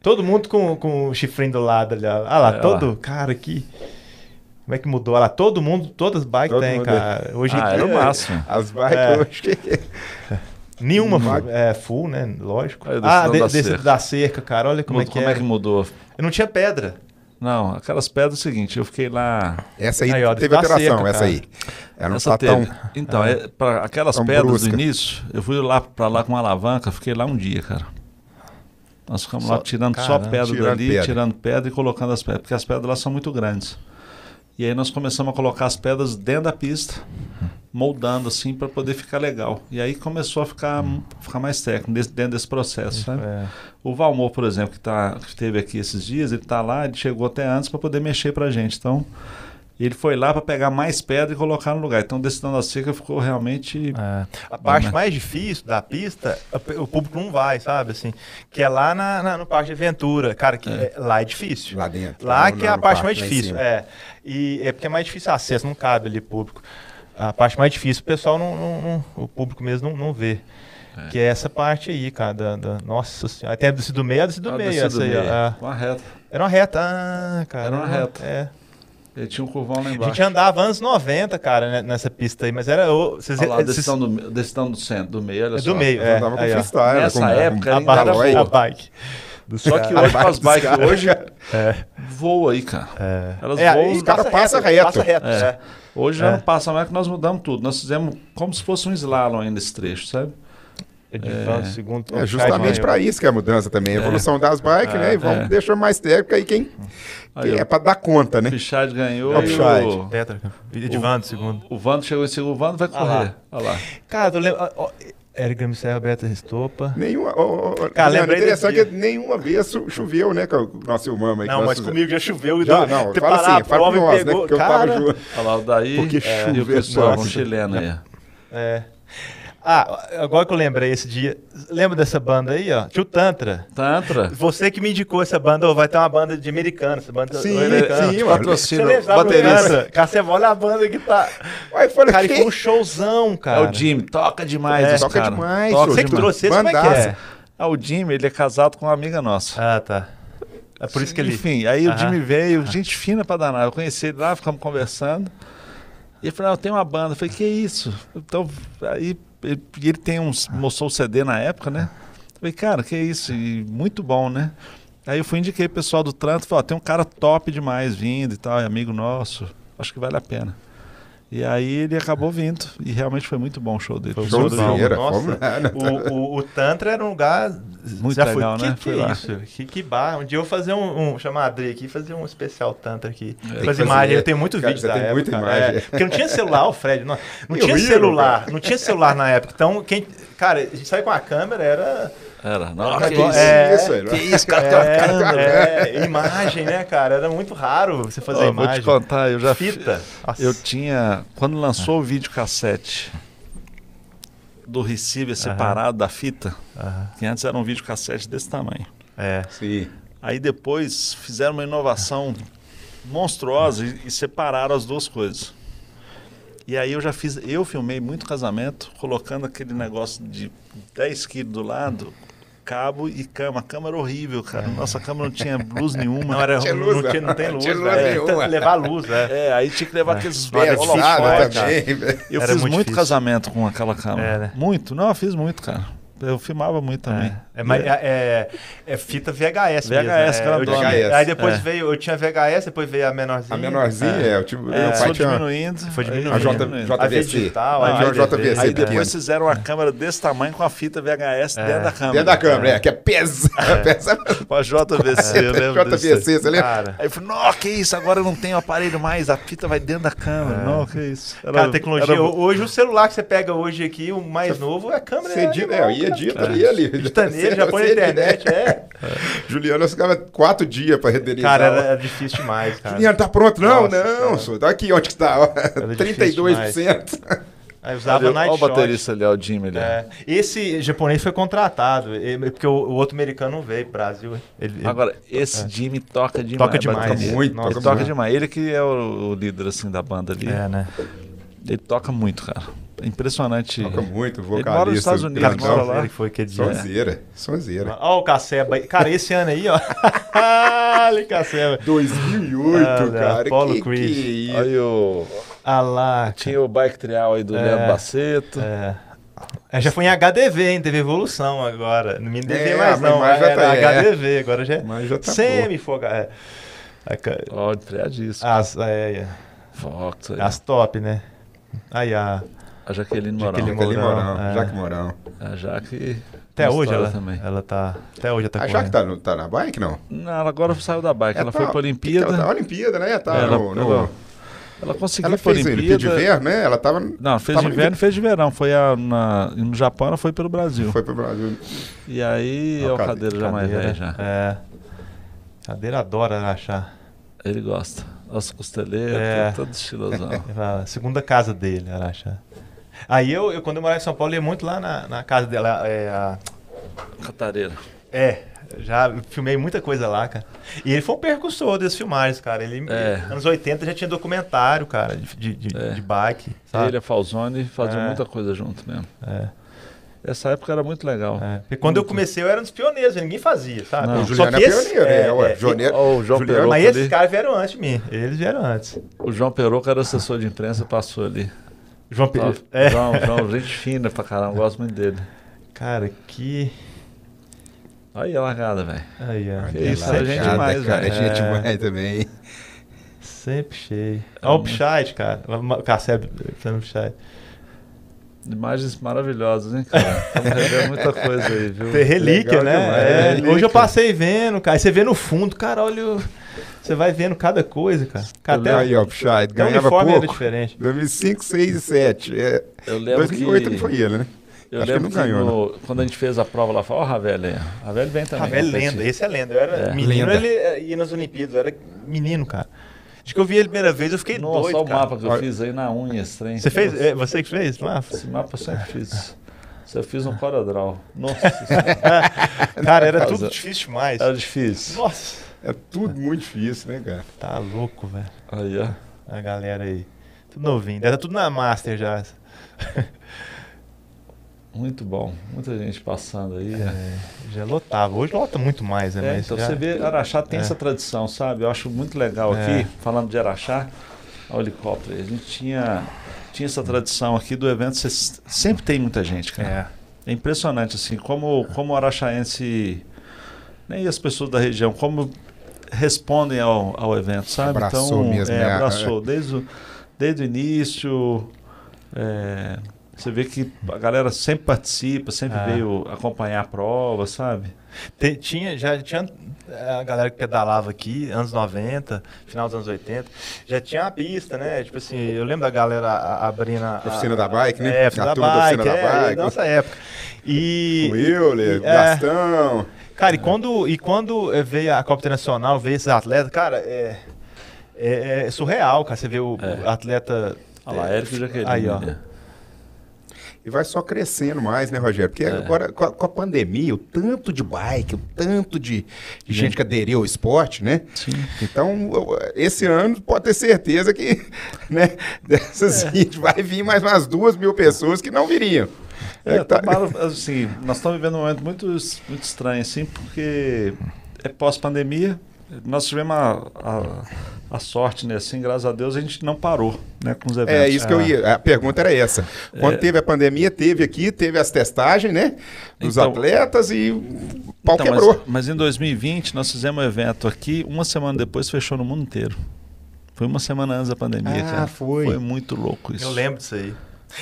[SPEAKER 2] todo mundo com, com o chifrinho do lado ali. ó. Ah lá,
[SPEAKER 3] É,
[SPEAKER 2] todo. Cara, que. Como é que mudou? Olha lá, todo mundo, todas as bikes
[SPEAKER 1] Todo
[SPEAKER 2] tem,
[SPEAKER 1] mundo.
[SPEAKER 2] cara. Hoje em
[SPEAKER 3] Ah,
[SPEAKER 2] dia.
[SPEAKER 3] era o máximo.
[SPEAKER 1] É, As bikes,
[SPEAKER 2] É.
[SPEAKER 1] eu acho que.
[SPEAKER 2] Nenhuma fu- é, full, né? Lógico.
[SPEAKER 3] Aí,
[SPEAKER 2] ah,
[SPEAKER 3] desceu da
[SPEAKER 2] de, desceu
[SPEAKER 3] cerca.
[SPEAKER 2] da cerca, cara. Olha como é que
[SPEAKER 3] como
[SPEAKER 2] é.
[SPEAKER 3] é que mudou?
[SPEAKER 2] Não tinha pedra.
[SPEAKER 3] Não, aquelas pedras é o seguinte, eu fiquei lá.
[SPEAKER 1] Essa aí,
[SPEAKER 2] Aí, ó,
[SPEAKER 1] teve
[SPEAKER 2] tá
[SPEAKER 1] alteração,
[SPEAKER 2] seca, cara.
[SPEAKER 1] essa aí. Ela não
[SPEAKER 3] Essa
[SPEAKER 1] tá tão.
[SPEAKER 3] teve. Então, é, pra aquelas
[SPEAKER 1] tão
[SPEAKER 3] pedras
[SPEAKER 1] brusca.
[SPEAKER 3] do início, eu fui lá pra lá com uma alavanca, fiquei lá um dia, cara. Nós ficamos
[SPEAKER 2] Só-
[SPEAKER 3] lá tirando
[SPEAKER 2] caramba,
[SPEAKER 3] só pedra
[SPEAKER 1] tirando
[SPEAKER 3] dali,
[SPEAKER 1] pedra.
[SPEAKER 3] tirando pedra e colocando as pedras, porque as pedras lá são muito grandes. E aí nós começamos a colocar as pedras dentro da pista, moldando assim para poder ficar legal. E aí começou a ficar,
[SPEAKER 1] Hum.
[SPEAKER 3] ficar mais técnico desse- dentro desse processo, né? sabe?
[SPEAKER 2] É.
[SPEAKER 3] O Valmor, por exemplo, que, tá, que teve aqui esses dias, ele tá lá, ele chegou até antes para poder mexer pra gente. Então, ele foi lá para pegar mais pedra e colocar no lugar. Então, desse dano da seca ficou realmente.
[SPEAKER 2] Ah, A parte
[SPEAKER 3] né?
[SPEAKER 2] mais difícil da pista, a pe- o público não vai, sabe? Assim, que é lá na, na- no Parque de Aventura. Cara, que é- lá é difícil.
[SPEAKER 1] Lá dentro,
[SPEAKER 2] Lá
[SPEAKER 1] lá no-
[SPEAKER 2] que é a
[SPEAKER 1] no
[SPEAKER 2] parte
[SPEAKER 1] parque,
[SPEAKER 2] mais
[SPEAKER 1] lá em
[SPEAKER 2] difícil.
[SPEAKER 1] cima.
[SPEAKER 2] É. E é porque é mais difícil acesso, não cabe ali público. A parte mais difícil, o pessoal não. não- não- o público mesmo não, não vê. Que é essa parte aí, cara. Da, da- nossa senhora. Tem a descida do meio, a descida do
[SPEAKER 3] Ah,
[SPEAKER 2] tá meio.
[SPEAKER 3] desceu
[SPEAKER 2] essa
[SPEAKER 3] do
[SPEAKER 2] aí,
[SPEAKER 3] meio.
[SPEAKER 2] ó. Ah,
[SPEAKER 3] Uma reta.
[SPEAKER 2] Era uma reta. Ah, cara.
[SPEAKER 3] Era uma reta.
[SPEAKER 2] É.
[SPEAKER 3] Ele tinha um curvão lá
[SPEAKER 2] A
[SPEAKER 3] embaixo.
[SPEAKER 2] gente andava anos 90, cara, né, nessa pista aí, mas era. o- Vocês,
[SPEAKER 3] Olha lá,
[SPEAKER 2] vocês-
[SPEAKER 3] decisão do, me- decisão do centro, do meio, olha
[SPEAKER 2] é
[SPEAKER 3] só.
[SPEAKER 2] do meio,
[SPEAKER 1] É,
[SPEAKER 2] é.
[SPEAKER 1] andava com
[SPEAKER 2] aí, ó.
[SPEAKER 1] freestyle.
[SPEAKER 3] Nessa
[SPEAKER 1] com,
[SPEAKER 3] época,
[SPEAKER 1] com
[SPEAKER 2] a
[SPEAKER 3] ainda era
[SPEAKER 1] Calói.
[SPEAKER 2] bike, a
[SPEAKER 3] boa.
[SPEAKER 2] bike.
[SPEAKER 3] Só que
[SPEAKER 1] A bike
[SPEAKER 3] hoje, com as
[SPEAKER 1] dos
[SPEAKER 3] bikes
[SPEAKER 1] caras.
[SPEAKER 3] hoje,
[SPEAKER 2] É.
[SPEAKER 3] voa aí, cara.
[SPEAKER 2] É.
[SPEAKER 3] Elas
[SPEAKER 2] É,
[SPEAKER 3] voam.
[SPEAKER 2] aí
[SPEAKER 1] os caras passam reto.
[SPEAKER 2] Passa reto,
[SPEAKER 3] É.
[SPEAKER 2] é.
[SPEAKER 3] Hoje já
[SPEAKER 2] É.
[SPEAKER 3] não passa mais que nós mudamos tudo. Nós fizemos como se fosse um slalom ainda esse trecho, sabe?
[SPEAKER 2] Edvan, é. segundo. um
[SPEAKER 1] É justamente para isso que é a mudança também. A evolução das bikes, né? E vamos
[SPEAKER 3] é. deixar
[SPEAKER 1] deixar mais técnica aí quem,
[SPEAKER 3] Aí,
[SPEAKER 1] é
[SPEAKER 3] ó.
[SPEAKER 1] para dar conta,
[SPEAKER 3] O
[SPEAKER 1] né?
[SPEAKER 3] Pichard ganhou.
[SPEAKER 1] É o
[SPEAKER 3] e
[SPEAKER 1] Pichard.
[SPEAKER 2] Edvan, segundo.
[SPEAKER 3] O Vando chegou em segundo, o Vando vai
[SPEAKER 2] Ah lá.
[SPEAKER 3] correr. Olha lá.
[SPEAKER 2] Cara, eu lembro. ó, ó, Eric Grêmio Serra, Roberto Restopa.
[SPEAKER 1] Nenhuma. ó, ó, ó,
[SPEAKER 2] Cara,
[SPEAKER 1] Leandro,
[SPEAKER 2] lembrei
[SPEAKER 1] interessante é
[SPEAKER 2] desse
[SPEAKER 1] que nenhuma vez cho- choveu, né? Com o nosso irmão aí. que
[SPEAKER 2] Não,
[SPEAKER 1] nós
[SPEAKER 2] mas
[SPEAKER 1] fizemos.
[SPEAKER 2] comigo já choveu.
[SPEAKER 1] Já,
[SPEAKER 2] então,
[SPEAKER 1] não,
[SPEAKER 2] preparar
[SPEAKER 1] fala
[SPEAKER 2] a
[SPEAKER 1] assim, fala
[SPEAKER 2] prova
[SPEAKER 1] pra
[SPEAKER 2] e
[SPEAKER 1] nós, né?
[SPEAKER 2] pegou.
[SPEAKER 1] Porque eu
[SPEAKER 2] cara,
[SPEAKER 1] tava junto.
[SPEAKER 3] Olha lá o Daí
[SPEAKER 1] Porque
[SPEAKER 3] é, e o
[SPEAKER 1] choveu,
[SPEAKER 3] pessoal um
[SPEAKER 1] nossa.
[SPEAKER 3] chileno aí.
[SPEAKER 2] É. Ah, agora que eu lembrei esse dia. Lembra dessa banda aí, ó? Tio Tantra.
[SPEAKER 3] Tantra.
[SPEAKER 2] Você que me indicou essa banda, ô, vai ter uma banda de americana, essa banda
[SPEAKER 1] Sim,
[SPEAKER 2] americana.
[SPEAKER 1] sim, mano.
[SPEAKER 2] Você
[SPEAKER 3] Patrocínio,
[SPEAKER 2] lembra
[SPEAKER 3] baterista.
[SPEAKER 2] baterista? Cara, você olha a banda que tá.
[SPEAKER 1] Aí falei,
[SPEAKER 2] Cara, e foi um
[SPEAKER 1] que
[SPEAKER 2] showzão,
[SPEAKER 3] É
[SPEAKER 2] cara.
[SPEAKER 3] o Jimmy, toca demais
[SPEAKER 2] É.
[SPEAKER 3] esse
[SPEAKER 1] Toca
[SPEAKER 3] cara.
[SPEAKER 1] demais,
[SPEAKER 3] Toca
[SPEAKER 1] ô,
[SPEAKER 2] Você que
[SPEAKER 1] Jimmy.
[SPEAKER 3] demais.
[SPEAKER 2] trouxe, ele, como é que é?
[SPEAKER 1] Bandaça.
[SPEAKER 3] Ah, o Jimmy, ele é casado com uma amiga nossa.
[SPEAKER 2] Ah, tá. É por isso que ele.
[SPEAKER 3] Enfim, aí o
[SPEAKER 2] Aham.
[SPEAKER 3] Jimmy veio, gente fina pra danar. Eu conheci ele lá, ficamos conversando. E ele falou, ah, eu tenho uma banda. Eu falei, que isso? Então, aí ele, e ele tem uns, mostrou o CD na época, né? Eu falei, cara, que isso? E muito bom, né? Aí eu fui indiquei pro pessoal do trânsito, falei, ó, tem um cara top demais vindo e tal, é amigo nosso, acho que vale a pena. E aí ele acabou vindo, e realmente foi muito bom o show dele.
[SPEAKER 1] Foi
[SPEAKER 3] O show
[SPEAKER 1] bom,
[SPEAKER 3] do João.
[SPEAKER 1] sim. Era,
[SPEAKER 2] Nossa,
[SPEAKER 1] fomos lá, né?
[SPEAKER 2] o, o- o Tantra era um lugar.
[SPEAKER 3] Muito
[SPEAKER 2] já
[SPEAKER 3] legal,
[SPEAKER 2] foi,
[SPEAKER 3] né?
[SPEAKER 2] Que,
[SPEAKER 3] Fui
[SPEAKER 2] que
[SPEAKER 3] lá.
[SPEAKER 2] isso? Que, que bar. Um dia eu vou fazer um, um. Chamar a Adri aqui e fazer um especial Tantra aqui.
[SPEAKER 1] que
[SPEAKER 2] Com as
[SPEAKER 1] fazer.
[SPEAKER 2] imagens. Eu tenho muito
[SPEAKER 1] Cara,
[SPEAKER 2] vídeo
[SPEAKER 1] você
[SPEAKER 2] da
[SPEAKER 1] tem
[SPEAKER 2] época.
[SPEAKER 1] muita
[SPEAKER 2] cara.
[SPEAKER 1] imagem.
[SPEAKER 2] É, porque não tinha celular, o Fred. Não, não
[SPEAKER 1] Eu
[SPEAKER 2] tinha
[SPEAKER 1] rio,
[SPEAKER 2] celular. Não tinha celular na época. Então, quem. Cara, a gente saiu com a câmera, era.
[SPEAKER 3] Era,
[SPEAKER 2] Era
[SPEAKER 3] nossa,
[SPEAKER 2] que
[SPEAKER 3] que isso.
[SPEAKER 2] é,
[SPEAKER 1] aí, não é?
[SPEAKER 2] É, é, imagem, né, cara? Era muito raro você fazer
[SPEAKER 3] Ó, vou te
[SPEAKER 2] imagem.
[SPEAKER 3] contar, eu já
[SPEAKER 2] Fita. Nossa.
[SPEAKER 3] Eu tinha. Quando lançou o videocassete do receiver separado da fita,
[SPEAKER 2] Aham.
[SPEAKER 3] que antes era um videocassete desse tamanho.
[SPEAKER 2] É.
[SPEAKER 1] Sim.
[SPEAKER 3] Aí depois fizeram uma inovação monstruosa e, e separaram as duas coisas. E aí eu já fiz, eu filmei muito casamento, colocando aquele negócio de 10 quilos do lado, cabo e cama. A cama era horrível, cara. Nossa, a cama não tinha luz nenhuma.
[SPEAKER 2] Não, era,
[SPEAKER 1] Tinha
[SPEAKER 2] não,
[SPEAKER 1] luz,
[SPEAKER 2] não
[SPEAKER 1] né?
[SPEAKER 2] tinha- não tem luz,
[SPEAKER 1] Tinha luz
[SPEAKER 2] velho.
[SPEAKER 1] nenhuma.
[SPEAKER 2] Levar luz, é.
[SPEAKER 3] É, aí tinha que levar aqueles
[SPEAKER 1] Pesado
[SPEAKER 3] holofotes,
[SPEAKER 1] também. velho.
[SPEAKER 3] Eu
[SPEAKER 2] Era
[SPEAKER 3] fiz
[SPEAKER 2] muito
[SPEAKER 3] muito,
[SPEAKER 2] difícil.
[SPEAKER 3] casamento com aquela câmera.
[SPEAKER 2] É, né?
[SPEAKER 3] Muito? Não, eu fiz muito, cara. Eu filmava muito também.
[SPEAKER 2] É, mas é, é- é fita VHS, mesmo.
[SPEAKER 3] VHS,
[SPEAKER 2] é,
[SPEAKER 3] grandona.
[SPEAKER 2] eu tinha-
[SPEAKER 1] VHS,
[SPEAKER 2] Aí depois
[SPEAKER 3] é.
[SPEAKER 2] veio, eu tinha VHS, depois veio a menorzinha.
[SPEAKER 1] A menorzinha é, o tipo,
[SPEAKER 3] É,
[SPEAKER 1] meu
[SPEAKER 3] foi
[SPEAKER 1] pai tinha uma-
[SPEAKER 3] diminuindo.
[SPEAKER 2] Foi diminuindo.
[SPEAKER 1] a
[SPEAKER 2] né?
[SPEAKER 1] J, Ah,
[SPEAKER 3] Aí,
[SPEAKER 2] A V
[SPEAKER 1] JVC.
[SPEAKER 2] digital,
[SPEAKER 1] Aí
[SPEAKER 2] a
[SPEAKER 1] tinha uma
[SPEAKER 2] JVC,
[SPEAKER 1] JVC
[SPEAKER 3] aí
[SPEAKER 1] pequena.
[SPEAKER 3] depois fizeram uma câmera desse tamanho com a fita VHS dentro da câmera. É,
[SPEAKER 1] Dentro da câmera, é, que é pesada. pesada.
[SPEAKER 3] Com a JVC, eu lembro disso aí.
[SPEAKER 1] JVC, você lembra?
[SPEAKER 2] Cara,
[SPEAKER 3] Aí eu falei, não, que isso, agora eu não tenho aparelho mais, a fita vai dentro da
[SPEAKER 2] É.
[SPEAKER 3] câmera. Não, que isso. Era-
[SPEAKER 2] cara, tecnologia.
[SPEAKER 3] era-
[SPEAKER 2] Hoje o celular que você pega hoje aqui, o mais novo, é a câmera.
[SPEAKER 1] Você edita, é, eu ia edita ali, ali.
[SPEAKER 2] Edita É. Tá nele,
[SPEAKER 1] Você-
[SPEAKER 2] já põe na
[SPEAKER 1] você
[SPEAKER 2] internet,
[SPEAKER 1] edita.
[SPEAKER 2] é.
[SPEAKER 1] Juliano, eu ficava quatro dias pra renderizar.
[SPEAKER 2] Cara, era, era difícil demais, cara.
[SPEAKER 1] Juliano, tá pronto? Não,
[SPEAKER 2] Nossa,
[SPEAKER 1] não,
[SPEAKER 2] cara.
[SPEAKER 1] senhor. Tá aqui, onde que tá? ó.
[SPEAKER 2] difícil
[SPEAKER 1] 32%.
[SPEAKER 2] Aí usava
[SPEAKER 3] Olha
[SPEAKER 2] Night
[SPEAKER 3] o
[SPEAKER 2] Shot.
[SPEAKER 3] baterista ali, ó, o Jimmy ali.
[SPEAKER 2] É, esse japonês foi contratado, e- porque o, o outro americano não veio pro Brasil. Ele- ele-
[SPEAKER 3] Agora, esse Jimmy toca demais.
[SPEAKER 2] Toca demais.
[SPEAKER 3] bateria.
[SPEAKER 1] muito,
[SPEAKER 2] Nossa,
[SPEAKER 3] Ele toca demais. Ele que é o, o líder assim da banda ali.
[SPEAKER 2] É, né?
[SPEAKER 3] Ele toca muito, cara. É Impressionante.
[SPEAKER 1] Toca muito,
[SPEAKER 3] mora nos
[SPEAKER 1] vocalista.
[SPEAKER 3] Estados Unidos,
[SPEAKER 1] grandão.
[SPEAKER 3] mora lá.
[SPEAKER 2] Ele foi que dia.
[SPEAKER 1] Sonzeira, sonzeira.
[SPEAKER 2] Olha o Caceba aí. Cara, esse ano aí, ó. Olha o Caceba.
[SPEAKER 3] Ah,
[SPEAKER 1] 2008,
[SPEAKER 2] Ah, né,
[SPEAKER 1] cara.
[SPEAKER 2] Apollo
[SPEAKER 1] que, que
[SPEAKER 2] Creed.
[SPEAKER 1] isso.
[SPEAKER 3] Aí o...
[SPEAKER 2] Ah lá. cara.
[SPEAKER 3] Tinha o bike trial aí do
[SPEAKER 2] É.
[SPEAKER 3] Leandro Baceto.
[SPEAKER 2] É. É, já foi em HDV, hein? Teve evolução agora. Não me DV
[SPEAKER 1] É,
[SPEAKER 2] mais,
[SPEAKER 1] mas
[SPEAKER 2] não.
[SPEAKER 1] mais já
[SPEAKER 2] Era
[SPEAKER 1] tá- é.
[SPEAKER 2] HDV, agora já é.
[SPEAKER 1] Mas já tá
[SPEAKER 2] Semi foga. É. A ca-
[SPEAKER 3] Ó, triadisco.
[SPEAKER 2] As, é,
[SPEAKER 3] Vox aí.
[SPEAKER 2] é. As top, né? Aí a.
[SPEAKER 3] A Jaqueline Moral.
[SPEAKER 1] Jaque
[SPEAKER 2] Jaqueline
[SPEAKER 1] Mourão,
[SPEAKER 2] Mourão, é.
[SPEAKER 1] Jaque Mourão.
[SPEAKER 3] A Jaque...
[SPEAKER 2] Até
[SPEAKER 3] uma
[SPEAKER 2] hoje
[SPEAKER 3] história
[SPEAKER 2] ela,
[SPEAKER 3] Também.
[SPEAKER 2] ela tá. Até hoje ela tá
[SPEAKER 1] a Jaque tá, no- tá na bike, não?
[SPEAKER 3] Não, ela agora saiu da bike. um- É ela
[SPEAKER 1] tá-
[SPEAKER 3] foi pra
[SPEAKER 1] Tá, tá,
[SPEAKER 3] Olimpíada.
[SPEAKER 1] Olimpíada, né? Tá
[SPEAKER 3] Ela-
[SPEAKER 1] no, no-
[SPEAKER 3] ela- Ela conseguiu
[SPEAKER 1] ela
[SPEAKER 3] ir pra
[SPEAKER 1] fez Olimpíada de
[SPEAKER 3] Olimpíada.
[SPEAKER 1] inverno, né? Ela tava...
[SPEAKER 3] Não, fez
[SPEAKER 1] tava
[SPEAKER 3] de inverno e fez de verão. Foi a- na- no Japão, ela foi pelo Brasil.
[SPEAKER 1] Foi pro Brasil.
[SPEAKER 3] E aí,
[SPEAKER 1] Ó,
[SPEAKER 3] é o
[SPEAKER 1] cade-
[SPEAKER 3] cadeira já mais velho já.
[SPEAKER 2] É. Cadeira adora achar.
[SPEAKER 3] É. Ele gosta. Nossa costeleira,
[SPEAKER 2] É.
[SPEAKER 3] todo estilosão.
[SPEAKER 2] Era é a segunda casa dele, Araxá. Aí eu, eu, quando eu morava em São Paulo, ia muito lá na, na casa dela. É, a-
[SPEAKER 3] Catareira.
[SPEAKER 2] é, já filmei muita coisa lá, cara. E ele foi um percussor desses filmagens, cara. Ele,
[SPEAKER 3] É.
[SPEAKER 2] anos 80 já tinha documentário, cara, de, de, de-
[SPEAKER 3] É.
[SPEAKER 2] de bike. Sabe?
[SPEAKER 3] Ele e a Falzone faziam
[SPEAKER 2] Tá. É.
[SPEAKER 3] muita coisa junto mesmo.
[SPEAKER 2] É.
[SPEAKER 3] Essa época era muito legal.
[SPEAKER 2] É, porque quando eu comecei, eu era um dos pioneiros, ninguém fazia, sabe?
[SPEAKER 3] Não.
[SPEAKER 1] O
[SPEAKER 3] Só
[SPEAKER 1] Juliano é
[SPEAKER 2] que esse- é,
[SPEAKER 1] pioneiro, né? Ué, Juliano-
[SPEAKER 3] Ó, o João
[SPEAKER 1] Juliano-
[SPEAKER 3] Peroco
[SPEAKER 2] Mas esses
[SPEAKER 3] ali.
[SPEAKER 2] caras vieram antes de mim. Eles vieram antes.
[SPEAKER 3] O João Peroco era assessor de imprensa, passou ali.
[SPEAKER 2] João
[SPEAKER 3] Ó,
[SPEAKER 2] Pedro. É.
[SPEAKER 3] João, João, gente fina pra caramba, gosto muito dele.
[SPEAKER 2] Cara, que.
[SPEAKER 3] Aí a largada, velho.
[SPEAKER 2] Aí, ó.
[SPEAKER 3] Que
[SPEAKER 1] Aquela
[SPEAKER 3] isso, é gente
[SPEAKER 1] jada,
[SPEAKER 3] demais,
[SPEAKER 1] cara. É
[SPEAKER 3] velho.
[SPEAKER 1] gente
[SPEAKER 2] É.
[SPEAKER 1] demais também.
[SPEAKER 2] Sempre cheio. Olha o Pichite, cara. O Casseb, Fernando Pichite.
[SPEAKER 3] Imagens maravilhosas, hein, cara? Estamos revendo muita coisa aí, viu?
[SPEAKER 2] Tem relíquia,
[SPEAKER 1] Legal
[SPEAKER 2] né?
[SPEAKER 1] demais,
[SPEAKER 2] É,
[SPEAKER 1] né? Relíquia.
[SPEAKER 2] Hoje eu passei vendo, cara. Aí você vê no fundo, cara, olha. o- Você vai vendo cada coisa, cara. Cadê?
[SPEAKER 1] Olha aí, ó, Pshait,
[SPEAKER 3] um
[SPEAKER 1] ganhava
[SPEAKER 2] o uniforme era
[SPEAKER 1] pouco.
[SPEAKER 2] diferente.
[SPEAKER 1] 2005, 6 e 7. É,
[SPEAKER 3] Eu lembro
[SPEAKER 1] 2008
[SPEAKER 3] que...
[SPEAKER 1] não foi ele, né?
[SPEAKER 3] Eu
[SPEAKER 1] Acho que
[SPEAKER 3] lembro
[SPEAKER 1] não
[SPEAKER 3] que,
[SPEAKER 1] ganhou,
[SPEAKER 3] no- quando a gente fez a prova lá, falou, ó, Ravel aí. Ravel vem também.
[SPEAKER 2] Ravel
[SPEAKER 3] né?
[SPEAKER 2] é
[SPEAKER 3] competir."
[SPEAKER 2] lenda, esse é lenda. Eu era
[SPEAKER 3] É.
[SPEAKER 2] menino,
[SPEAKER 1] Lenda.
[SPEAKER 2] ele eh, ia nas Olimpíadas, eu era menino, cara. Acho que eu vi ele a primeira vez, eu fiquei
[SPEAKER 3] Nossa,
[SPEAKER 2] é doido,
[SPEAKER 3] olha o
[SPEAKER 2] cara.
[SPEAKER 3] mapa que eu
[SPEAKER 1] Olha-
[SPEAKER 3] fiz aí na unha, esse trem.
[SPEAKER 2] Você fez?
[SPEAKER 3] Nossa,
[SPEAKER 2] é, você que fez? Mapa?
[SPEAKER 3] Esse mapa é eu
[SPEAKER 2] É.
[SPEAKER 3] sempre fiz. Isso eu fiz no Coradral. Nossa, isso
[SPEAKER 2] Cara, era
[SPEAKER 3] Causa-
[SPEAKER 2] tudo difícil demais.
[SPEAKER 3] era difícil.
[SPEAKER 2] Nossa,
[SPEAKER 1] É tudo muito difícil, né, cara?
[SPEAKER 2] tá louco, velho.
[SPEAKER 3] Aí, ó.
[SPEAKER 2] A galera aí. Tudo novinho. Deve tá tudo na Master já.
[SPEAKER 3] Muito bom. Muita gente passando aí.
[SPEAKER 2] É, já lotava. Hoje lota muito mais, né?
[SPEAKER 3] É,
[SPEAKER 2] Mas
[SPEAKER 3] então
[SPEAKER 2] já-
[SPEAKER 3] você vê, Araxá tem
[SPEAKER 2] É.
[SPEAKER 3] essa tradição, sabe? Eu acho muito legal
[SPEAKER 2] É.
[SPEAKER 3] aqui, falando de Araxá, o helicóptero. A gente tinha, tinha essa tradição aqui do evento, você s- sempre tem muita gente, cara.
[SPEAKER 2] É.
[SPEAKER 3] É impressionante, assim, como, como o araxaense né, e as pessoas da região, como respondem ao, ao evento, sabe?
[SPEAKER 1] Abraçou mesmo,
[SPEAKER 3] é,
[SPEAKER 1] né?
[SPEAKER 3] abraçou desde o, desde o início. é, você vê que a galera sempre participa, sempre
[SPEAKER 2] É.
[SPEAKER 3] veio acompanhar a prova, sabe?
[SPEAKER 2] Te- tinha, já tinha é, a galera que pedalava aqui, anos 90, final dos anos 80, já tinha uma pista, né? Tipo assim, eu lembro da galera a- abrindo a...
[SPEAKER 1] Oficina
[SPEAKER 2] a-
[SPEAKER 1] da bike, né?
[SPEAKER 2] É, oficina
[SPEAKER 1] A
[SPEAKER 2] da
[SPEAKER 1] turma da
[SPEAKER 2] bike,
[SPEAKER 1] oficina da
[SPEAKER 2] é,
[SPEAKER 1] bike.
[SPEAKER 2] da nossa época. E...
[SPEAKER 1] Willer,
[SPEAKER 2] e- é.
[SPEAKER 1] Gastão.
[SPEAKER 2] Cara, e quando, e quando eh, veio a Copa Internacional, veio esses atletas, cara, é, é, é surreal, cara. Você vê o
[SPEAKER 3] É.
[SPEAKER 2] o atleta.
[SPEAKER 3] Olha lá,
[SPEAKER 2] é,
[SPEAKER 3] Érico Jaqueline.
[SPEAKER 2] Aí, ó.
[SPEAKER 3] né?
[SPEAKER 1] E vai só crescendo mais, né, Rogério? Porque agora, com a, com a pandemia, o tanto de bike, o tanto de, de gente que aderiu ao esporte, né?
[SPEAKER 3] Sim.
[SPEAKER 1] Então, eu- esse ano pode ter certeza que, né, dessas gente vai vir mais umas duas mil pessoas que não viriam.
[SPEAKER 3] É,
[SPEAKER 1] É que tá-
[SPEAKER 3] Tabara, assim, nós estamos vivendo um momento muito, es- muito estranho, assim, porque é pós-pandemia. Nós tivemos a, a- a sorte, né? Assim, graças a Deus, a gente não parou né, com os eventos.
[SPEAKER 1] É isso que eu ia. A pergunta era essa. Quando
[SPEAKER 3] É.
[SPEAKER 1] teve a pandemia, teve aqui, teve as testagens, né? Dos
[SPEAKER 3] Então-
[SPEAKER 1] atletas e o pau
[SPEAKER 3] Então,
[SPEAKER 1] quebrou.
[SPEAKER 3] Mas, mas em 2020, nós fizemos um evento aqui, uma semana depois fechou no mundo inteiro. Foi uma semana antes da pandemia,
[SPEAKER 1] Ah,
[SPEAKER 3] cara.
[SPEAKER 1] foi.
[SPEAKER 3] Foi muito louco isso.
[SPEAKER 2] Eu lembro disso aí.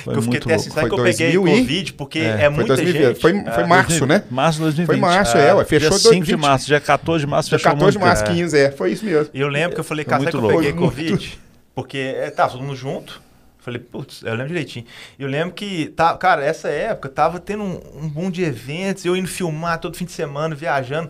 [SPEAKER 3] Foi
[SPEAKER 2] eu fiquei
[SPEAKER 3] muito
[SPEAKER 2] até
[SPEAKER 3] louco.
[SPEAKER 2] assim, sabe
[SPEAKER 1] Foi
[SPEAKER 2] que eu peguei
[SPEAKER 1] 2000 e-
[SPEAKER 2] Covid? Porque
[SPEAKER 3] É,
[SPEAKER 2] é,
[SPEAKER 1] foi
[SPEAKER 2] muita
[SPEAKER 1] 2020.
[SPEAKER 2] gente.
[SPEAKER 1] Foi- foi
[SPEAKER 2] É.
[SPEAKER 1] mais- março, né?
[SPEAKER 3] Março de 2020.
[SPEAKER 1] Foi março, é, ué, fechou
[SPEAKER 3] dia 5 de
[SPEAKER 1] 2020.
[SPEAKER 3] março, dia 14 de março,
[SPEAKER 1] Dia
[SPEAKER 3] fechou
[SPEAKER 1] 14 de
[SPEAKER 3] o mundo
[SPEAKER 1] março,
[SPEAKER 3] inteiro.
[SPEAKER 1] 15, é. Foi isso mesmo.
[SPEAKER 2] E eu lembro que eu falei,
[SPEAKER 3] Foi
[SPEAKER 2] cara, será
[SPEAKER 3] muito
[SPEAKER 2] que eu
[SPEAKER 3] louco.
[SPEAKER 2] peguei
[SPEAKER 1] Foi muito.
[SPEAKER 2] Covid? Porque é, tá todo mundo junto. Falei, putz, eu lembro direitinho. E Eu lembro que, tá, cara, essa época tava tendo um, um boom de eventos, eu indo filmar todo fim de semana, viajando.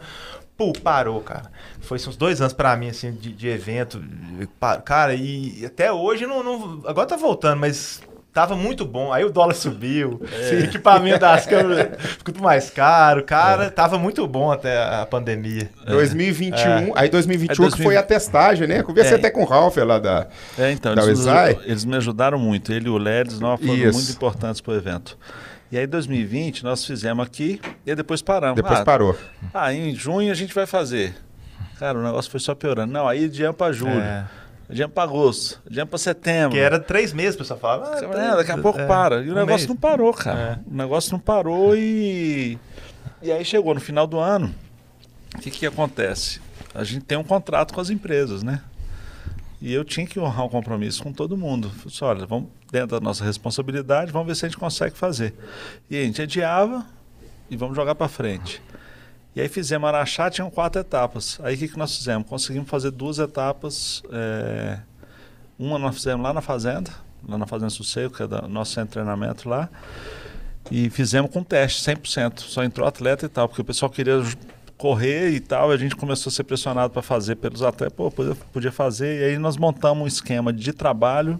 [SPEAKER 2] Pô, parou, cara. Foi assim, uns dois anos pra mim, assim, de, de evento. E pa- Cara, e até hoje não, não- Agora tá voltando, mas tava muito bom. Aí o dólar subiu,
[SPEAKER 3] É.
[SPEAKER 2] o equipamento das câmeras ficou tudo mais caro. Cara,
[SPEAKER 3] É.
[SPEAKER 2] tava muito bom até a pandemia.
[SPEAKER 1] 2021, aí 2021
[SPEAKER 3] É
[SPEAKER 1] que
[SPEAKER 3] 2020.
[SPEAKER 1] foi a testagem, né? Conversei
[SPEAKER 3] É.
[SPEAKER 1] até com o Ralph lá da.
[SPEAKER 3] É, então,
[SPEAKER 1] Da
[SPEAKER 3] eles,
[SPEAKER 1] Wesai?
[SPEAKER 3] eles me ajudaram muito. Ele e o Ledes nós foram
[SPEAKER 1] Isso.
[SPEAKER 3] muito importantes para o evento. E aí, em 2020, nós fizemos aqui e aí depois paramos.
[SPEAKER 1] Depois
[SPEAKER 3] Ah,
[SPEAKER 1] parou.
[SPEAKER 3] Ah, em junho a gente vai fazer. Cara, o negócio foi só piorando. Não, aí adianta para julho,
[SPEAKER 2] É.
[SPEAKER 3] adianta para agosto, adianta para setembro.
[SPEAKER 2] Que era três meses, o pessoal falava. Ah,
[SPEAKER 3] É,
[SPEAKER 2] três-
[SPEAKER 3] daqui a pouco
[SPEAKER 2] é,
[SPEAKER 3] para. E o
[SPEAKER 2] um
[SPEAKER 3] negócio
[SPEAKER 2] mês.
[SPEAKER 3] não parou, cara. O negócio não parou e. E aí chegou no final do ano. O que, que acontece? A gente tem um contrato com as empresas, né? E eu tinha que honrar um compromisso com todo mundo. Falei assim, olha, vamos, dentro da nossa responsabilidade, vamos ver se a gente consegue fazer. E a gente adiava e vamos jogar para frente. E aí fizemos Araxá, tinham quatro etapas. Aí o que, que nós fizemos? Conseguimos fazer duas etapas. é, Uma nós fizemos lá na fazenda, lá na Fazenda Sossego, que é da- nosso centro de treinamento lá. E fizemos com teste, 100%. Só entrou atleta e tal, porque o pessoal queria ju- correr e tal. E a gente começou a ser pressionado para fazer pelos atletas. Pô, podia, podia fazer. E aí nós montamos um esquema de trabalho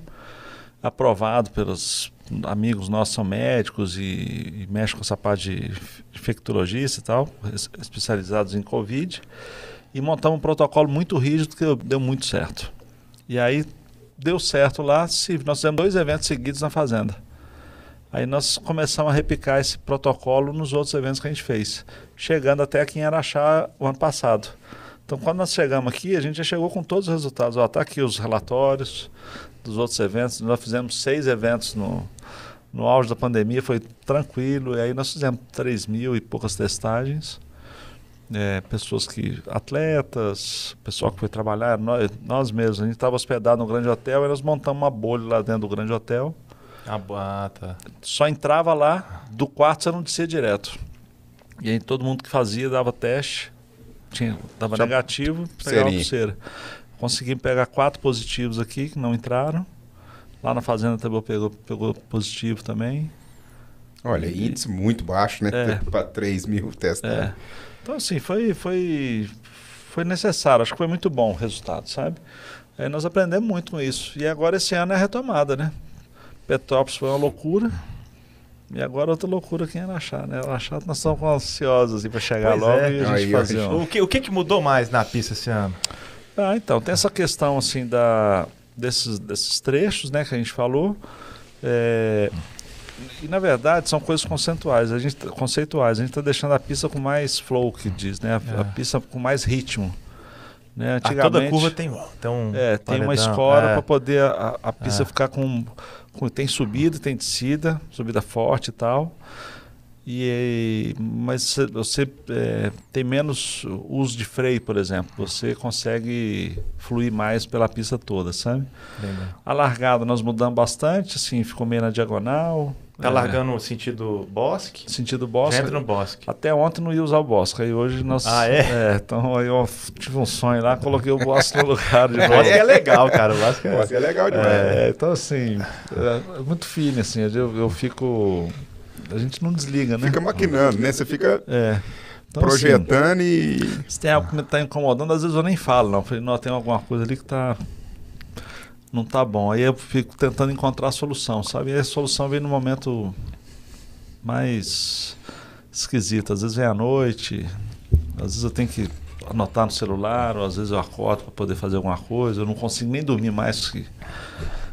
[SPEAKER 3] aprovado pelos amigos nossos, são médicos e, e mexem com essa parte de f- infectologista e tal, es- especializados em Covid. E montamos um protocolo muito rígido que deu muito certo. E aí deu certo lá, se- nós fizemos dois eventos seguidos na fazenda. Aí nós começamos a replicar esse protocolo nos outros eventos que a gente fez, chegando até aqui em Araxá o ano passado. Então, quando nós chegamos aqui, a gente já chegou com todos os resultados. Ó, tá aqui os relatórios dos outros eventos. Nós fizemos seis eventos no, no auge da pandemia, foi tranquilo. E aí nós fizemos três mil e poucas testagens. É, pessoas que. atletas, pessoal que foi trabalhar, nós, nós mesmos. A gente estava hospedado no grande hotel e nós montamos uma bolha lá dentro do grande hotel
[SPEAKER 2] Ah, bo- Ah, tá.
[SPEAKER 3] só entrava lá, do quarto você não descia direto. E aí todo mundo que fazia dava teste, tinha, dava
[SPEAKER 1] Já
[SPEAKER 3] negativo, pegava a
[SPEAKER 1] pulseirinha.
[SPEAKER 3] pulseira. Conseguimos pegar quatro positivos aqui que não entraram. Lá na fazenda também pegou, pegou positivo também.
[SPEAKER 1] Olha, índice muito baixo, né?
[SPEAKER 3] É.
[SPEAKER 1] Para 3 mil testados.
[SPEAKER 3] É. Então assim, foi, foi, foi necessário, acho que foi muito bom o resultado, sabe? Aí nós aprendemos muito com isso. E agora esse ano é a retomada, né? Petrópolis foi uma loucura. E agora outra loucura quem era achar, né? Achar nós estamos ansiosos assim, para chegar
[SPEAKER 2] Pois
[SPEAKER 3] logo
[SPEAKER 2] é.
[SPEAKER 3] e a gente
[SPEAKER 1] Aí, ó,
[SPEAKER 3] fazer
[SPEAKER 1] gente.
[SPEAKER 3] um.
[SPEAKER 2] O que, o que que mudou mais na pista esse ano?
[SPEAKER 3] Ah, então, tem essa questão assim da, desses, desses trechos né, que a gente falou. É, e na verdade são coisas conceituais. A gente, tá- conceituais. A gente está deixando a pista com mais flow, que diz, né? A, a
[SPEAKER 2] É.
[SPEAKER 3] pista com mais ritmo. Né?
[SPEAKER 2] Ah, toda
[SPEAKER 3] Antigamente-
[SPEAKER 2] curva tem, um- tem um.
[SPEAKER 3] é, tem uma
[SPEAKER 2] paredão.
[SPEAKER 3] escora
[SPEAKER 2] É.
[SPEAKER 3] para poder a, a pista ficar com, com- Tem subida, tem descida, subida forte e tal. E, mas cê- você é, tem menos uso de freio, por exemplo. Você consegue fluir mais pela pista toda, sabe?
[SPEAKER 2] um
[SPEAKER 3] A largada nós mudamos bastante, assim, ficou meio na diagonal.
[SPEAKER 2] Tá
[SPEAKER 3] é,
[SPEAKER 2] largando o sentido bosque?
[SPEAKER 3] Sentido
[SPEAKER 2] Já
[SPEAKER 3] bosque.
[SPEAKER 2] entra no bosque. é
[SPEAKER 3] Até ontem não ia usar o Bosque, aí hoje nós.
[SPEAKER 2] Ah, é?
[SPEAKER 3] então aí eu tive um sonho lá, coloquei o Bosque no lugar de
[SPEAKER 2] O
[SPEAKER 3] novo.
[SPEAKER 2] bosque é legal, cara. O bosque é...
[SPEAKER 1] Pô, assim é legal demais. né?
[SPEAKER 3] É, então assim, é muito fino, assim, eu, eu fico. A gente não desliga, né?
[SPEAKER 1] Fica maquinando, né? Você fica
[SPEAKER 3] É. Então, assim,
[SPEAKER 1] projetando e.
[SPEAKER 3] se tem algo que me tá incomodando, às vezes eu nem falo, não. Falei, não, tem alguma coisa ali que tá. Não tá bom. Aí eu fico tentando encontrar a solução, sabe? E a solução vem no momento mais esquisito. Às vezes vem à noite, às vezes eu tenho que anotar no celular, ou às vezes eu acordo para poder fazer alguma coisa. Eu não consigo nem dormir mais. Que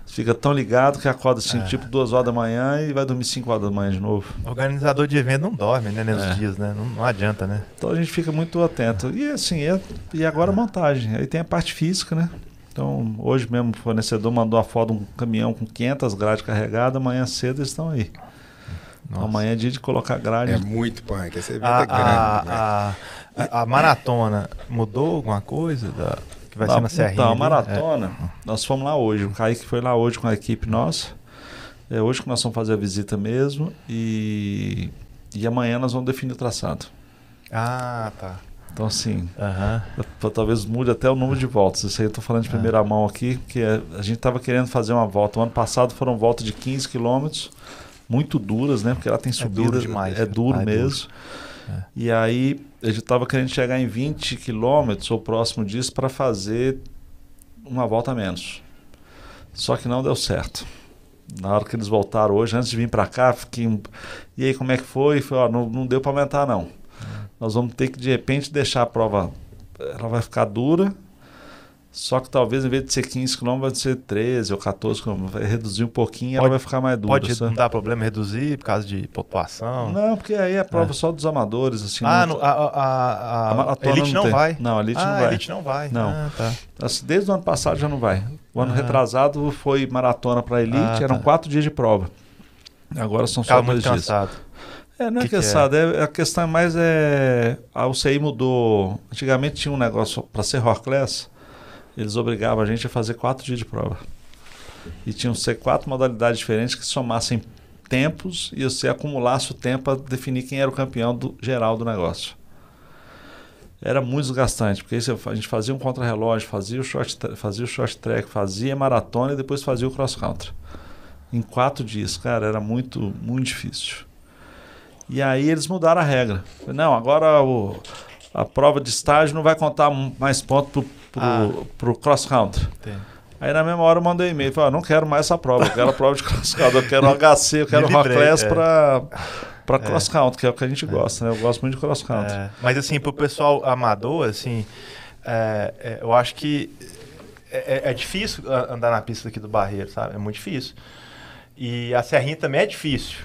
[SPEAKER 3] fica tão ligado que acorda assim, tipo, duas horas da manhã e vai dormir cinco horas da manhã de novo.
[SPEAKER 2] Organizador de evento não dorme, né? Nos
[SPEAKER 3] É.
[SPEAKER 2] dias, né? Não, não adianta, né?
[SPEAKER 3] Então a gente fica muito atento. E assim, é- e agora a montagem. Aí tem a parte física, né? Então, hoje mesmo o fornecedor mandou a foto de um caminhão com 500 grades carregadas, amanhã cedo eles estão aí. Amanhã é dia de colocar grade.
[SPEAKER 1] É muito punk. Esse evento
[SPEAKER 3] Ah,
[SPEAKER 2] A,
[SPEAKER 1] é grande. né?
[SPEAKER 2] a, a, a- a maratona mudou alguma coisa? da- que vai ser na Serrinha?
[SPEAKER 3] Então, a
[SPEAKER 2] ali? né? É.
[SPEAKER 3] maratona, nós fomos lá hoje. O Kaique foi lá hoje com a equipe nossa. É hoje que nós vamos fazer a visita mesmo. E, e amanhã nós vamos definir o traçado.
[SPEAKER 2] É. Ah, tá.
[SPEAKER 3] Então, assim,
[SPEAKER 2] Aham.
[SPEAKER 3] Pô, Talvez mude até o número de voltas. Isso aí eu tô falando
[SPEAKER 2] É.
[SPEAKER 3] de primeira mão aqui, porque é, a gente tava querendo fazer uma volta. O ano passado foram voltas de 15 quilômetros, muito duras, né? Porque ela tem subida.
[SPEAKER 2] duro demais,
[SPEAKER 3] É
[SPEAKER 2] né?
[SPEAKER 3] duro
[SPEAKER 2] Ah, é duro. É.
[SPEAKER 3] mesmo. E aí a gente tava querendo chegar em 20 quilômetros ou próximo disso para fazer uma volta a menos. Só que não deu certo. Na hora que eles voltaram hoje, antes de vir para cá, fiquei. um- E aí, como é que foi? Foi, ó, não, não deu para aumentar, não. Nós vamos ter que, de repente, deixar a prova. Ela vai ficar dura, só que talvez em vez de ser 15 km, vai ser 13 ou 14 km. Vai reduzir um pouquinho e ela
[SPEAKER 2] Pode-
[SPEAKER 3] vai ficar mais dura.
[SPEAKER 2] Pode não
[SPEAKER 3] sabe?
[SPEAKER 2] dar problema reduzir por causa de pontuação?
[SPEAKER 3] Não, porque aí é prova só dos amadores. Assim,
[SPEAKER 2] Ah,
[SPEAKER 3] não-
[SPEAKER 2] no- a, a, a,
[SPEAKER 3] a
[SPEAKER 2] a,
[SPEAKER 3] maratona
[SPEAKER 2] Elite não,
[SPEAKER 3] tem.
[SPEAKER 2] vai.
[SPEAKER 3] Não, a Elite
[SPEAKER 2] ah,
[SPEAKER 3] não vai.
[SPEAKER 2] Elite não vai.
[SPEAKER 3] Não.
[SPEAKER 2] Ah, tá.
[SPEAKER 3] Assim, Desde o ano passado já não vai. O ano
[SPEAKER 2] Ah.
[SPEAKER 3] retrasado foi maratona para elite,
[SPEAKER 2] Ah,
[SPEAKER 3] eram
[SPEAKER 2] tá.
[SPEAKER 3] quatro dias de prova. Agora são só
[SPEAKER 2] Ficava
[SPEAKER 3] dois
[SPEAKER 2] muito
[SPEAKER 3] dias.
[SPEAKER 2] cansado.
[SPEAKER 3] É, não é
[SPEAKER 2] Que que é?
[SPEAKER 3] cansado, é? a questão é mais é. A UCI mudou. Antigamente tinha um negócio para ser Rock Class, eles obrigavam a gente a fazer quatro dias de prova. E tinham que ser quatro modalidades diferentes que somassem tempos e você acumulasse o tempo para definir quem era o campeão do- geral do negócio. Era muito desgastante, porque aí você- a gente fazia um contrarrelógio, fazia o short, tra- fazia o short track, fazia a maratona e depois fazia o cross country. Em quatro dias, cara, era muito, muito difícil. E aí eles mudaram a regra. Falei, Não, agora o- a prova de estágio não vai contar m- mais ponto pro, pro,
[SPEAKER 2] Ah.
[SPEAKER 3] pro cross country.
[SPEAKER 2] Entendi.
[SPEAKER 3] Aí na mesma hora eu mandei um e-mail, falei, "Ah, não quero mais essa prova, eu quero a prova de cross country, eu quero um HC, eu quero
[SPEAKER 2] Me
[SPEAKER 3] um rock
[SPEAKER 2] livrei,
[SPEAKER 3] class
[SPEAKER 2] é.
[SPEAKER 3] pra para cross country, que é o que a gente gosta, né? Eu gosto muito de cross country.
[SPEAKER 2] É, mas assim, pro pessoal amador, assim, é, é, eu acho que é, é- é difícil a- andar na pista aqui do Barreiro, sabe? É muito difícil. E a Serrinha também é difícil.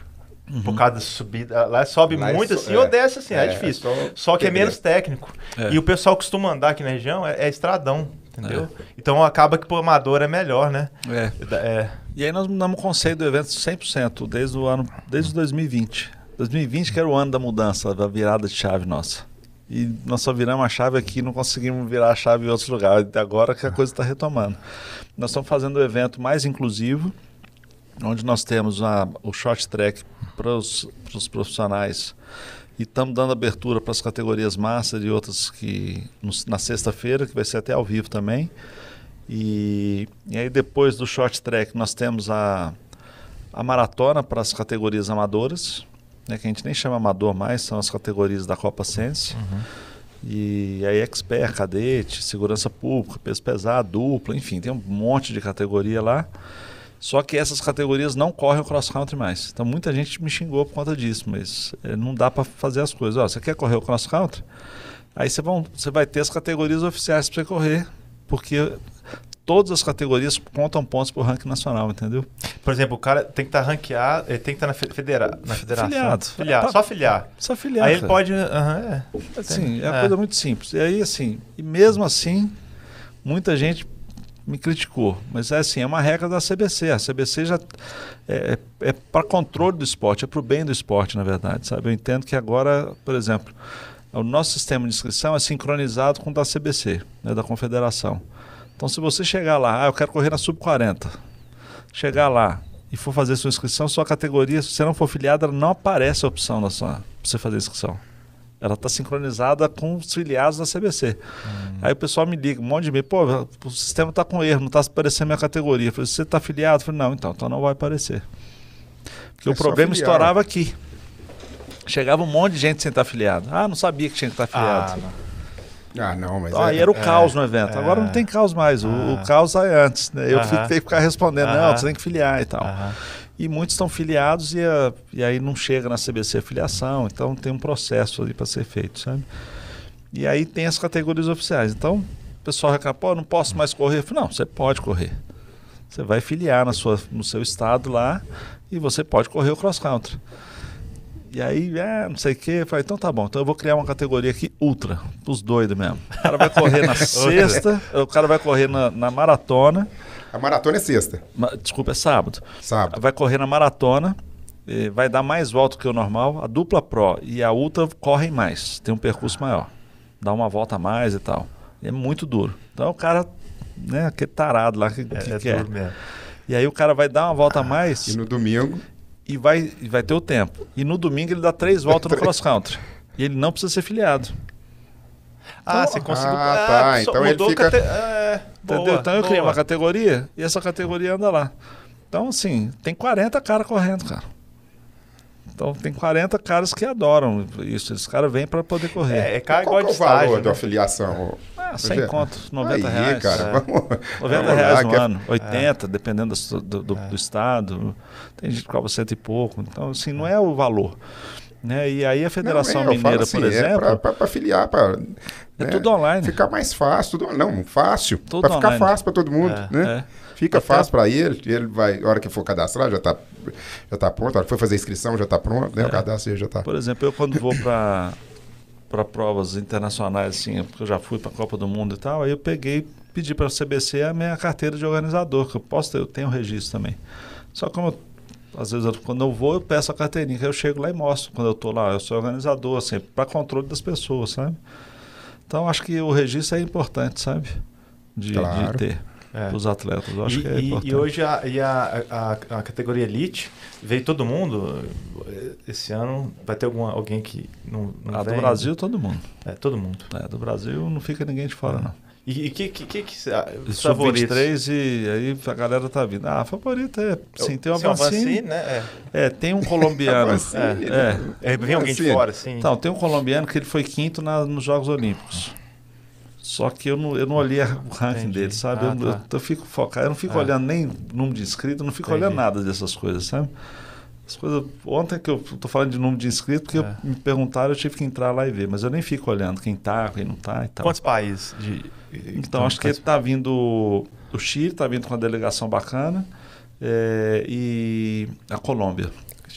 [SPEAKER 2] Por causa da subida. Lá sobe
[SPEAKER 1] Lá é
[SPEAKER 2] muito
[SPEAKER 1] só-
[SPEAKER 2] assim,
[SPEAKER 1] é.
[SPEAKER 2] ou desce assim, é,
[SPEAKER 1] É,
[SPEAKER 2] difícil.
[SPEAKER 1] é só
[SPEAKER 2] Só que é
[SPEAKER 1] pedreira.
[SPEAKER 2] menos técnico.
[SPEAKER 3] É.
[SPEAKER 2] E o pessoal costuma andar aqui na região é, é estradão, entendeu? Então acaba que pro amador é melhor, né?
[SPEAKER 3] É.
[SPEAKER 2] É,
[SPEAKER 3] E aí nós mudamos o conceito do evento 100%, desde o ano, desde 2020. 2020 que era o ano da mudança, da virada de chave nossa. E nós só viramos a chave aqui e não conseguimos virar a chave em outros lugares. Até agora que a coisa está retomando. Nós estamos fazendo o evento mais inclusivo, onde nós temos a- o short track para os profissionais e estamos dando abertura para as categorias master e outras que no- na sexta-feira, que vai ser até ao vivo também. E, e aí depois do short track nós temos a, a maratona para as categorias amadoras, né, que a gente nem chama amador mais, são as categorias da Copa Sense. E aí expert, cadete, segurança pública, peso pesado, dupla, enfim, tem um monte de categoria lá. Só que essas categorias não correm o cross-country mais. Então muita gente me xingou por conta disso, mas eh, não dá para fazer as coisas. Ó, você quer correr o cross-country? Aí você vão- você vai ter as categorias oficiais para você correr, porque todas as categorias contam pontos para o ranking nacional, entendeu?
[SPEAKER 2] por exemplo, o cara tem que estar ranqueado, ele tem que estar na, fe- federa, na federação.
[SPEAKER 3] Filiado.
[SPEAKER 2] Filiado,
[SPEAKER 3] Tá-
[SPEAKER 2] só filiar.
[SPEAKER 3] Só filiar.
[SPEAKER 2] Aí ele pode. aham, é.
[SPEAKER 3] Assim, é,
[SPEAKER 2] É.
[SPEAKER 3] uma coisa muito simples. E aí, assim, e mesmo assim, muita gente me criticou. Mas é assim, é uma regra da CBC. A CBC já é, é para controle do esporte, é para o bem do esporte, na verdade. Sabe? Eu entendo que agora, por exemplo, o nosso sistema de inscrição é sincronizado com o da CBC, né, da Confederação. Então, se você chegar lá, ah, eu quero correr na sub-40, chegar lá e for fazer sua inscrição, sua categoria, se você não for filiada, não aparece a opção na sua, pra você fazer inscrição. Ela está sincronizada com os filiados da CBC.
[SPEAKER 1] Hum.
[SPEAKER 3] Aí o pessoal me liga, um monte de mim, pô, o sistema está com erro, não está aparecendo minha categoria. Eu falei, você está filiado? Eu falei, não, então, então não vai aparecer. Porque
[SPEAKER 1] É
[SPEAKER 3] o
[SPEAKER 1] só
[SPEAKER 3] problema
[SPEAKER 1] filiar.
[SPEAKER 3] estourava aqui. Chegava um monte de gente sem estar afiliado. Ah, não sabia que tinha que estar afiliado.
[SPEAKER 2] Ah, não.
[SPEAKER 1] Ah, não, mas.
[SPEAKER 3] Ah,
[SPEAKER 1] é-
[SPEAKER 3] e era o
[SPEAKER 2] é,
[SPEAKER 3] caos no evento. Agora não tem caos mais. O, o
[SPEAKER 2] Ah.
[SPEAKER 3] caos sai antes. Né? Eu
[SPEAKER 2] Aham.
[SPEAKER 3] fui- tenho que ficar respondendo,
[SPEAKER 2] Aham.
[SPEAKER 3] não, você tem que filiar e tal.
[SPEAKER 2] Aham.
[SPEAKER 3] E muitos estão filiados e, a- e aí não chega na CBC a filiação. Então tem um processo ali para ser feito, sabe? E aí tem as categorias oficiais. Então o pessoal reclama, pô, eu não posso mais correr. Eu falo, não, você pode correr. Você vai filiar na sua, no seu estado lá e você pode correr o cross-country. E aí, é, não sei o quê. Eu falei, então tá bom, então eu vou criar uma categoria aqui ultra, os doidos mesmo. O cara vai correr na sexta, o cara vai correr na, na maratona,
[SPEAKER 1] A maratona é sexta,
[SPEAKER 3] ma- desculpa, é sábado.
[SPEAKER 1] sábado.
[SPEAKER 3] Vai correr na maratona, eh, vai dar mais volta que o normal. A dupla Pro e a Ultra correm mais, tem um percurso maior. Dá uma volta a mais e tal. É muito duro. Então o cara, né, aquele tarado lá que, que
[SPEAKER 2] É, é
[SPEAKER 3] quer.
[SPEAKER 2] duro mesmo.
[SPEAKER 3] E aí o cara vai dar uma volta a mais
[SPEAKER 1] E no domingo.
[SPEAKER 3] e vai, e vai ter o tempo. E no domingo ele dá três voltas no cross country. E ele não precisa ser filiado.
[SPEAKER 2] Ah, você conseguiu.
[SPEAKER 1] Ah, tá,
[SPEAKER 2] só
[SPEAKER 1] então ele
[SPEAKER 2] mudou
[SPEAKER 1] fica-
[SPEAKER 2] cate- é,
[SPEAKER 3] Entendeu?
[SPEAKER 2] boa,
[SPEAKER 3] então eu criei
[SPEAKER 2] boa.
[SPEAKER 3] uma categoria e essa categoria anda lá. Então, assim, tem 40 caras correndo, cara. Então tem 40 caras que adoram isso. Esses caras vêm pra poder correr.
[SPEAKER 2] É, é cara
[SPEAKER 1] qual
[SPEAKER 2] igual
[SPEAKER 1] que é
[SPEAKER 2] de
[SPEAKER 1] o valor
[SPEAKER 2] estágio.
[SPEAKER 1] da
[SPEAKER 2] né?
[SPEAKER 1] afiliação?
[SPEAKER 3] ah,
[SPEAKER 1] Rogério?
[SPEAKER 3] 100 conto, 90
[SPEAKER 1] Aí,
[SPEAKER 3] reais.
[SPEAKER 1] cara,
[SPEAKER 3] É.
[SPEAKER 1] vamos.
[SPEAKER 3] 90
[SPEAKER 1] vamos lá,
[SPEAKER 3] reais no
[SPEAKER 1] que é-
[SPEAKER 3] ano, 80, dependendo do, do, do- do estado. Tem gente que cobra cento e pouco. Então, assim, não é o valor. Né? E aí a Federação
[SPEAKER 1] Não, eu falo
[SPEAKER 3] Mineira,
[SPEAKER 1] assim,
[SPEAKER 3] por
[SPEAKER 1] é
[SPEAKER 3] exemplo,
[SPEAKER 1] pra- pra- pra filiar, pra.
[SPEAKER 3] é,
[SPEAKER 1] né,
[SPEAKER 3] tudo online.
[SPEAKER 1] Ficar mais fácil, tudo, não, fácil.
[SPEAKER 3] Tudo
[SPEAKER 1] Pra ficar
[SPEAKER 3] online.
[SPEAKER 1] fácil pra todo mundo,
[SPEAKER 2] É,
[SPEAKER 1] né?
[SPEAKER 3] é.
[SPEAKER 1] Fica
[SPEAKER 3] Até-
[SPEAKER 1] fácil pra ele, ele vai, a hora que for cadastrar, já tá, já tá pronto, a hora que for fazer a inscrição, já tá pronto, né? O cadastro já tá.
[SPEAKER 3] É. Por exemplo, eu quando vou para para provas internacionais, assim, porque eu já fui para a Copa do Mundo e tal, aí eu peguei, pedi para o CBC a minha carteira de organizador, que eu posso ter, eu tenho registro também. Só como eu- às vezes eu- quando eu vou, eu peço a carteirinha, que eu chego lá e mostro quando eu tô lá, eu sou organizador, assim, para controle das pessoas, sabe? Então acho que o registro é importante, sabe? De,
[SPEAKER 1] Claro.
[SPEAKER 3] de ter
[SPEAKER 2] É.
[SPEAKER 3] os atletas, eu acho
[SPEAKER 2] E,
[SPEAKER 3] que é
[SPEAKER 2] e- e
[SPEAKER 3] importante.
[SPEAKER 2] hoje a, e a- a- a categoria Elite veio todo mundo. Esse ano vai ter alguma, alguém que não, não
[SPEAKER 3] Ah, do
[SPEAKER 2] vem?
[SPEAKER 3] Brasil, todo mundo.
[SPEAKER 2] É, todo mundo.
[SPEAKER 3] É, do Brasil não fica ninguém de
[SPEAKER 2] É.
[SPEAKER 3] fora, não.
[SPEAKER 2] E o que, que, que, que cê- ah, os favoritos?
[SPEAKER 3] Sub-23 e aí a galera tá vindo. Ah, favorito é. Sim, tem uma
[SPEAKER 2] Sim, o
[SPEAKER 3] vacina.
[SPEAKER 2] né? É.
[SPEAKER 3] É, tem um colombiano.
[SPEAKER 1] Avancini,
[SPEAKER 3] é, é.
[SPEAKER 2] É, vem alguém de
[SPEAKER 1] Vacina.
[SPEAKER 2] fora, sim.
[SPEAKER 3] Então, tem um colombiano que ele foi quinto na- nos Jogos Olímpicos. Só que eu não, eu não olhei a- o ranking
[SPEAKER 2] Entendi.
[SPEAKER 3] dele, sabe?
[SPEAKER 2] Ah,
[SPEAKER 3] eu, eu-
[SPEAKER 2] tá.
[SPEAKER 3] eu fico focado, eu não fico
[SPEAKER 2] Ah.
[SPEAKER 3] olhando nem número de inscritos, eu não fico
[SPEAKER 2] Entendi.
[SPEAKER 3] olhando nada dessas coisas, sabe? As coisas, ontem que eu tô falando de número de inscritos, porque
[SPEAKER 2] É.
[SPEAKER 3] eu- me perguntaram, eu tive que entrar lá e ver, mas eu nem fico olhando quem tá, quem não tá e tal.
[SPEAKER 2] Quantos países? De,
[SPEAKER 3] Então, acho que está vindo o Chile, está vindo com uma delegação bacana, é, e a Colômbia,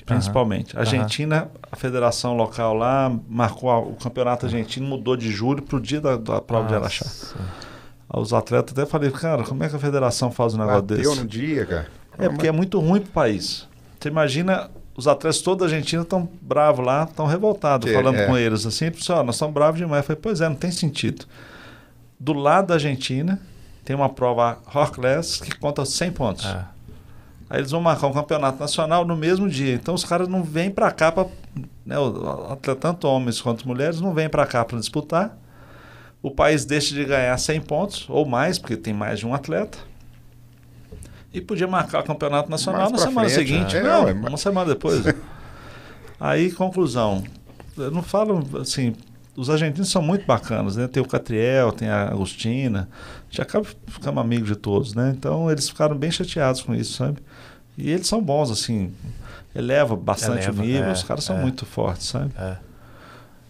[SPEAKER 3] principalmente. A
[SPEAKER 2] Aham.
[SPEAKER 3] Argentina, a federação local lá, marcou a- o campeonato argentino, mudou de julho para o dia da, da prova de Araxá. Os atletas até falei, cara, como é que a federação faz um negócio
[SPEAKER 1] Bateu
[SPEAKER 3] desse?
[SPEAKER 1] no dia, cara.
[SPEAKER 3] É porque é muito ruim para o país. Você imagina, os atletas todos da Argentina estão bravos lá, estão revoltados,
[SPEAKER 1] Que-
[SPEAKER 3] falando
[SPEAKER 1] é.
[SPEAKER 3] com eles assim, pessoal, nós estamos bravos demais. Eu falei, pois é, não tem sentido. Do lado da Argentina, tem uma prova Horclass que conta 100 pontos.
[SPEAKER 2] Ah.
[SPEAKER 3] Aí eles vão marcar um campeonato nacional no mesmo dia. Então os caras não vêm para cá, pra, né, o- atleta- tanto homens quanto mulheres, não vêm para cá para disputar. O país deixa de ganhar 100 pontos ou mais, porque tem mais de um atleta. E podia marcar o campeonato nacional
[SPEAKER 1] Mais
[SPEAKER 3] na
[SPEAKER 1] pra
[SPEAKER 3] semana
[SPEAKER 1] frente,
[SPEAKER 3] seguinte.
[SPEAKER 1] né? É,
[SPEAKER 3] Não,
[SPEAKER 1] não, é
[SPEAKER 3] uma
[SPEAKER 1] mais-
[SPEAKER 3] semana depois. Aí, conclusão. Eu não falo assim. Os argentinos são muito bacanas, né? Tem o Catriel, tem a Agostina. A gente acaba ficando amigo de todos, né? Então eles ficaram bem chateados com isso, sabe? E eles são bons, assim. Eleva bastante
[SPEAKER 2] Eleva,
[SPEAKER 3] o nível,
[SPEAKER 2] é,
[SPEAKER 3] os caras são
[SPEAKER 2] é.
[SPEAKER 3] muito fortes, sabe?
[SPEAKER 2] É.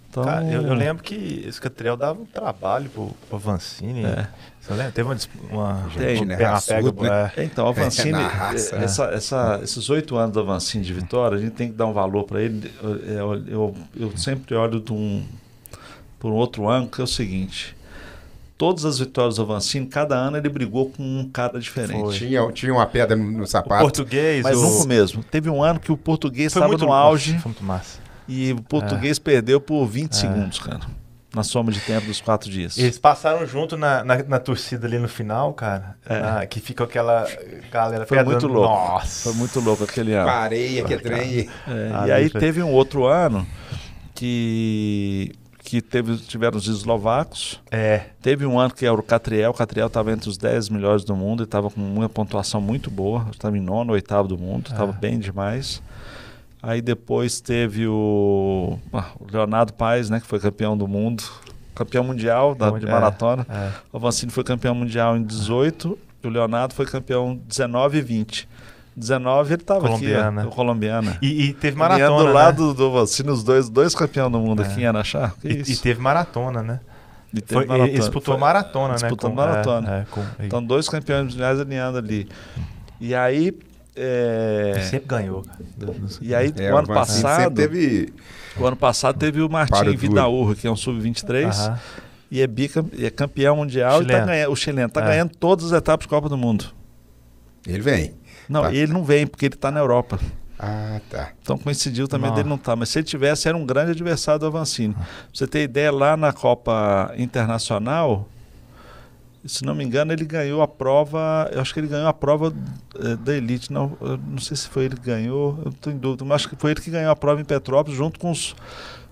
[SPEAKER 3] Então,
[SPEAKER 2] Cara, eu, eu lembro que esse Catriel dava um trabalho pro, pro Vancini.
[SPEAKER 3] É.
[SPEAKER 2] Você lembra? Teve uma. dis- uma
[SPEAKER 3] Tem,
[SPEAKER 2] uma
[SPEAKER 1] né?
[SPEAKER 2] perna
[SPEAKER 1] Raçudo,
[SPEAKER 2] pega,
[SPEAKER 1] né?
[SPEAKER 2] é.
[SPEAKER 3] Então, a Vancini,
[SPEAKER 1] na raça,
[SPEAKER 3] eh, essa- essa- esses oito anos da Vancini de Vitória, a gente tem que dar um valor para ele. Eu, eu- eu sempre olho de um, por um outro ângulo, que é o seguinte: Todas as vitórias do Avancini, cada ano ele brigou com um cara diferente.
[SPEAKER 1] Tinha, tinha uma pedra no, no
[SPEAKER 2] O
[SPEAKER 1] sapato.
[SPEAKER 2] português,
[SPEAKER 3] Mas
[SPEAKER 2] o...
[SPEAKER 3] nunca mesmo. Teve um ano que o português
[SPEAKER 2] foi
[SPEAKER 3] estava
[SPEAKER 2] muito
[SPEAKER 3] no auge
[SPEAKER 2] Foi muito massa.
[SPEAKER 3] e o português perdeu por 20 segundos, cara. Na soma de tempo dos quatro dias.
[SPEAKER 2] Eles passaram junto na, na, na torcida ali no final, cara.
[SPEAKER 3] É.
[SPEAKER 2] na- que fica aquela galera
[SPEAKER 3] Foi
[SPEAKER 2] fica
[SPEAKER 3] muito
[SPEAKER 2] dando-
[SPEAKER 3] louco.
[SPEAKER 2] Nossa.
[SPEAKER 3] Foi muito louco aquele ano.
[SPEAKER 1] Parei, que trem.
[SPEAKER 3] É,
[SPEAKER 2] Ah,
[SPEAKER 3] e aí
[SPEAKER 2] deixa eu-
[SPEAKER 3] teve um outro ano que, que teve, tiveram os eslovacos.
[SPEAKER 2] É.
[SPEAKER 3] Teve um ano que era o Catriel. O Catriel estava entre os 10 melhores do mundo e estava com uma pontuação muito boa. Estava em nono, oitavo do mundo. Estava
[SPEAKER 2] É.
[SPEAKER 3] bem demais. Aí depois teve o, ah, o Leonardo Paes, né, que foi campeão do mundo. Campeão mundial da,
[SPEAKER 2] Campeão
[SPEAKER 3] de
[SPEAKER 2] de- é,
[SPEAKER 3] maratona.
[SPEAKER 2] é.
[SPEAKER 3] O Avancini foi campeão mundial em 18. O Leonardo foi campeão 19 e 20. 19 ele estava aqui,
[SPEAKER 2] Colombiana.
[SPEAKER 3] ó, o colombiana.
[SPEAKER 2] E, e teve
[SPEAKER 3] Caminhando
[SPEAKER 2] maratona.
[SPEAKER 3] do
[SPEAKER 2] né?
[SPEAKER 3] lado do Vancini, os dois, dois campeões do mundo
[SPEAKER 2] É.
[SPEAKER 3] aqui em Araxá. Que
[SPEAKER 2] E, e
[SPEAKER 3] isso?
[SPEAKER 2] teve maratona, né?
[SPEAKER 3] E teve
[SPEAKER 2] Foi,
[SPEAKER 3] maratona.
[SPEAKER 2] Ele disputou
[SPEAKER 3] Foi-
[SPEAKER 2] maratona, né?
[SPEAKER 3] disputou
[SPEAKER 2] com-
[SPEAKER 3] maratona.
[SPEAKER 2] é, é, com-
[SPEAKER 3] Então, dois campeões mundiais alinhando ali. E aí. é,
[SPEAKER 2] Ele sempre ganhou, cara.
[SPEAKER 3] E aí,
[SPEAKER 1] É,
[SPEAKER 3] o ano
[SPEAKER 1] mas assim,
[SPEAKER 3] passado.
[SPEAKER 1] Sempre teve.
[SPEAKER 3] O ano passado teve o
[SPEAKER 1] Paro
[SPEAKER 3] Martim
[SPEAKER 1] duro.
[SPEAKER 3] Vidaurro, que é um sub-23,
[SPEAKER 2] Aham.
[SPEAKER 3] e é, bicam, e é campeão mundial e tá
[SPEAKER 2] Chileno.
[SPEAKER 3] ganha- o chileno. Está
[SPEAKER 2] É.
[SPEAKER 3] ganhando todas as etapas de Copa do Mundo.
[SPEAKER 1] Ele vem.
[SPEAKER 3] Não,
[SPEAKER 1] Tá.
[SPEAKER 3] ele não vem, porque ele está na Europa.
[SPEAKER 1] Ah, tá.
[SPEAKER 3] Então coincidiu também
[SPEAKER 2] Não.
[SPEAKER 3] dele não estar. Mas se ele tivesse, era um grande adversário do Avancini. Pra você ter ideia, lá na Copa Internacional, se não me engano, ele ganhou a prova. Eu acho que ele ganhou a prova eh, da Elite. Não, eu não sei se foi ele que ganhou, eu estou em dúvida, mas acho que foi ele que ganhou a prova em Petrópolis junto com os,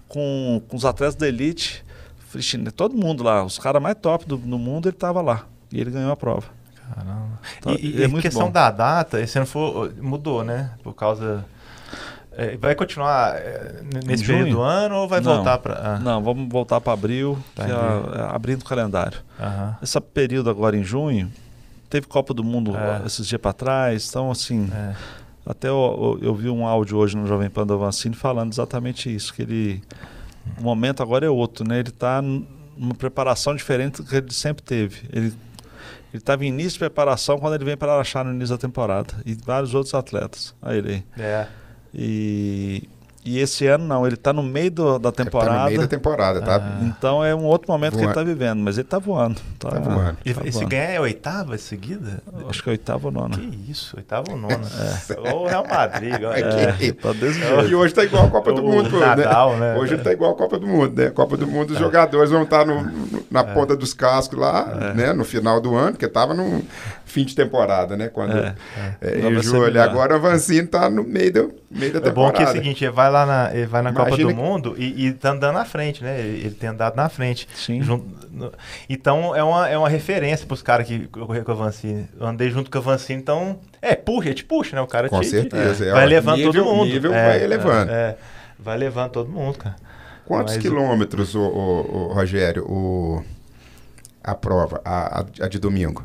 [SPEAKER 3] com, com os atletas da Elite. Frichin- Todo mundo lá, os caras mais top do, do mundo, ele estava lá. E ele ganhou a prova.
[SPEAKER 2] Caramba.
[SPEAKER 3] Então,
[SPEAKER 2] e
[SPEAKER 3] é
[SPEAKER 2] e a
[SPEAKER 3] muito
[SPEAKER 2] questão
[SPEAKER 3] bom.
[SPEAKER 2] da data, esse ano foi, mudou, né? Por causa. é, vai continuar é, n- nesse
[SPEAKER 3] Junho?
[SPEAKER 2] período do ano ou vai
[SPEAKER 3] Não.
[SPEAKER 2] voltar ah, para.
[SPEAKER 3] Não, vamos voltar para abril,
[SPEAKER 2] Tá
[SPEAKER 3] que é a- é abrindo o calendário.
[SPEAKER 2] Aham.
[SPEAKER 3] Esse período agora em junho, teve Copa do Mundo
[SPEAKER 2] É.
[SPEAKER 3] esses dias para trás, então assim,
[SPEAKER 2] É.
[SPEAKER 3] até eu, eu- eu vi um áudio hoje no Jovem Pan do Avancini falando exatamente isso, que ele o momento agora é outro, né? Ele está numa preparação diferente do que ele sempre teve. Ele ele estava em início de preparação quando ele vem para Araxá no início da temporada e vários outros atletas. Aí ele aí.
[SPEAKER 2] É.
[SPEAKER 3] e e esse ano não, ele está no meio do- da
[SPEAKER 1] Tá no
[SPEAKER 3] temporada.
[SPEAKER 1] meio da temporada, tá?
[SPEAKER 2] Ah.
[SPEAKER 3] Então é um outro momento que ele
[SPEAKER 1] Voa-
[SPEAKER 3] está vivendo, mas ele está voando. Tá,
[SPEAKER 1] Tá voando.
[SPEAKER 2] E,
[SPEAKER 3] tá
[SPEAKER 2] e se
[SPEAKER 3] voando.
[SPEAKER 2] ganhar é oitava seguida?
[SPEAKER 3] Acho que é oitavo ou nono.
[SPEAKER 2] Que isso, oitava ou nona? Ou Real Madrid, olha.
[SPEAKER 1] É.
[SPEAKER 3] É, tá desse
[SPEAKER 1] E
[SPEAKER 3] jeito.
[SPEAKER 1] hoje tá igual a Copa do
[SPEAKER 2] O
[SPEAKER 1] Mundo,
[SPEAKER 2] Nadal, né? É.
[SPEAKER 1] Hoje tá igual a Copa do Mundo, né? Copa do Mundo, os jogadores vão estar no- no- na ponta dos cascos lá,
[SPEAKER 2] É.
[SPEAKER 1] né? No final do ano, porque tava no fim de temporada, né? Quando
[SPEAKER 3] É.
[SPEAKER 1] é.
[SPEAKER 3] Não
[SPEAKER 1] em
[SPEAKER 3] vai ser
[SPEAKER 1] julho.
[SPEAKER 3] melhor.
[SPEAKER 1] Agora o Avancini tá no meio, do, meio da
[SPEAKER 2] É bom
[SPEAKER 1] temporada.
[SPEAKER 2] que é o seguinte, ele vai lá na, ele vai na Copa
[SPEAKER 1] Imagina
[SPEAKER 2] do
[SPEAKER 1] que-
[SPEAKER 2] Mundo e, e tá andando na frente, né? Ele, ele tem andado na frente.
[SPEAKER 3] Sim.
[SPEAKER 2] Jun- no- Então é uma, é uma referência pros caras que correram com a Vancini. Eu andei junto com a Vancini, então. É, puxa, te puxa, né? O cara
[SPEAKER 1] Com
[SPEAKER 2] te, te-
[SPEAKER 1] certeza, é,
[SPEAKER 2] vai
[SPEAKER 1] ó,
[SPEAKER 2] levando
[SPEAKER 1] nível-
[SPEAKER 2] todo mundo.
[SPEAKER 1] nível
[SPEAKER 2] É,
[SPEAKER 1] vai elevando.
[SPEAKER 2] É, é. vai levando todo mundo, cara. um,
[SPEAKER 1] Quantos
[SPEAKER 2] Mas-
[SPEAKER 1] quilômetros, o, Rogério, o- a prova, a, a- a de domingo?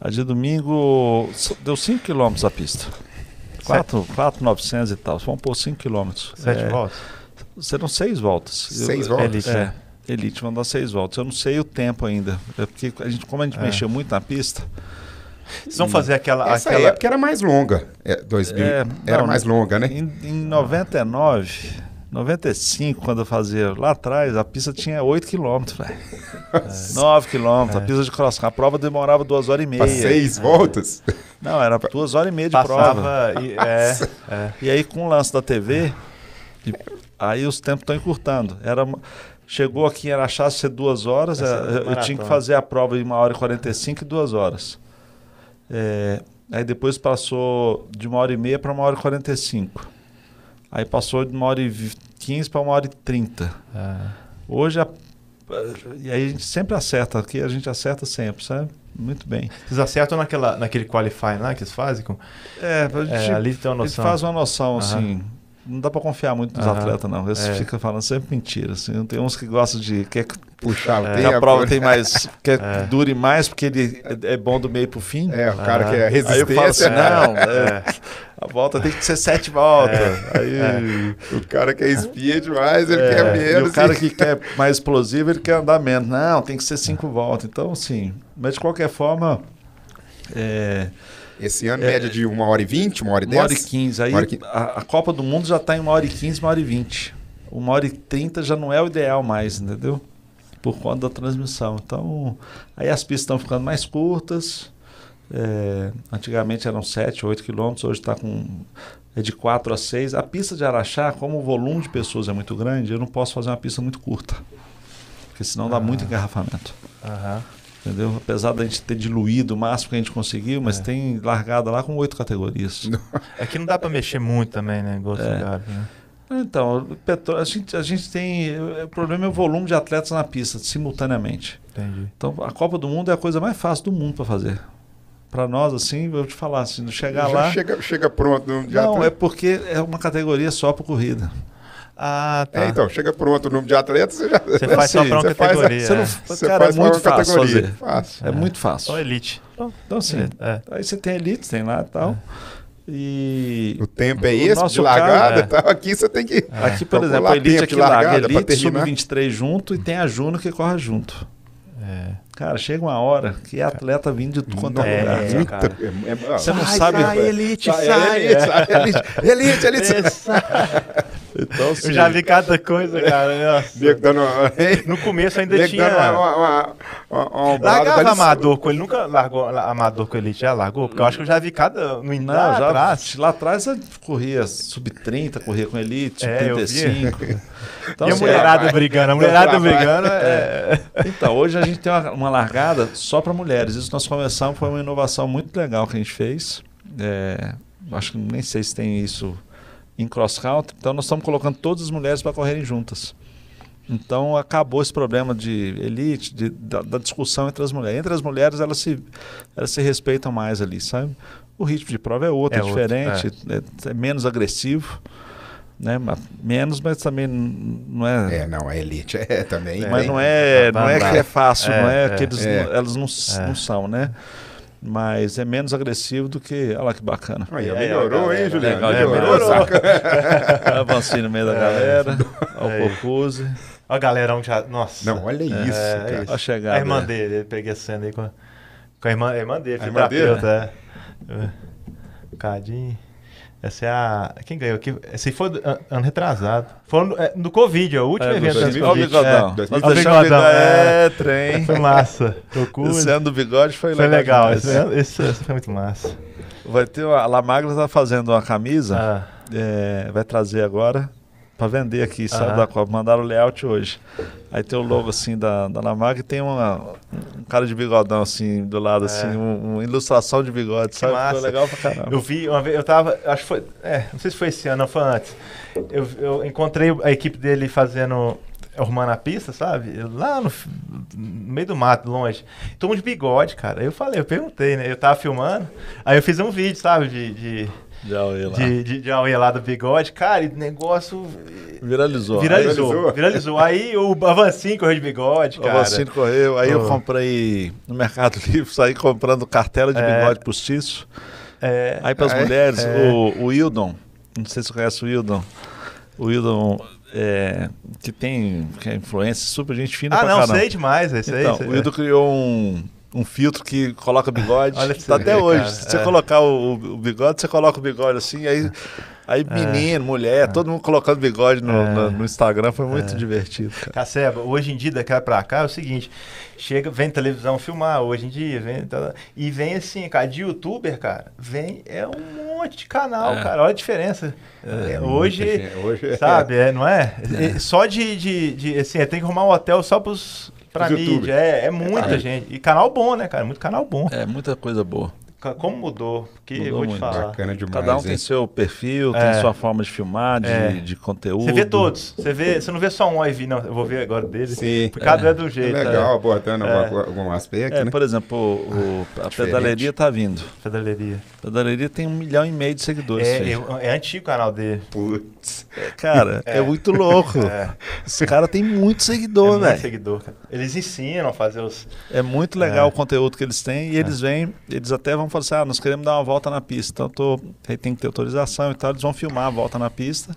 [SPEAKER 3] A de domingo s- deu 5 km a pista. 4,900 e tal. Vamos pôr 5 km.
[SPEAKER 1] É.
[SPEAKER 2] Sete voltas.
[SPEAKER 3] Serão seis voltas.
[SPEAKER 1] Seis
[SPEAKER 3] Eu-
[SPEAKER 1] voltas?
[SPEAKER 2] Elite,
[SPEAKER 3] É.
[SPEAKER 2] né?
[SPEAKER 3] Elite vão dar seis voltas. Eu não sei o tempo ainda. É porque a gente, como a gente mexeu muito na pista,
[SPEAKER 2] Vocês vão fazer aquela.
[SPEAKER 1] Essa
[SPEAKER 2] aquela...
[SPEAKER 1] época era mais longa, é, 2000,
[SPEAKER 3] É,
[SPEAKER 1] era
[SPEAKER 3] não,
[SPEAKER 1] mais longa, né?
[SPEAKER 3] Em, em 99, 95, quando eu fazia lá atrás, a pista tinha 8 km, velho. 9 km, a
[SPEAKER 2] É.
[SPEAKER 3] pista de cross A prova demorava 2 horas e meia.
[SPEAKER 1] É. Pra seis voltas?
[SPEAKER 3] Não, era 2 horas e
[SPEAKER 1] é
[SPEAKER 3] meia de prova.
[SPEAKER 2] Passava. E, é, é.
[SPEAKER 3] E aí com o lance da TV, e- aí os tempos estão encurtando. Era uma- Chegou aqui em Araxá ser duas horas,
[SPEAKER 2] Essa
[SPEAKER 3] eh,
[SPEAKER 2] é uma
[SPEAKER 3] eu, eu tinha que
[SPEAKER 2] maratona.
[SPEAKER 3] fazer a prova em uma hora e 45 e duas horas. É, aí depois passou de uma hora e meia para uma hora e 45. Aí passou de uma hora e vi- 15 para uma hora e 30.
[SPEAKER 2] é.
[SPEAKER 3] Hoje a- e aí a gente sempre acerta, aqui a gente acerta sempre, sabe? Muito bem.
[SPEAKER 2] Vocês acertam naquela, naquele qualifying lá que eles fazem? Com...
[SPEAKER 3] É, a gente
[SPEAKER 2] É, ali tem uma
[SPEAKER 3] Ele
[SPEAKER 2] noção.
[SPEAKER 3] faz uma
[SPEAKER 2] Aham.
[SPEAKER 3] noção, assim. Não dá pra confiar muito nos
[SPEAKER 2] Aham.
[SPEAKER 3] atletas, não. Eles
[SPEAKER 2] É.
[SPEAKER 3] ficam falando sempre mentira. Assim. Tem uns que gostam de. Quer que
[SPEAKER 1] Puxar o
[SPEAKER 2] É.
[SPEAKER 1] tempo.
[SPEAKER 3] a prova
[SPEAKER 1] né?
[SPEAKER 3] tem mais. Quer que
[SPEAKER 2] É.
[SPEAKER 3] dure mais, porque ele é é bom do meio pro fim.
[SPEAKER 1] É, o cara
[SPEAKER 2] Ah.
[SPEAKER 1] que é
[SPEAKER 3] Aí eu falo assim,
[SPEAKER 1] resistência,
[SPEAKER 3] não, é, a volta tem que ser sete voltas.
[SPEAKER 2] É.
[SPEAKER 3] Aí,
[SPEAKER 1] o cara que é speed mais, ele
[SPEAKER 3] é,
[SPEAKER 1] quer
[SPEAKER 3] e
[SPEAKER 1] É menos.
[SPEAKER 3] o cara
[SPEAKER 1] e-
[SPEAKER 3] que quer mais explosivo, ele quer andar menos. Não, tem que ser cinco voltas. Então, assim, mas de qualquer forma, é,
[SPEAKER 1] Esse ano, média de uma hora e vinte, uma hora e
[SPEAKER 3] Uma hora e
[SPEAKER 1] dez.
[SPEAKER 3] 15. Aí
[SPEAKER 1] Uma hora e quin-
[SPEAKER 3] a, a Copa do tá Mundo já está em uma hora e 15, uma hora e 20. Uma hora e 30 já não é o ideal mais, entendeu? por conta da transmissão. Então, aí as pistas estão ficando mais curtas. É, antigamente eram 7, 8 quilômetros, hoje está com é de 4 a 6. A pista de Araxá, como o volume de pessoas é muito grande, eu não posso fazer uma pista muito curta. Porque senão dá
[SPEAKER 1] Ah.
[SPEAKER 3] muito engarrafamento.
[SPEAKER 2] Aham.
[SPEAKER 3] Entendeu? Apesar da gente ter diluído o máximo que a gente conseguiu, mas
[SPEAKER 1] É.
[SPEAKER 3] tem largada lá com oito categorias.
[SPEAKER 2] É que não dá pra mexer muito também, né? Igual é. né?
[SPEAKER 3] Então, Petro- a, gente, a gente tem. O problema é o volume de atletas na pista, simultaneamente.
[SPEAKER 2] Entendi.
[SPEAKER 3] Então, a Copa do Mundo é a coisa mais fácil do mundo para fazer. Para nós, assim, eu te falar, assim, não
[SPEAKER 1] Já
[SPEAKER 3] chegar lá.
[SPEAKER 1] chega, chega pronto. Já
[SPEAKER 3] não, é porque é uma categoria só para corrida.
[SPEAKER 2] Ah, tá.
[SPEAKER 1] É, então, chega pronto o número de atletas, você já.
[SPEAKER 2] Você faz só
[SPEAKER 3] assim,
[SPEAKER 2] pra uma
[SPEAKER 1] você faz a-
[SPEAKER 2] categoria.
[SPEAKER 3] Você não,
[SPEAKER 2] é.
[SPEAKER 1] Você
[SPEAKER 3] cara,
[SPEAKER 1] faz
[SPEAKER 3] é muito
[SPEAKER 1] pra uma
[SPEAKER 3] fácil
[SPEAKER 1] categoria.
[SPEAKER 3] fazer.
[SPEAKER 1] Fácil.
[SPEAKER 3] É, muito fácil.
[SPEAKER 2] Só elite.
[SPEAKER 3] Então, assim,
[SPEAKER 2] É.
[SPEAKER 3] aí você tem elite, tem lá e tal. E
[SPEAKER 1] O tempo é
[SPEAKER 3] O
[SPEAKER 1] esse, de
[SPEAKER 3] nosso
[SPEAKER 1] largada
[SPEAKER 3] cara- é.
[SPEAKER 1] e tal. Aqui você tem que.
[SPEAKER 2] É.
[SPEAKER 3] aqui, por
[SPEAKER 1] Calcular
[SPEAKER 3] exemplo, a elite
[SPEAKER 1] tempo
[SPEAKER 3] aqui
[SPEAKER 1] de largada
[SPEAKER 3] larga,
[SPEAKER 1] pra
[SPEAKER 3] elite
[SPEAKER 1] terminar.
[SPEAKER 3] sub-23 junto e tem a Juno que corre junto.
[SPEAKER 2] É.
[SPEAKER 3] Cara, chega uma hora que é atleta vindo de tudo quanto é
[SPEAKER 2] É,
[SPEAKER 3] lugar.
[SPEAKER 1] muita-
[SPEAKER 2] cara.
[SPEAKER 1] é- é-
[SPEAKER 3] Você não
[SPEAKER 2] Sai,
[SPEAKER 3] sabe.
[SPEAKER 2] sai, elite,
[SPEAKER 1] Sai,
[SPEAKER 2] sai.
[SPEAKER 3] é.
[SPEAKER 1] elite, sai, elite, elite, elite, sai.
[SPEAKER 3] Então, assim,
[SPEAKER 2] Eu já vi cada coisa, cara. Nossa.
[SPEAKER 1] Nego dando uma.
[SPEAKER 2] No começo ainda
[SPEAKER 1] Nego
[SPEAKER 2] tinha.
[SPEAKER 1] dando uma.
[SPEAKER 3] é
[SPEAKER 1] uma, uma, uma, uma ombrada,
[SPEAKER 2] Largava
[SPEAKER 1] dá licença.
[SPEAKER 2] amador com ele, nunca largou la- amador com ele, já largou? Porque eu acho que eu já vi cada. No início
[SPEAKER 3] Não,
[SPEAKER 2] lá
[SPEAKER 3] já
[SPEAKER 2] atrás.
[SPEAKER 3] lá atrás eu corria sub-30, corria com elite,
[SPEAKER 2] É, eu vi.
[SPEAKER 3] sub-35. Então,
[SPEAKER 2] E a
[SPEAKER 3] assim,
[SPEAKER 2] mulherada
[SPEAKER 1] vai.
[SPEAKER 2] brigando, a mulherada
[SPEAKER 1] Então, vai.
[SPEAKER 2] brigando. É.
[SPEAKER 3] Então, hoje a gente tem uma, uma largada só para mulheres. Isso nós começamos, foi uma inovação muito legal que a gente fez. É, acho que nem sei se tem isso em cross-country. Então, nós estamos colocando todas as mulheres para correrem juntas. Então, acabou esse problema de elite, de- da, da discussão entre as mulheres. Entre as mulheres, elas se, elas se respeitam mais ali, sabe? O ritmo de prova é outro, é,
[SPEAKER 2] É outro,
[SPEAKER 3] diferente, é- é menos agressivo. Né? Mas- Menos, mas também n- não
[SPEAKER 1] É, não, a elite é também.
[SPEAKER 3] mas
[SPEAKER 1] hein?
[SPEAKER 3] não é,
[SPEAKER 2] Tá
[SPEAKER 3] não é que
[SPEAKER 2] andado.
[SPEAKER 3] é fácil,
[SPEAKER 2] É,
[SPEAKER 3] não é,
[SPEAKER 2] é.
[SPEAKER 3] que eles,
[SPEAKER 1] É.
[SPEAKER 3] não- elas não, s- não são, né? Mas é menos agressivo do que. Olha lá que bacana.
[SPEAKER 1] Aí,
[SPEAKER 2] É,
[SPEAKER 1] melhorou,
[SPEAKER 2] galera,
[SPEAKER 1] hein, Juliano?
[SPEAKER 3] legal,
[SPEAKER 1] Melhorou,
[SPEAKER 3] melhorou.
[SPEAKER 1] saca?
[SPEAKER 3] Avancinho no meio da galera. Olha
[SPEAKER 2] É.
[SPEAKER 3] o Cocuzzi.
[SPEAKER 2] Ó, a galera um já. Nossa.
[SPEAKER 1] Não, olha isso,
[SPEAKER 2] É,
[SPEAKER 1] cara.
[SPEAKER 3] Olha a chegada.
[SPEAKER 2] A irmã dele, eu peguei a cena aí com a, com a irmã, a irmã dele,
[SPEAKER 1] A irmã dele?
[SPEAKER 2] fisioterapeuta. é. Cadinho. Essa é a. Quem ganhou aqui? Esse foi do- an- ano retrasado. Foi ano- é, no Covid, é o último
[SPEAKER 3] É,
[SPEAKER 2] evento antes do
[SPEAKER 3] Olha o
[SPEAKER 2] Covid.
[SPEAKER 3] bigodão.
[SPEAKER 1] É,
[SPEAKER 3] Nós
[SPEAKER 1] 2000.
[SPEAKER 3] deixamos ele
[SPEAKER 2] Bigodão,
[SPEAKER 3] dar-
[SPEAKER 2] é.
[SPEAKER 3] É, trem.
[SPEAKER 2] Foi massa. Tocou.
[SPEAKER 3] Esse é ano do bigode foi,
[SPEAKER 2] Foi legal.
[SPEAKER 3] demais.
[SPEAKER 2] Esse, ano- esse- esse foi muito massa.
[SPEAKER 3] Vai ter. uma- A Lamagra tá fazendo uma camisa.
[SPEAKER 2] Ah,
[SPEAKER 3] é, vai trazer agora para vender aqui, sabe,
[SPEAKER 2] Aham.
[SPEAKER 3] da Copa. Mandaram o layout hoje. Aí tem o logo assim da, da Lamarca e tem uma, um cara de bigodão assim do lado, assim, um- uma ilustração de bigode, sabe? Ficou
[SPEAKER 2] É. massa.
[SPEAKER 3] legal pra caramba.
[SPEAKER 2] eu vi uma vez, eu tava. Acho que foi. É, não sei se foi esse ano, não foi antes. Eu, eu encontrei a equipe dele fazendo. Arrumando a pista, sabe? Lá no, f- no meio do mato, longe. Todo mundo de bigode, cara. Aí eu falei, eu perguntei, né? Eu tava filmando. Aí eu fiz um vídeo, sabe? De. De,
[SPEAKER 3] Já olhei lá.
[SPEAKER 2] de, de, de auê lá do bigode. Cara, e o negócio.
[SPEAKER 3] Viralizou.
[SPEAKER 2] Viralizou.
[SPEAKER 1] viralizou.
[SPEAKER 2] Viralizou. Aí o Avancinho correu de bigode,
[SPEAKER 3] Aí, o
[SPEAKER 2] cara.
[SPEAKER 3] Avancini correu, aí eu
[SPEAKER 2] Oh.
[SPEAKER 3] comprei no Mercado Livre, saí comprando cartela de
[SPEAKER 2] É.
[SPEAKER 3] bigode postiço.
[SPEAKER 2] É.
[SPEAKER 3] Aí para as
[SPEAKER 1] Ah, é?
[SPEAKER 3] mulheres,
[SPEAKER 2] É.
[SPEAKER 3] o, o Wildon, não sei se você conhece o Wildon. O Wildon, é, que tem que é influência, super gente fina
[SPEAKER 2] Ah,
[SPEAKER 3] pra
[SPEAKER 2] não,
[SPEAKER 3] caramba.
[SPEAKER 2] sei demais, é, sei,
[SPEAKER 3] então,
[SPEAKER 2] sei.
[SPEAKER 3] o Ildo criou um, um filtro que coloca bigode.
[SPEAKER 2] Olha pra você
[SPEAKER 3] tá até
[SPEAKER 2] ver,
[SPEAKER 3] hoje.
[SPEAKER 2] cara.
[SPEAKER 3] Se você
[SPEAKER 2] É.
[SPEAKER 3] colocar o, o bigode, você coloca o bigode assim, aí, aí menino, mulher, todo mundo colocando bigode no,
[SPEAKER 2] É.
[SPEAKER 3] no- no Instagram. Foi muito divertido, cara.
[SPEAKER 2] Caceba, hoje em dia, daqui pra cá, é o seguinte: chega, vem televisão filmar hoje em dia, vem. tá- e vem assim, cara, de youtuber, cara, vem, é um monte de canal,
[SPEAKER 3] É.
[SPEAKER 2] cara, olha a diferença. É, hoje,
[SPEAKER 1] gente, hoje é.
[SPEAKER 2] sabe, é, não é? E- Só de, de, de, assim, é, tem que arrumar um hotel só pros. Pra
[SPEAKER 1] Os youtubers.
[SPEAKER 2] mídia, é, é muita
[SPEAKER 1] É.
[SPEAKER 2] gente. E canal bom, né, cara? Muito canal bom.
[SPEAKER 3] É, muita coisa boa.
[SPEAKER 2] Ca- Como mudou? Porque
[SPEAKER 3] Mudou
[SPEAKER 2] eu vou te
[SPEAKER 3] muito.
[SPEAKER 2] falar.
[SPEAKER 1] Bacana demais.
[SPEAKER 3] Cada um
[SPEAKER 1] hein?
[SPEAKER 3] tem seu perfil,
[SPEAKER 2] É.
[SPEAKER 3] tem sua forma de filmar, de,
[SPEAKER 2] É.
[SPEAKER 3] de conteúdo.
[SPEAKER 2] Você vê todos. Você, vê, você não vê só um IV, não. Eu vou ver agora dele.
[SPEAKER 1] Sim.
[SPEAKER 2] Porque Cada um é do jeito.
[SPEAKER 1] É legal, abordando
[SPEAKER 2] É.
[SPEAKER 1] algum- algum aspecto,
[SPEAKER 3] É,
[SPEAKER 1] né?
[SPEAKER 3] por exemplo, o- o- a
[SPEAKER 1] Diferente.
[SPEAKER 3] pedaleria tá vindo.
[SPEAKER 2] É, pedaleria.
[SPEAKER 3] A pedaleria tem um milhão e meio de seguidores.
[SPEAKER 2] É,
[SPEAKER 3] filho.
[SPEAKER 2] eu- é antigo o canal dele.
[SPEAKER 1] Putz.
[SPEAKER 3] Cara, é. muito louco.
[SPEAKER 2] É.
[SPEAKER 3] Os caras têm muito
[SPEAKER 2] É
[SPEAKER 3] seguidor,
[SPEAKER 2] muito
[SPEAKER 3] velho.
[SPEAKER 2] seguidor, cara. Eles ensinam a fazer os.
[SPEAKER 3] É muito legal
[SPEAKER 2] É.
[SPEAKER 3] o conteúdo que eles têm e eles vêm, eles até vão falar assim, ah, nós queremos dar uma volta na pista, então tô, aí tem que ter autorização e tal, eles vão filmar a volta na pista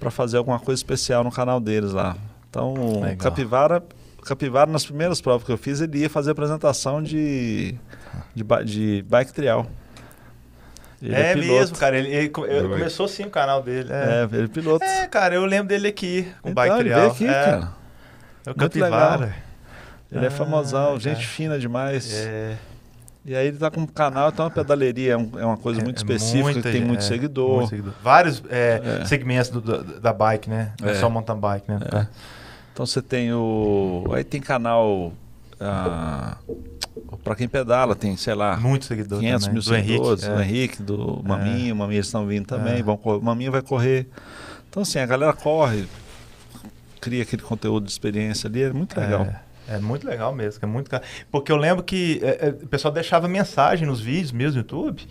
[SPEAKER 3] para fazer alguma coisa especial no canal deles lá. Então, o
[SPEAKER 2] Legal.
[SPEAKER 3] Capivara, o Capivara, nas primeiras provas que eu fiz, ele ia fazer apresentação de, de, ba- de bike trial. Ele
[SPEAKER 2] é
[SPEAKER 3] piloto.
[SPEAKER 2] mesmo, cara. Ele, ele co- ele
[SPEAKER 1] Doido.
[SPEAKER 2] começou sim o canal dele.
[SPEAKER 3] É,
[SPEAKER 2] É,
[SPEAKER 3] ele é piloto.
[SPEAKER 2] é. cara, eu lembro dele aqui, com
[SPEAKER 3] Então,
[SPEAKER 2] bike
[SPEAKER 3] ele
[SPEAKER 2] trial.
[SPEAKER 3] veio aqui,
[SPEAKER 2] é,
[SPEAKER 3] cara.
[SPEAKER 2] É o
[SPEAKER 3] Muito
[SPEAKER 2] capivara.
[SPEAKER 3] legal. Ele é
[SPEAKER 2] Ah,
[SPEAKER 3] famosão, gente
[SPEAKER 2] cara.
[SPEAKER 3] fina demais.
[SPEAKER 2] É,
[SPEAKER 3] E aí ele tá com um canal, então a pedaleria é, um- é uma coisa
[SPEAKER 2] é-
[SPEAKER 3] muito
[SPEAKER 2] é
[SPEAKER 3] específica, que
[SPEAKER 2] muita
[SPEAKER 3] tem
[SPEAKER 2] gente-
[SPEAKER 3] muito
[SPEAKER 2] é,
[SPEAKER 3] seguidor.
[SPEAKER 2] muito seguidor. Vários é,
[SPEAKER 3] É.
[SPEAKER 2] segmentos do- do- da bike, né? Não
[SPEAKER 3] É.
[SPEAKER 2] é só mountain bike, né?
[SPEAKER 3] É. Então você tem o. Aí tem canal. ah, pra quem pedala, tem, sei lá.
[SPEAKER 2] Muito seguidor
[SPEAKER 3] 500
[SPEAKER 2] também. né?
[SPEAKER 3] mil
[SPEAKER 2] Do
[SPEAKER 3] seguidores,
[SPEAKER 2] Henrique,
[SPEAKER 3] do
[SPEAKER 2] é.
[SPEAKER 3] Henrique, do Maminho, o Maminho eles estão vindo também,
[SPEAKER 2] É.
[SPEAKER 3] vão, cor- o Maminho vai correr. Então assim, a galera corre, cria aquele conteúdo de experiência ali, é muito legal.
[SPEAKER 2] É, é muito legal mesmo, que é muito caro. Porque eu lembro que é, é, o pessoal deixava mensagem nos vídeos mesmo no YouTube,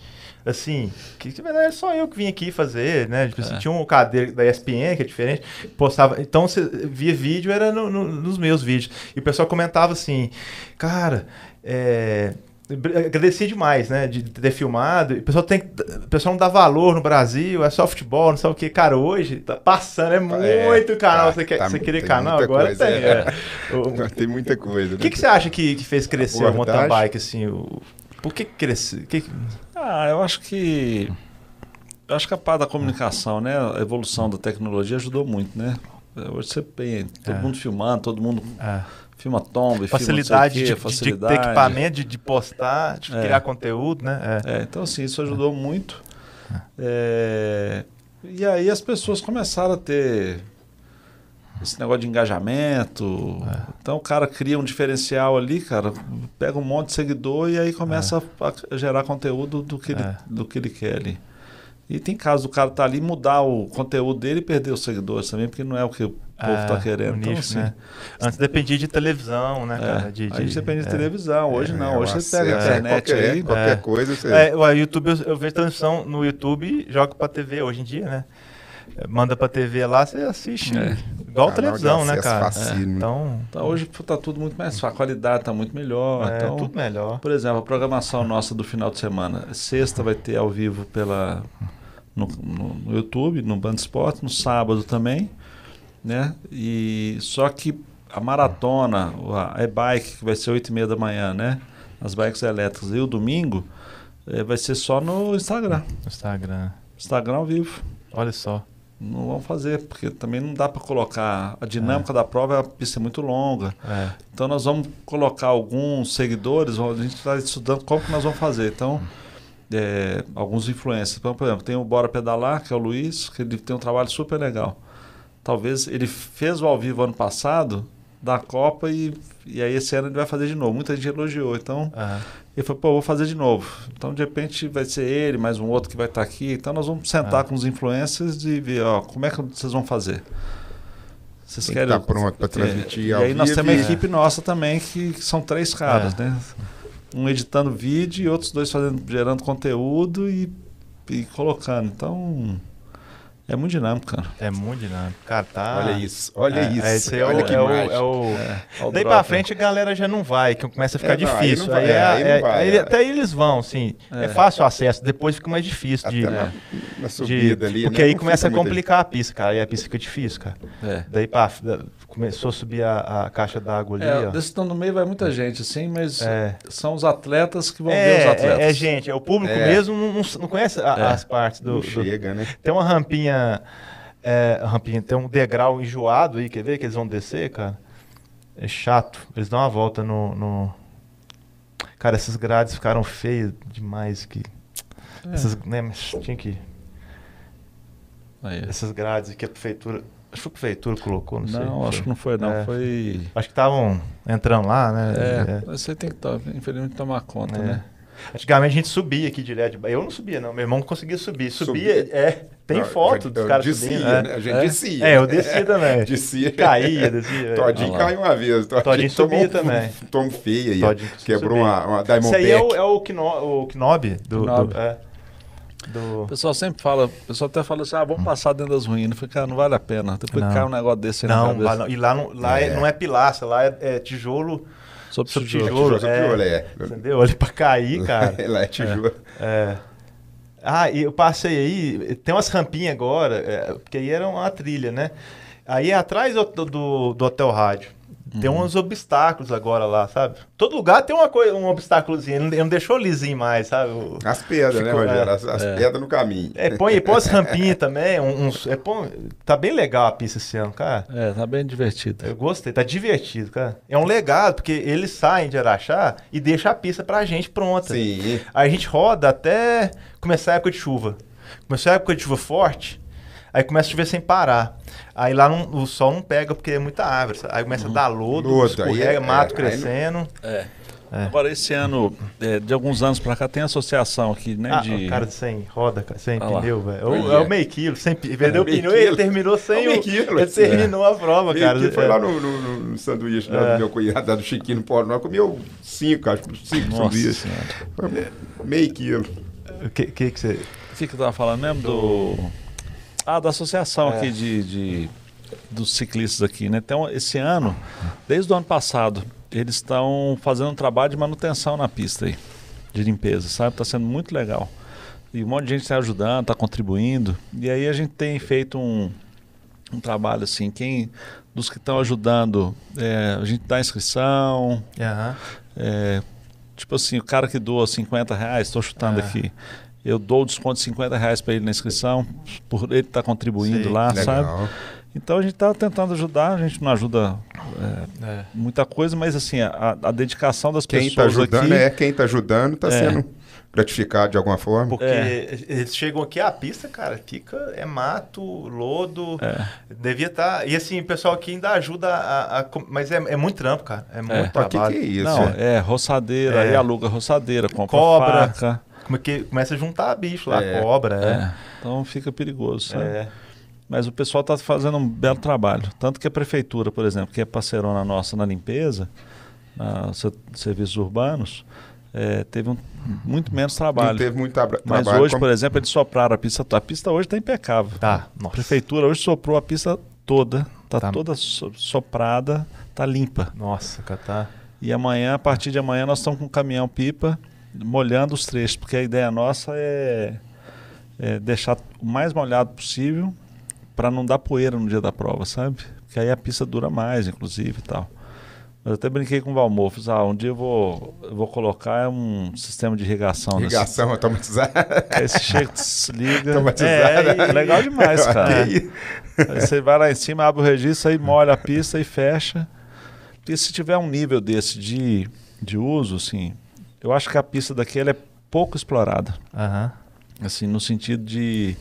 [SPEAKER 2] assim, que na verdade era só eu que vim aqui fazer, né? Tipo,
[SPEAKER 3] É.
[SPEAKER 2] assim, tinha um cadeiro da ESPN, que é diferente, postava. Então você via vídeo, era no- no- nos meus vídeos. E o pessoal comentava assim, cara, é. br- Agradeci demais, né? De ter filmado. E O pessoal, tem, que- o pessoal não dá valor no Brasil, é só futebol, não sei o que. Cara, hoje tá passando, é muito canal.
[SPEAKER 1] tá,
[SPEAKER 2] você quer,
[SPEAKER 1] tá,
[SPEAKER 2] você queria
[SPEAKER 1] tem
[SPEAKER 2] canal
[SPEAKER 1] muita
[SPEAKER 2] agora?
[SPEAKER 1] coisa,
[SPEAKER 2] tem,
[SPEAKER 1] é.
[SPEAKER 2] é. O-
[SPEAKER 1] Tem muita coisa. né?
[SPEAKER 2] o que, que você acha que, que fez crescer o
[SPEAKER 1] Abordagem?
[SPEAKER 2] mountain bike, assim? O... Por que que cresceu? Que... que-
[SPEAKER 3] Ah, eu acho que. Eu acho que a parte da comunicação, né? A evolução da tecnologia ajudou muito, né? Eh, Hoje você tem todo
[SPEAKER 2] É.
[SPEAKER 3] mundo filmando, todo mundo
[SPEAKER 2] Ah,
[SPEAKER 3] filma tomba, e
[SPEAKER 2] facilidade,
[SPEAKER 3] filma não sei o quê,
[SPEAKER 2] de,
[SPEAKER 3] facilidade.
[SPEAKER 2] de ter equipamento, de, de postar, de
[SPEAKER 3] É.
[SPEAKER 2] criar conteúdo, né? É.
[SPEAKER 3] É, então assim, isso ajudou muito. É, E aí as pessoas começaram a ter esse negócio de engajamento.
[SPEAKER 2] É.
[SPEAKER 3] Então o cara cria um diferencial ali, cara, pega um monte de seguidor e aí começa a, a gerar conteúdo do que, ele,
[SPEAKER 2] É.
[SPEAKER 3] do que ele quer ali. E tem caso do cara tá ali mudar o conteúdo dele e perder os seguidores também, porque não é o que o povo tá
[SPEAKER 2] Ah,
[SPEAKER 3] querendo.
[SPEAKER 2] o
[SPEAKER 3] Então,
[SPEAKER 2] nicho,
[SPEAKER 3] assim,
[SPEAKER 2] né? Antes dependia de televisão, né, cara?
[SPEAKER 3] é,
[SPEAKER 2] De,
[SPEAKER 3] aí
[SPEAKER 2] de-
[SPEAKER 3] depende de
[SPEAKER 2] é.
[SPEAKER 3] televisão. Hoje não. Hoje você pega a
[SPEAKER 2] acesso,
[SPEAKER 3] internet
[SPEAKER 1] qualquer,
[SPEAKER 3] aí.
[SPEAKER 1] Qualquer
[SPEAKER 2] É.
[SPEAKER 1] coisa você...
[SPEAKER 2] É, o YouTube, eu, eu vejo transmissão no YouTube e jogo pra TV hoje em dia, né? É, Manda pra TV lá, você assiste.
[SPEAKER 3] É.
[SPEAKER 1] Canal
[SPEAKER 2] Igual
[SPEAKER 1] de
[SPEAKER 2] televisão, né,
[SPEAKER 1] acesso
[SPEAKER 2] cara?
[SPEAKER 1] fácil,
[SPEAKER 2] É,
[SPEAKER 1] né?
[SPEAKER 2] Então,
[SPEAKER 3] Então, hoje está tudo muito mais fácil, a qualidade está muito melhor.
[SPEAKER 2] é
[SPEAKER 3] então,
[SPEAKER 2] tudo melhor.
[SPEAKER 3] Por exemplo, a programação nossa do final de semana. Sexta vai ter ao vivo pela, no, no- no YouTube, no Bandsport, no sábado também. Né? E, só que a maratona, a e-bike, que vai ser 8 e meia da manhã, né? As bikes elétricas. E o domingo eh, vai ser só no Instagram.
[SPEAKER 2] Instagram,
[SPEAKER 3] Instagram ao vivo.
[SPEAKER 2] olha só.
[SPEAKER 3] Não vão fazer, porque também não dá para colocar. A dinâmica da prova, a pista é muito longa.
[SPEAKER 2] É.
[SPEAKER 3] Então nós vamos colocar alguns seguidores, vamos- a gente está estudando como que nós vamos fazer. Então, é, alguns influencers. Então, por exemplo, tem o Bora Pedalar, que é o Luiz, que ele tem um trabalho super legal. Talvez ele fez o ao vivo ano passado da Copa e, e aí esse ano ele vai fazer de novo. Muita gente elogiou. Então,
[SPEAKER 2] Ah,
[SPEAKER 3] ele falou, pô, vou fazer de novo. Então, de repente, vai ser ele, mais um outro que vai estar aqui. Então, nós vamos sentar
[SPEAKER 2] Ah.
[SPEAKER 3] com os influencers e ver, ó, como é que vocês vão fazer. Vocês
[SPEAKER 1] Tem que
[SPEAKER 3] querem...
[SPEAKER 1] estar pronto para transmitir
[SPEAKER 3] É,
[SPEAKER 1] ao
[SPEAKER 3] E aí nós
[SPEAKER 1] vivo
[SPEAKER 3] temos a
[SPEAKER 1] e-
[SPEAKER 3] equipe nossa também, que, que são três caras,
[SPEAKER 2] É.
[SPEAKER 3] né? Um editando vídeo e outros dois fazendo, gerando conteúdo e, e colocando. Então, é muito dinâmico, cara.
[SPEAKER 2] é muito dinâmico. Cara, tá.
[SPEAKER 1] Olha isso, olha
[SPEAKER 2] é,
[SPEAKER 1] isso.
[SPEAKER 2] É, esse aí é
[SPEAKER 1] olha
[SPEAKER 2] o,
[SPEAKER 1] que
[SPEAKER 2] é o-
[SPEAKER 1] mágica.
[SPEAKER 2] é o-
[SPEAKER 3] Olha
[SPEAKER 2] Daí
[SPEAKER 3] o drop,
[SPEAKER 2] pra
[SPEAKER 3] né?
[SPEAKER 2] frente a galera já não vai, que começa a ficar
[SPEAKER 1] É, não, aí
[SPEAKER 2] difícil.
[SPEAKER 1] não vai,
[SPEAKER 2] Aí é-
[SPEAKER 1] é, aí não
[SPEAKER 2] é-
[SPEAKER 1] vai,
[SPEAKER 2] aí
[SPEAKER 1] é.
[SPEAKER 2] Até eles vão, sim. É.
[SPEAKER 3] É.
[SPEAKER 2] fácil o acesso, depois fica mais difícil
[SPEAKER 1] Até
[SPEAKER 2] de. né?
[SPEAKER 1] na,
[SPEAKER 2] de-
[SPEAKER 1] tá na subida ali,
[SPEAKER 2] porque
[SPEAKER 1] né?
[SPEAKER 2] aí
[SPEAKER 1] Não
[SPEAKER 2] começa a
[SPEAKER 1] fica muito-
[SPEAKER 2] complicar a pista, cara. Aí a pista fica difícil, cara.
[SPEAKER 3] É.
[SPEAKER 2] Daí pá, f- da- começou a subir a, a caixa d'água ali,
[SPEAKER 3] É,
[SPEAKER 2] ó.
[SPEAKER 3] desse tão no meio vai muita gente, assim, mas
[SPEAKER 2] É.
[SPEAKER 3] são os atletas que vão ver os
[SPEAKER 2] É,
[SPEAKER 3] atletas.
[SPEAKER 2] é, é gente, é o público
[SPEAKER 1] É.
[SPEAKER 2] mesmo não, não- não conhece a-
[SPEAKER 3] É.
[SPEAKER 2] as partes do,
[SPEAKER 1] Não
[SPEAKER 2] do,
[SPEAKER 1] chega, né?
[SPEAKER 2] Tem uma rampinha. É, rampinha, tem um degrau enjoado aí, quer ver que eles vão descer, cara? É chato. Eles dão uma volta no. no- Cara, essas grades ficaram feias demais que.
[SPEAKER 1] É.
[SPEAKER 3] É,
[SPEAKER 2] Essas, né, mas tinha que.
[SPEAKER 3] Aí.
[SPEAKER 2] Essas grades que a prefeitura. Acho que a prefeitura colocou, não, sei.
[SPEAKER 3] Não, acho que não foi, não.
[SPEAKER 2] É.
[SPEAKER 3] Foi.
[SPEAKER 2] Acho que estavam entrando lá, né?
[SPEAKER 3] É, você tem que, to- infelizmente, tomar conta,
[SPEAKER 2] É.
[SPEAKER 3] né?
[SPEAKER 2] Antigamente a gente subia aqui direto. Eu não subia, não. Meu irmão não conseguia subir. Subia,
[SPEAKER 1] Subia?
[SPEAKER 2] é. Tem
[SPEAKER 1] Não,
[SPEAKER 2] foto
[SPEAKER 1] eu-
[SPEAKER 2] dos
[SPEAKER 1] eu
[SPEAKER 2] caras
[SPEAKER 1] descia,
[SPEAKER 2] subindo. é.
[SPEAKER 1] né? A gente
[SPEAKER 3] É?
[SPEAKER 1] descia.
[SPEAKER 2] É, eu descia também.
[SPEAKER 1] Descia.
[SPEAKER 2] Caía, descia. é.
[SPEAKER 1] Todinho
[SPEAKER 3] Olha lá.
[SPEAKER 1] caiu uma vez. Todinho,
[SPEAKER 2] Todinho
[SPEAKER 1] tomou
[SPEAKER 2] subia também.
[SPEAKER 1] Um tom feio aí. ó.
[SPEAKER 2] Todinho
[SPEAKER 1] Quebrou
[SPEAKER 2] subia.
[SPEAKER 1] uma, uma
[SPEAKER 2] Isso
[SPEAKER 1] Diamondback.
[SPEAKER 2] aí é o, é o, Kno- o Knob do.
[SPEAKER 3] Knob.
[SPEAKER 2] do- é.
[SPEAKER 3] O
[SPEAKER 2] Do-
[SPEAKER 3] pessoal sempre fala, o pessoal até fala assim, ah, vamos passar dentro das ruínas. Eu falei, cara, não vale a pena. Depois
[SPEAKER 2] Não.
[SPEAKER 3] cai um negócio desse aí na
[SPEAKER 2] Não,
[SPEAKER 3] cabeça.
[SPEAKER 2] lá não, e lá, não, lá é-
[SPEAKER 1] É.
[SPEAKER 2] não é pilaça, lá é, é tijolo,
[SPEAKER 3] Sobre
[SPEAKER 2] Sobre
[SPEAKER 3] tijolo.
[SPEAKER 2] tijolo.
[SPEAKER 1] Tijolo,
[SPEAKER 2] é.
[SPEAKER 1] tijolo, é.
[SPEAKER 2] entendeu? Olha pra cair, cara.
[SPEAKER 1] Lá é tijolo.
[SPEAKER 2] É. Ah, e eu passei aí, tem umas rampinhas agora, é, porque aí era uma trilha, né? Aí é atrás do, do, do Hotel Rádio. Tem
[SPEAKER 1] Uhum.
[SPEAKER 2] uns obstáculos agora lá, sabe? Todo lugar tem uma coisa, um obstáculozinho. Ele não- ele não deixou lisinho mais, sabe? O-
[SPEAKER 1] As pedras, né,
[SPEAKER 2] Ficou-
[SPEAKER 1] Rogério?
[SPEAKER 2] é,
[SPEAKER 1] As, as pedras no caminho.
[SPEAKER 2] É, põe, põe as rampinhas também. um- Uns, é, põe- tá bem legal a pista esse ano, cara.
[SPEAKER 3] É, tá bem divertido.
[SPEAKER 2] Eu gostei, tá divertido, cara. É um legado, porque eles saem de Araxá e deixam a pista pra gente pronta.
[SPEAKER 1] Sim.
[SPEAKER 2] Aí a gente roda até começar a época de chuva. Começou a época de chuva forte, aí começa a chover sem parar. Aí lá não- o sol não pega porque é muita árvore. sabe? Aí começa a dar lodo,
[SPEAKER 1] Lodo, aí é-
[SPEAKER 2] escorrega, mato
[SPEAKER 1] é, aí
[SPEAKER 2] crescendo.
[SPEAKER 3] Agora, esse ano, é, de alguns anos pra cá, tem associação aqui, né?
[SPEAKER 2] Ah,
[SPEAKER 3] de...
[SPEAKER 2] o cara de sem roda, cara, sem
[SPEAKER 3] Ah lá.
[SPEAKER 2] pneu, velho.
[SPEAKER 1] Pois
[SPEAKER 2] Ou-
[SPEAKER 1] é.
[SPEAKER 2] É o meio quilo, sem pi- Perdeu o
[SPEAKER 1] meio
[SPEAKER 2] pneu e ele
[SPEAKER 1] quilo.
[SPEAKER 2] terminou sem
[SPEAKER 1] É o meio
[SPEAKER 2] o.
[SPEAKER 1] quilo,
[SPEAKER 2] Ele
[SPEAKER 1] é.
[SPEAKER 2] terminou a prova,
[SPEAKER 1] Meio
[SPEAKER 2] cara.
[SPEAKER 1] quilo foi
[SPEAKER 2] É.
[SPEAKER 1] lá no, no- no- no sanduíche né, do meu cunhado, lá do Chiquinho, no Polo Norte. Comeu cinco, acho, cinco
[SPEAKER 3] Nossa
[SPEAKER 1] sanduíches.
[SPEAKER 3] Senhora.
[SPEAKER 1] Foi Meio quilo.
[SPEAKER 2] O que, que, que você.
[SPEAKER 3] O que, que eu tava falando mesmo? Do. Ah, da associação aqui de, de- dos ciclistas aqui, né? Então, esse ano, desde o ano passado, eles estão fazendo um trabalho de manutenção na pista aí, de limpeza, sabe? Tá sendo muito legal. E um monte de gente está ajudando, está contribuindo. E aí a gente tem feito um, um trabalho assim, quem. Dos que estão ajudando, é, a gente dá inscrição,
[SPEAKER 2] Aham.
[SPEAKER 3] é, tipo assim, o cara que doa 50 reais, estou chutando
[SPEAKER 1] É.
[SPEAKER 2] Ah.
[SPEAKER 3] aqui. Eu dou o desconto de 50 reais para ele na inscrição, por ele estar contribuindo
[SPEAKER 2] Sim,
[SPEAKER 3] lá, sabe?
[SPEAKER 1] Legal.
[SPEAKER 3] Então a gente está tentando ajudar, a gente não ajuda
[SPEAKER 2] É.
[SPEAKER 3] muita coisa, mas assim, a, a dedicação das
[SPEAKER 1] Quem está
[SPEAKER 3] pessoas
[SPEAKER 1] ajudando
[SPEAKER 3] aqui.
[SPEAKER 1] é quem está ajudando, está
[SPEAKER 3] É.
[SPEAKER 1] sendo gratificado de alguma forma.
[SPEAKER 2] Porque
[SPEAKER 3] É.
[SPEAKER 2] eles chegam aqui, a pista, cara, fica. É mato, lodo.
[SPEAKER 3] É.
[SPEAKER 2] Devia estar. E assim, o pessoal aqui ainda ajuda a. a- com- mas é, é muito trampo, cara. É muito
[SPEAKER 1] Pô, que, que
[SPEAKER 2] trabalho.
[SPEAKER 1] é isso?
[SPEAKER 3] não,
[SPEAKER 1] é?
[SPEAKER 3] é, roçadeira,
[SPEAKER 2] É.
[SPEAKER 3] aí aluga roçadeira, compra
[SPEAKER 2] Cobra.
[SPEAKER 3] faca.
[SPEAKER 2] Como é que começa a juntar bicho lá,
[SPEAKER 1] É.
[SPEAKER 2] cobra.
[SPEAKER 3] É, Então fica perigoso,
[SPEAKER 2] É.
[SPEAKER 3] sabe? Mas o pessoal está fazendo um belo trabalho. Tanto que a prefeitura, por exemplo, que é parceirona nossa na limpeza, na se- serviços urbanos, eh, teve um- muito menos
[SPEAKER 1] Não
[SPEAKER 3] trabalho.
[SPEAKER 1] teve muito abra-
[SPEAKER 3] Mas
[SPEAKER 1] trabalho.
[SPEAKER 3] hoje,
[SPEAKER 1] como-
[SPEAKER 3] por exemplo, eles sopraram a pista. A pista hoje está impecável.
[SPEAKER 2] Tá.
[SPEAKER 3] A
[SPEAKER 2] Nossa.
[SPEAKER 3] prefeitura hoje soprou a pista toda. Está
[SPEAKER 2] Tá.
[SPEAKER 3] toda so- soprada, está limpa.
[SPEAKER 2] Nossa, cara, tá.
[SPEAKER 3] E amanhã, a partir de amanhã, nós estamos com um caminhão pipa molhando os trechos, porque a ideia nossa é, é deixar o mais molhado possível para não dar poeira no dia da prova, sabe? Porque aí a pista dura mais, inclusive e tal. Mas eu até brinquei com o Valmor, fiz, ah, um dia eu vou, eu vou colocar um sistema de irrigação. nesse- É,
[SPEAKER 1] Irrigação Tá automatizada.
[SPEAKER 3] Aí você chega, desliga.
[SPEAKER 1] Automatizada.
[SPEAKER 3] É, e- legal demais, cara.
[SPEAKER 1] Que isso?
[SPEAKER 3] Aí você vai lá em cima, abre o registro, aí molha a pista e fecha. Porque se tiver um nível desse de, de uso, assim, eu acho que a pista daqui ela é pouco explorada.
[SPEAKER 2] Aham.
[SPEAKER 3] Assim, no sentido de,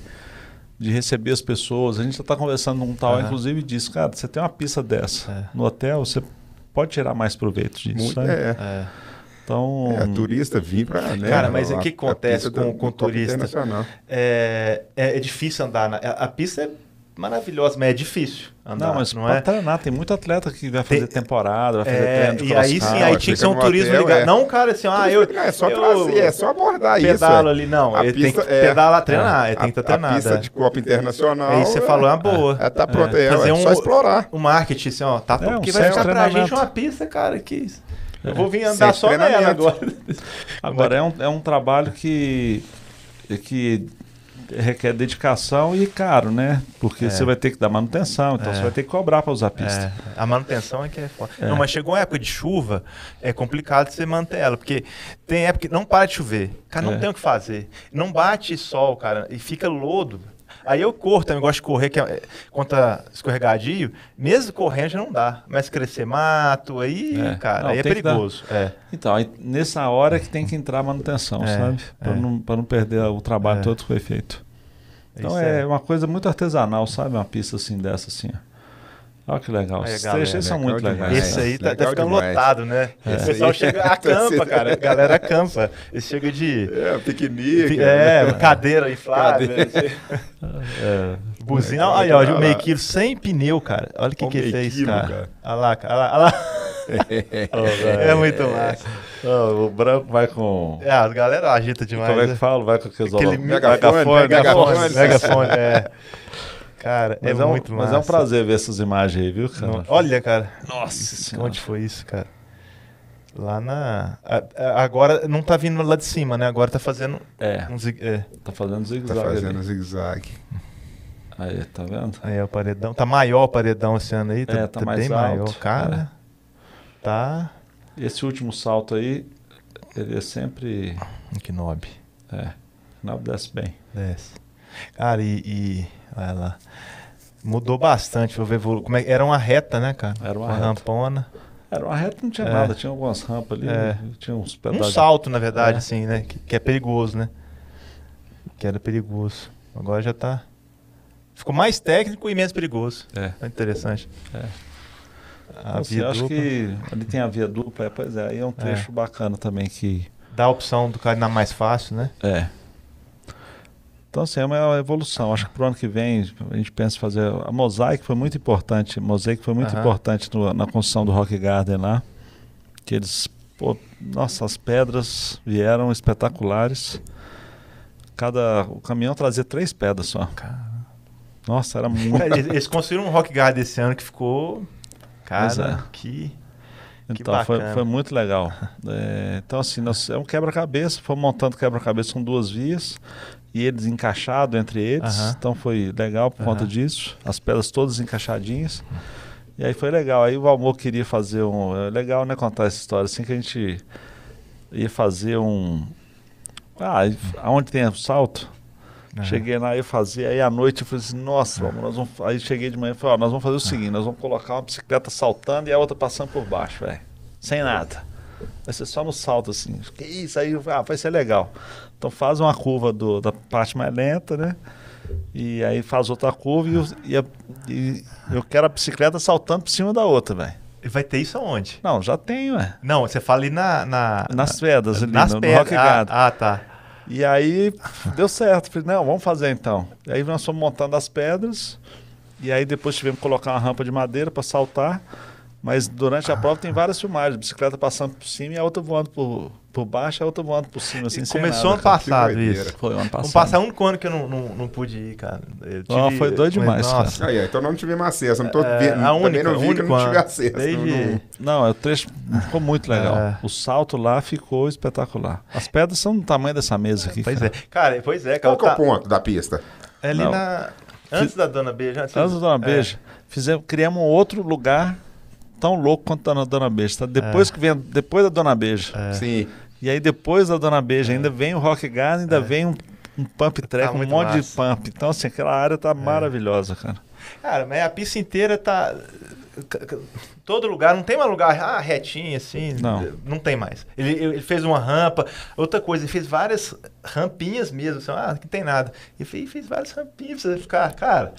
[SPEAKER 3] de receber as pessoas. A gente já está conversando com um tal,
[SPEAKER 2] Aham.
[SPEAKER 3] inclusive, e disse, cara, você tem uma pista dessa
[SPEAKER 2] É.
[SPEAKER 3] no hotel, você pode tirar mais proveito disso.
[SPEAKER 1] Muito,
[SPEAKER 3] sabe?
[SPEAKER 1] é.
[SPEAKER 2] É.
[SPEAKER 3] Então,
[SPEAKER 1] É, turista vir pra. né,
[SPEAKER 2] Um Cara, mas
[SPEAKER 1] a-
[SPEAKER 2] o que
[SPEAKER 1] a
[SPEAKER 2] acontece
[SPEAKER 1] pista
[SPEAKER 2] com-
[SPEAKER 1] do-
[SPEAKER 2] com
[SPEAKER 1] do Copa
[SPEAKER 2] turista?
[SPEAKER 1] Internacional.
[SPEAKER 2] É, é, é difícil andar. Na, a, a pista é maravilhosa, mas é difícil andar.
[SPEAKER 3] não, mas
[SPEAKER 2] não
[SPEAKER 3] pode
[SPEAKER 2] é?
[SPEAKER 3] treinar. Tem muito atleta que vai fazer
[SPEAKER 2] Tem-
[SPEAKER 3] temporada, vai fazer
[SPEAKER 2] É,
[SPEAKER 3] treino de
[SPEAKER 2] e aí sim, aí
[SPEAKER 3] crossfit.
[SPEAKER 1] ó,
[SPEAKER 2] tinha que ser
[SPEAKER 1] chega
[SPEAKER 2] um
[SPEAKER 1] no
[SPEAKER 2] turismo
[SPEAKER 1] hotel,
[SPEAKER 2] ligado.
[SPEAKER 1] é.
[SPEAKER 2] Não, cara, assim, ah, eu.
[SPEAKER 1] Não, é só
[SPEAKER 2] eu
[SPEAKER 1] classe, é só abordar isso.
[SPEAKER 2] pedalo
[SPEAKER 1] é.
[SPEAKER 2] ali, não.
[SPEAKER 1] A
[SPEAKER 2] ele tem que
[SPEAKER 1] pista é-
[SPEAKER 2] pedalar, treinar, ele
[SPEAKER 1] a,
[SPEAKER 2] tem que estar
[SPEAKER 1] a
[SPEAKER 2] treinado.
[SPEAKER 1] pista
[SPEAKER 2] é.
[SPEAKER 1] de Copa Internacional.
[SPEAKER 2] Aí você
[SPEAKER 1] é-
[SPEAKER 2] falou, é uma boa.
[SPEAKER 1] É, tá pronto, é,
[SPEAKER 2] Fazer
[SPEAKER 1] é
[SPEAKER 2] um-
[SPEAKER 1] só explorar.
[SPEAKER 2] O marketing, assim, ó, tá
[SPEAKER 3] É, um É.
[SPEAKER 2] porque vai ficar pra
[SPEAKER 3] self-treinamento.
[SPEAKER 2] gente uma pista, cara, que eu vou vir andar
[SPEAKER 1] Sem
[SPEAKER 2] só nela
[SPEAKER 1] treinamento.
[SPEAKER 2] agora.
[SPEAKER 3] Agora, é um, é um trabalho que, que requer dedicação e caro, né? Porque
[SPEAKER 2] É.
[SPEAKER 3] você vai ter que dar manutenção, então
[SPEAKER 2] É.
[SPEAKER 3] você vai ter que cobrar para usar a pista.
[SPEAKER 2] É, a manutenção é que é foda. Não, mas chegou uma época de chuva, é complicado você manter ela, porque tem época que não para de chover. Cara, não
[SPEAKER 3] É.
[SPEAKER 2] tem o que fazer. Não bate sol, cara, e fica lodo. Aí eu corro também, gosto de correr, que é, contra escorregadio, mesmo correndo já não dá. Mas crescer mato, aí,
[SPEAKER 3] É.
[SPEAKER 2] cara,
[SPEAKER 3] Não,
[SPEAKER 2] aí é
[SPEAKER 3] tem que dar.
[SPEAKER 2] perigoso. É.
[SPEAKER 3] Então, aí, nessa hora que tem que entrar a manutenção,
[SPEAKER 2] É,
[SPEAKER 3] sabe? Para
[SPEAKER 2] é.
[SPEAKER 3] não, pra não perder o trabalho
[SPEAKER 2] É.
[SPEAKER 3] todo que foi feito. Então
[SPEAKER 2] Isso
[SPEAKER 3] é, uma coisa muito artesanal, sabe? Uma pista assim dessa, assim. ó. Olha que legal.
[SPEAKER 2] Aí,
[SPEAKER 3] Esses
[SPEAKER 2] galera, é
[SPEAKER 3] trechos são
[SPEAKER 1] legal
[SPEAKER 3] muito
[SPEAKER 1] demais.
[SPEAKER 3] legais.
[SPEAKER 2] Esse aí tá, tá
[SPEAKER 1] Legal
[SPEAKER 2] ficando
[SPEAKER 1] demais.
[SPEAKER 2] lotado, né?
[SPEAKER 3] É.
[SPEAKER 1] Esse
[SPEAKER 2] O pessoal
[SPEAKER 1] aí-
[SPEAKER 2] chega, acampa, cara. A galera acampa. E chega de.
[SPEAKER 1] É, piquenique. né?
[SPEAKER 2] É, cadeira inflável.
[SPEAKER 1] Cadeira.
[SPEAKER 3] É.
[SPEAKER 2] Buzina,
[SPEAKER 1] Olha,
[SPEAKER 2] olha, olha,
[SPEAKER 1] olha
[SPEAKER 2] o
[SPEAKER 1] lá.
[SPEAKER 2] meio quilo sem pneu, cara. Olha o que,
[SPEAKER 1] Olha o
[SPEAKER 2] que
[SPEAKER 1] meio
[SPEAKER 2] fez,
[SPEAKER 1] quilo,
[SPEAKER 2] cara.
[SPEAKER 1] cara.
[SPEAKER 2] Olha lá, cara. Olha lá, olha lá. É muito massa.
[SPEAKER 3] Ó, o branco vai com.
[SPEAKER 2] É, a galera agita
[SPEAKER 3] Como
[SPEAKER 2] demais.
[SPEAKER 3] é
[SPEAKER 2] né?
[SPEAKER 3] que fala? Vai com aqueles
[SPEAKER 2] Aquele
[SPEAKER 3] holofotes.
[SPEAKER 1] megafone, megafone.
[SPEAKER 2] Megafone, megafone, é. Cara,
[SPEAKER 3] Mas
[SPEAKER 2] é,
[SPEAKER 3] um,
[SPEAKER 2] muito
[SPEAKER 3] mas
[SPEAKER 2] massa.
[SPEAKER 3] é um prazer ver essas imagens aí, viu, cara?
[SPEAKER 2] Não- Olha, cara.
[SPEAKER 3] Nossa senhora.
[SPEAKER 2] Onde foi isso, cara? Lá na. a- a- Agora não tá vindo lá de cima, né? Agora tá fazendo
[SPEAKER 3] É,
[SPEAKER 2] um zig- É,
[SPEAKER 3] tá fazendo
[SPEAKER 1] Tá
[SPEAKER 3] zigue-zague.
[SPEAKER 1] fazendo
[SPEAKER 3] ali.
[SPEAKER 1] zigue-zague.
[SPEAKER 3] Aí, tá vendo?
[SPEAKER 2] aí é o paredão. Tá maior o paredão esse ano aí. Tá,
[SPEAKER 3] É, tá
[SPEAKER 2] tá
[SPEAKER 3] mais
[SPEAKER 2] bem
[SPEAKER 3] alto, É.
[SPEAKER 2] maior. Cara, tá.
[SPEAKER 3] Esse último salto aí, ele é sempre.
[SPEAKER 2] Que nobre.
[SPEAKER 3] É, não desce bem.
[SPEAKER 2] Desce. Cara, e. e olha lá. Mudou bastante, vou ver. vou- Como é, era uma reta, né, cara?
[SPEAKER 3] Era uma
[SPEAKER 2] uma
[SPEAKER 3] reta.
[SPEAKER 2] rampona.
[SPEAKER 3] Era uma reta, não tinha
[SPEAKER 2] É.
[SPEAKER 3] nada, tinha algumas rampas ali,
[SPEAKER 2] É.
[SPEAKER 3] tinha uns
[SPEAKER 2] Um
[SPEAKER 3] pedaços.
[SPEAKER 2] salto, na verdade,
[SPEAKER 3] É.
[SPEAKER 2] assim, né? Que, que é perigoso, né? Que era perigoso. Agora já tá. Ficou mais técnico e menos perigoso.
[SPEAKER 3] É.
[SPEAKER 2] Tá interessante.
[SPEAKER 3] É.
[SPEAKER 2] A
[SPEAKER 3] Então, assim, eu
[SPEAKER 2] vida
[SPEAKER 3] acho que ali tem a via dupla, é, pois é, aí é um trecho bacana também que.
[SPEAKER 2] dá a opção do cara na mais fácil, né?
[SPEAKER 3] É. Então, assim, é uma evolução. Acho que pro ano que vem a gente pensa em fazer. A mosaico foi muito importante. Mosaico foi muito
[SPEAKER 2] Aham.
[SPEAKER 3] importante no- na construção do Rock Garden lá. Que eles. Pô, nossa, as pedras vieram espetaculares. Cada. O caminhão trazia três pedras só. Nossa, era muito.
[SPEAKER 2] Cara, eles- Eles construíram um Rock Garden esse ano que ficou. Cara,
[SPEAKER 3] Pois é.
[SPEAKER 2] que. Que
[SPEAKER 3] Então, foi,
[SPEAKER 2] bacana.
[SPEAKER 3] foi muito legal. É, então, assim, nós, é um quebra-cabeça. Foi montando quebra-cabeça com duas vias e eles encaixados entre eles.
[SPEAKER 2] Aham.
[SPEAKER 3] Então, foi legal por conta
[SPEAKER 2] Aham.
[SPEAKER 3] disso. As pedras todas encaixadinhas. E aí foi legal. Aí o Almor queria fazer um. É legal, né? Contar essa história assim que a gente ia fazer um. Ah, e- aonde tem o salto?
[SPEAKER 2] Aham.
[SPEAKER 3] Cheguei lá, eu fazia, aí à noite eu falei assim, nossa, vamos, nós vamos. Aí cheguei de manhã e falei, ó, nós vamos fazer o seguinte, nós vamos colocar uma bicicleta saltando e a outra passando por baixo, velho. Sem nada. Vai ser só no salto, assim. Que isso aí, ah, vai ser legal. Então faz uma curva do- da parte mais lenta, né? E aí faz outra curva e, os- e a- e eu quero a bicicleta saltando por cima da outra, velho.
[SPEAKER 2] Vai ter isso aonde?
[SPEAKER 3] Não, já tem, ué.
[SPEAKER 2] Não, você fala ali na. na
[SPEAKER 3] Nas pedras ali,
[SPEAKER 2] Ah, nas
[SPEAKER 3] no, no
[SPEAKER 2] pedras.
[SPEAKER 3] Rock Garden.
[SPEAKER 2] Ah, ah, tá.
[SPEAKER 3] E aí deu certo. Falei, não, vamos fazer então. E aí nós fomos montando as pedras. E aí depois tivemos que colocar uma rampa de madeira para saltar. Mas durante
[SPEAKER 2] Ah.
[SPEAKER 3] a prova tem várias filmagens. Bicicleta passando por cima e a outra voando por, por baixo, e a outra voando por cima. Assim,
[SPEAKER 2] E
[SPEAKER 3] sem
[SPEAKER 2] começou
[SPEAKER 3] nada,
[SPEAKER 2] ano
[SPEAKER 3] cara.
[SPEAKER 1] Que
[SPEAKER 2] passado
[SPEAKER 1] doideira.
[SPEAKER 2] isso.
[SPEAKER 3] Foi ano
[SPEAKER 2] Não
[SPEAKER 3] passado.
[SPEAKER 2] passa um ano que eu não, não, não pude ir, cara. Eu
[SPEAKER 3] Não, foi doido
[SPEAKER 2] mas,
[SPEAKER 3] demais, cara.
[SPEAKER 1] Aí, aí, então não tivemos acesso. Não tô
[SPEAKER 2] É,
[SPEAKER 1] vendo,
[SPEAKER 2] a única,
[SPEAKER 1] também não vi que eu
[SPEAKER 2] único
[SPEAKER 1] não tive
[SPEAKER 2] ano.
[SPEAKER 1] acesso.
[SPEAKER 2] Desde-
[SPEAKER 1] não- não-
[SPEAKER 3] Não, é, o trecho ficou muito legal.
[SPEAKER 2] É.
[SPEAKER 3] O salto lá ficou espetacular. As pedras são do tamanho dessa mesa aqui.
[SPEAKER 2] Pois é.
[SPEAKER 3] cara.
[SPEAKER 2] Cara, pois é, cara.
[SPEAKER 1] Qual que é o
[SPEAKER 2] tá-
[SPEAKER 1] ponto da pista?
[SPEAKER 2] É ali
[SPEAKER 3] Não.
[SPEAKER 2] na. Antes da Dona Beija. Antes,
[SPEAKER 3] Antes da Dona
[SPEAKER 2] é.
[SPEAKER 3] Beija, fizemos, criamos um outro lugar tão louco quanto a Dona Beija. tá? Depois, que vem, depois da Dona Beija.
[SPEAKER 2] É.
[SPEAKER 1] Sim.
[SPEAKER 3] E aí depois da Dona Beija ainda vem o Rock Garden, ainda vem um, um pump track,
[SPEAKER 2] É.
[SPEAKER 3] um
[SPEAKER 2] Tá muito
[SPEAKER 3] monte de
[SPEAKER 2] massa. É.
[SPEAKER 3] pump. Então assim, aquela área tá maravilhosa, cara.
[SPEAKER 2] Cara, mas a pista inteira tá. c- c- Todo lugar, não tem mais lugar ah, retinho assim.
[SPEAKER 3] Não.
[SPEAKER 2] Não tem mais. Ele, ele fez uma rampa, outra coisa, ele fez várias rampinhas mesmo. Assim, ah, que tem nada. E fez, fez várias rampinhas pra você ficar. Cara,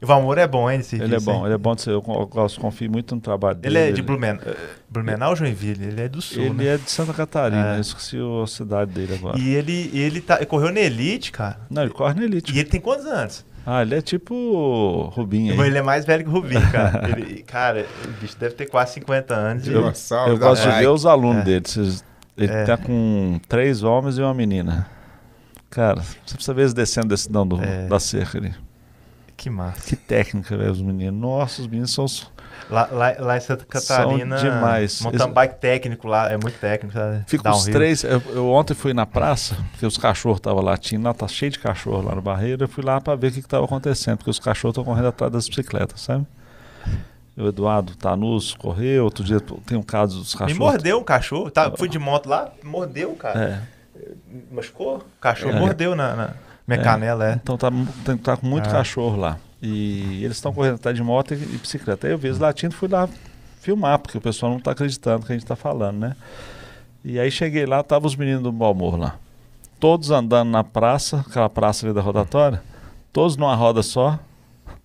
[SPEAKER 2] e o amor é bom, hein? Desse
[SPEAKER 3] Ele é bom, ele é bom de ser, eu, con- eu gosto, confio muito no trabalho dele.
[SPEAKER 2] Ele é de Blumenau, Blumenau Joinville, ele é do sul.
[SPEAKER 3] Ele
[SPEAKER 2] né?
[SPEAKER 3] é de Santa Catarina,
[SPEAKER 2] É.
[SPEAKER 3] eu esqueci a cidade dele agora.
[SPEAKER 2] E ele, ele, tá, ele correu na Elite, cara.
[SPEAKER 3] Não, ele corre na elite.
[SPEAKER 2] E ele tem quantos anos?
[SPEAKER 3] Ah, ele é tipo Rubinho
[SPEAKER 2] Mas
[SPEAKER 3] aí.
[SPEAKER 2] Ele é mais velho que o Rubinho, cara. Ele- cara, o bicho deve ter quase 50 anos. e-
[SPEAKER 1] Dinossauro.
[SPEAKER 3] Eu
[SPEAKER 1] da
[SPEAKER 3] gosto de
[SPEAKER 1] bike.
[SPEAKER 3] ver os alunos dele. Vocês- Ele
[SPEAKER 2] É.
[SPEAKER 3] tá com três homens e uma menina. Cara, você precisa ver eles descendo desse não, do,
[SPEAKER 2] É.
[SPEAKER 3] da cerca ali.
[SPEAKER 2] Que massa.
[SPEAKER 3] Que técnica, velho, os meninos. Nossa, os meninos são. os-
[SPEAKER 2] Lá, lá, lá em Santa Catarina.
[SPEAKER 3] demais.
[SPEAKER 2] Mountain
[SPEAKER 3] Eles-
[SPEAKER 2] bike técnico lá, é muito técnico. um sabe?
[SPEAKER 3] Fica os
[SPEAKER 2] Downhill.
[SPEAKER 3] três. Eu, eu ontem fui na praça, porque os cachorros estavam latindo lá, tá cheio de cachorro lá no barreiro. Eu fui lá pra ver o que, que tava acontecendo, porque os cachorros estão correndo atrás das bicicletas, sabe? O Eduardo Tanus correu, outro dia tem um caso dos
[SPEAKER 2] Me
[SPEAKER 3] cachorros.
[SPEAKER 2] mordeu um cachorro. Tá, fui de moto lá, mordeu, cara.
[SPEAKER 3] Ah. É.
[SPEAKER 2] Machucou? O cachorro
[SPEAKER 3] É.
[SPEAKER 2] mordeu na, na minha
[SPEAKER 3] É.
[SPEAKER 2] canela, é.
[SPEAKER 3] Então tá, mu- tem- tá com muito
[SPEAKER 2] Ah.
[SPEAKER 3] cachorro lá. E eles estão correndo atrás de moto e, e bicicleta. Aí eu vi eles latindo fui lá filmar, porque o pessoal não tá acreditando que a gente tá falando, né? E aí cheguei lá, tava os meninos do Bom Humor lá. Todos andando na praça, aquela praça ali da rotatória, todos numa roda só.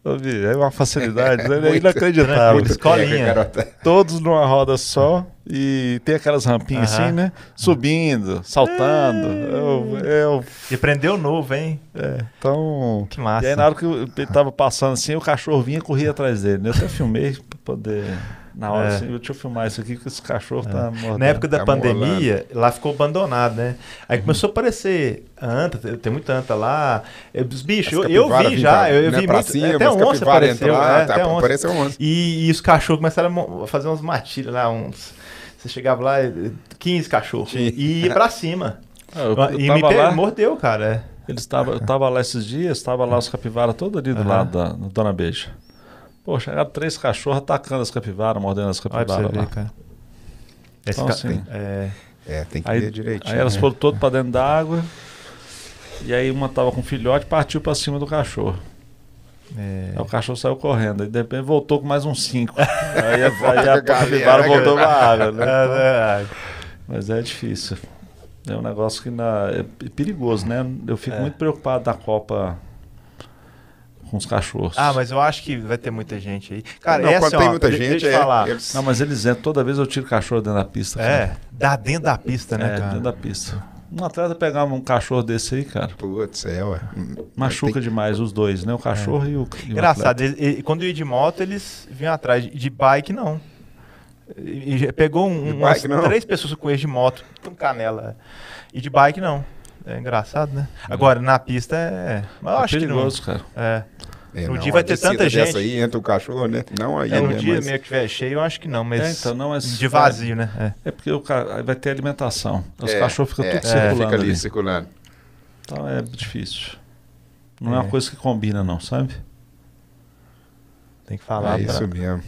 [SPEAKER 3] Eu vi, é uma facilidade, né? é
[SPEAKER 1] Muito.
[SPEAKER 3] inacreditável.
[SPEAKER 1] Muito
[SPEAKER 2] escolinha.
[SPEAKER 1] pega, garota.
[SPEAKER 3] Todos numa roda só e tem aquelas rampinhas
[SPEAKER 2] Aham.
[SPEAKER 3] assim, né? Subindo, saltando. Eu, eu,
[SPEAKER 2] E prendeu novo, hein?
[SPEAKER 3] é, então,
[SPEAKER 2] Que massa.
[SPEAKER 3] e aí, na hora que eu- ele tava passando assim, o cachorro vinha e corria atrás dele. né? Eu até filmei pra poder. Na hora,
[SPEAKER 2] É.
[SPEAKER 3] assim, eu- deixa eu filmar isso aqui, que esse cachorro tá mordendo. Uhum.
[SPEAKER 2] Na época da
[SPEAKER 1] Tá
[SPEAKER 2] pandemia, lá ficou abandonado, né? Aí começou a aparecer anta, tem- tem muita anta lá. eh, Os bichos, eu,
[SPEAKER 1] As
[SPEAKER 2] eu
[SPEAKER 1] capivaras
[SPEAKER 2] vi já,
[SPEAKER 1] vingaram,
[SPEAKER 2] eu, eu
[SPEAKER 1] né,
[SPEAKER 2] vi
[SPEAKER 1] pra
[SPEAKER 2] muito,
[SPEAKER 1] cima,
[SPEAKER 2] até
[SPEAKER 1] as
[SPEAKER 2] onça
[SPEAKER 1] capivaras
[SPEAKER 2] apareceu,
[SPEAKER 1] entraram,
[SPEAKER 2] é,
[SPEAKER 1] tá,
[SPEAKER 2] até onça.
[SPEAKER 1] apareceu onça.
[SPEAKER 2] E, e os cachorros começaram a mo- a fazer umas matilhas lá, uns... Você chegava lá, eh, 15 cachorros,
[SPEAKER 1] Sim.
[SPEAKER 2] e ia pra cima.
[SPEAKER 3] Ah, eu, eu
[SPEAKER 2] e
[SPEAKER 3] tava
[SPEAKER 2] me pe-
[SPEAKER 3] lá,
[SPEAKER 2] mordeu, cara. é.
[SPEAKER 3] eles tava, eu tava lá esses dias, tava lá os capivaras todo ali do
[SPEAKER 2] Aham.
[SPEAKER 3] lado da, da Dona Beija. Pô, chegaram três cachorros atacando as capivaras, mordendo as
[SPEAKER 2] Olha pra você
[SPEAKER 3] capivaras lá.
[SPEAKER 2] ver, cara. Esse
[SPEAKER 3] Então,
[SPEAKER 2] ca-
[SPEAKER 3] assim,
[SPEAKER 1] tem.
[SPEAKER 2] É,
[SPEAKER 1] É, tem que
[SPEAKER 3] Aí,
[SPEAKER 1] ver direitinho.
[SPEAKER 3] aí elas
[SPEAKER 1] né?
[SPEAKER 3] foram todas para dentro da água. E aí uma tava com o filhote partiu para cima do cachorro.
[SPEAKER 2] é,
[SPEAKER 3] Aí o cachorro saiu correndo. Aí de repente voltou com mais uns cinco. aí a,
[SPEAKER 1] Volta
[SPEAKER 3] aí a
[SPEAKER 1] com a
[SPEAKER 3] capivara
[SPEAKER 1] galera,
[SPEAKER 3] voltou
[SPEAKER 1] cara.
[SPEAKER 3] pra é água. Né?
[SPEAKER 2] É, é,
[SPEAKER 3] Mas é difícil. É um negócio que na- é p- perigoso, né? Eu fico
[SPEAKER 2] É.
[SPEAKER 3] muito preocupado da Copa com os cachorros.
[SPEAKER 2] Ah, mas eu acho que vai ter muita gente aí. Cara,
[SPEAKER 1] Não,
[SPEAKER 2] essa
[SPEAKER 1] quando
[SPEAKER 2] é
[SPEAKER 1] tem
[SPEAKER 2] uma-
[SPEAKER 1] muita
[SPEAKER 2] de-
[SPEAKER 1] gente,
[SPEAKER 2] deixa eu
[SPEAKER 1] é,
[SPEAKER 2] falar.
[SPEAKER 1] eles-
[SPEAKER 3] Não, mas eles entram. Toda vez eu tiro cachorro dentro da pista. cara.
[SPEAKER 2] É, dá dentro da pista, né,
[SPEAKER 3] É,
[SPEAKER 2] cara?
[SPEAKER 3] dentro da pista. Um atleta pegar um cachorro desse aí, cara,
[SPEAKER 1] Putz, é, ué.
[SPEAKER 3] machuca demais os dois, né? O cachorro e o. e o
[SPEAKER 2] É. Engraçado,
[SPEAKER 3] atleta.
[SPEAKER 2] ele- ele- quando eu ia de moto, eles vinham atrás. De bike, não. E- e já pegou um,
[SPEAKER 1] De
[SPEAKER 2] umas
[SPEAKER 1] bike, não?
[SPEAKER 2] três pessoas com eles de moto, com canela. E de bike, não. É engraçado, né? Agora, na pista é. Mas eu
[SPEAKER 3] Uhum. É
[SPEAKER 2] acho
[SPEAKER 3] perigoso, cara.
[SPEAKER 2] que não. É.
[SPEAKER 1] É,
[SPEAKER 2] No
[SPEAKER 1] não,
[SPEAKER 2] dia
[SPEAKER 1] a
[SPEAKER 2] vai ter
[SPEAKER 1] descida
[SPEAKER 2] tanta
[SPEAKER 1] dessa
[SPEAKER 2] gente.
[SPEAKER 1] aí entra o cachorro, né? Não aí,
[SPEAKER 2] É, no
[SPEAKER 1] né?
[SPEAKER 2] dia
[SPEAKER 1] mas-
[SPEAKER 2] meio que tiver cheio, eu acho que não, mas.
[SPEAKER 3] É, então, não, mas-
[SPEAKER 2] de vazio, né? É.
[SPEAKER 3] É porque o ca- aí vai ter alimentação. Os
[SPEAKER 1] É,
[SPEAKER 3] cachorros ficam
[SPEAKER 1] é,
[SPEAKER 3] tudo
[SPEAKER 1] é,
[SPEAKER 3] circulando.
[SPEAKER 1] Fica ali,
[SPEAKER 3] ali.
[SPEAKER 1] circulando.
[SPEAKER 3] Então é difícil. Não é.
[SPEAKER 2] É.
[SPEAKER 3] uma coisa que combina, não, sabe?
[SPEAKER 2] Tem que falar.
[SPEAKER 1] é
[SPEAKER 2] pra-
[SPEAKER 1] isso mesmo.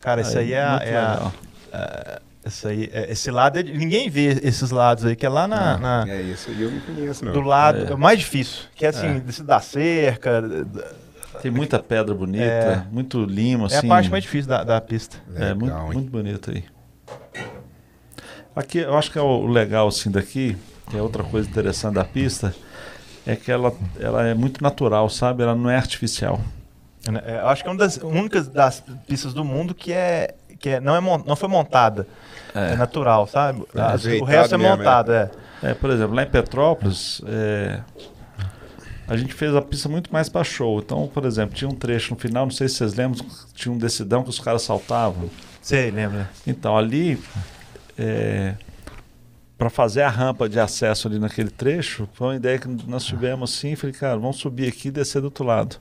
[SPEAKER 2] Cara, isso aí é, a-
[SPEAKER 3] muito
[SPEAKER 2] é a-
[SPEAKER 3] legal.
[SPEAKER 2] a- isso aí, é- esse lado é de- ninguém vê esses lados aí que é lá na, na-
[SPEAKER 1] É isso. E eu não conheço, não.
[SPEAKER 2] do lado
[SPEAKER 3] É.
[SPEAKER 2] é o mais difícil, que é assim, se da cerca, d- d-
[SPEAKER 3] Tem muita pedra bonita,
[SPEAKER 2] É.
[SPEAKER 3] muito limo, assim.
[SPEAKER 2] é a parte mais difícil da, da pista.
[SPEAKER 3] É, muito,
[SPEAKER 1] Legal, hein?
[SPEAKER 3] muito bonito aí. Aqui, eu acho que é o o legal, assim, daqui, que é outra coisa interessante da pista, é que ela, ela é muito natural, sabe? Ela não é artificial.
[SPEAKER 2] É, eu acho que é uma das únicas das pistas do mundo que é que é, não é mon- não foi montada, é,
[SPEAKER 3] É,
[SPEAKER 2] natural, sabe? As- o
[SPEAKER 1] ajeitado
[SPEAKER 2] resto é
[SPEAKER 1] mesmo, é.
[SPEAKER 2] montado, é.
[SPEAKER 3] é, por exemplo, lá em Petrópolis, é, a gente fez a pista muito mais para show. Então, por exemplo, tinha um trecho no final, não sei se vocês lembram, tinha um decidão que os caras saltavam.
[SPEAKER 2] Você lembra?
[SPEAKER 3] Então, ali, é, para fazer a rampa de acesso ali naquele trecho, foi uma ideia que nós tivemos assim, falei, cara, vamos subir aqui e descer do outro lado.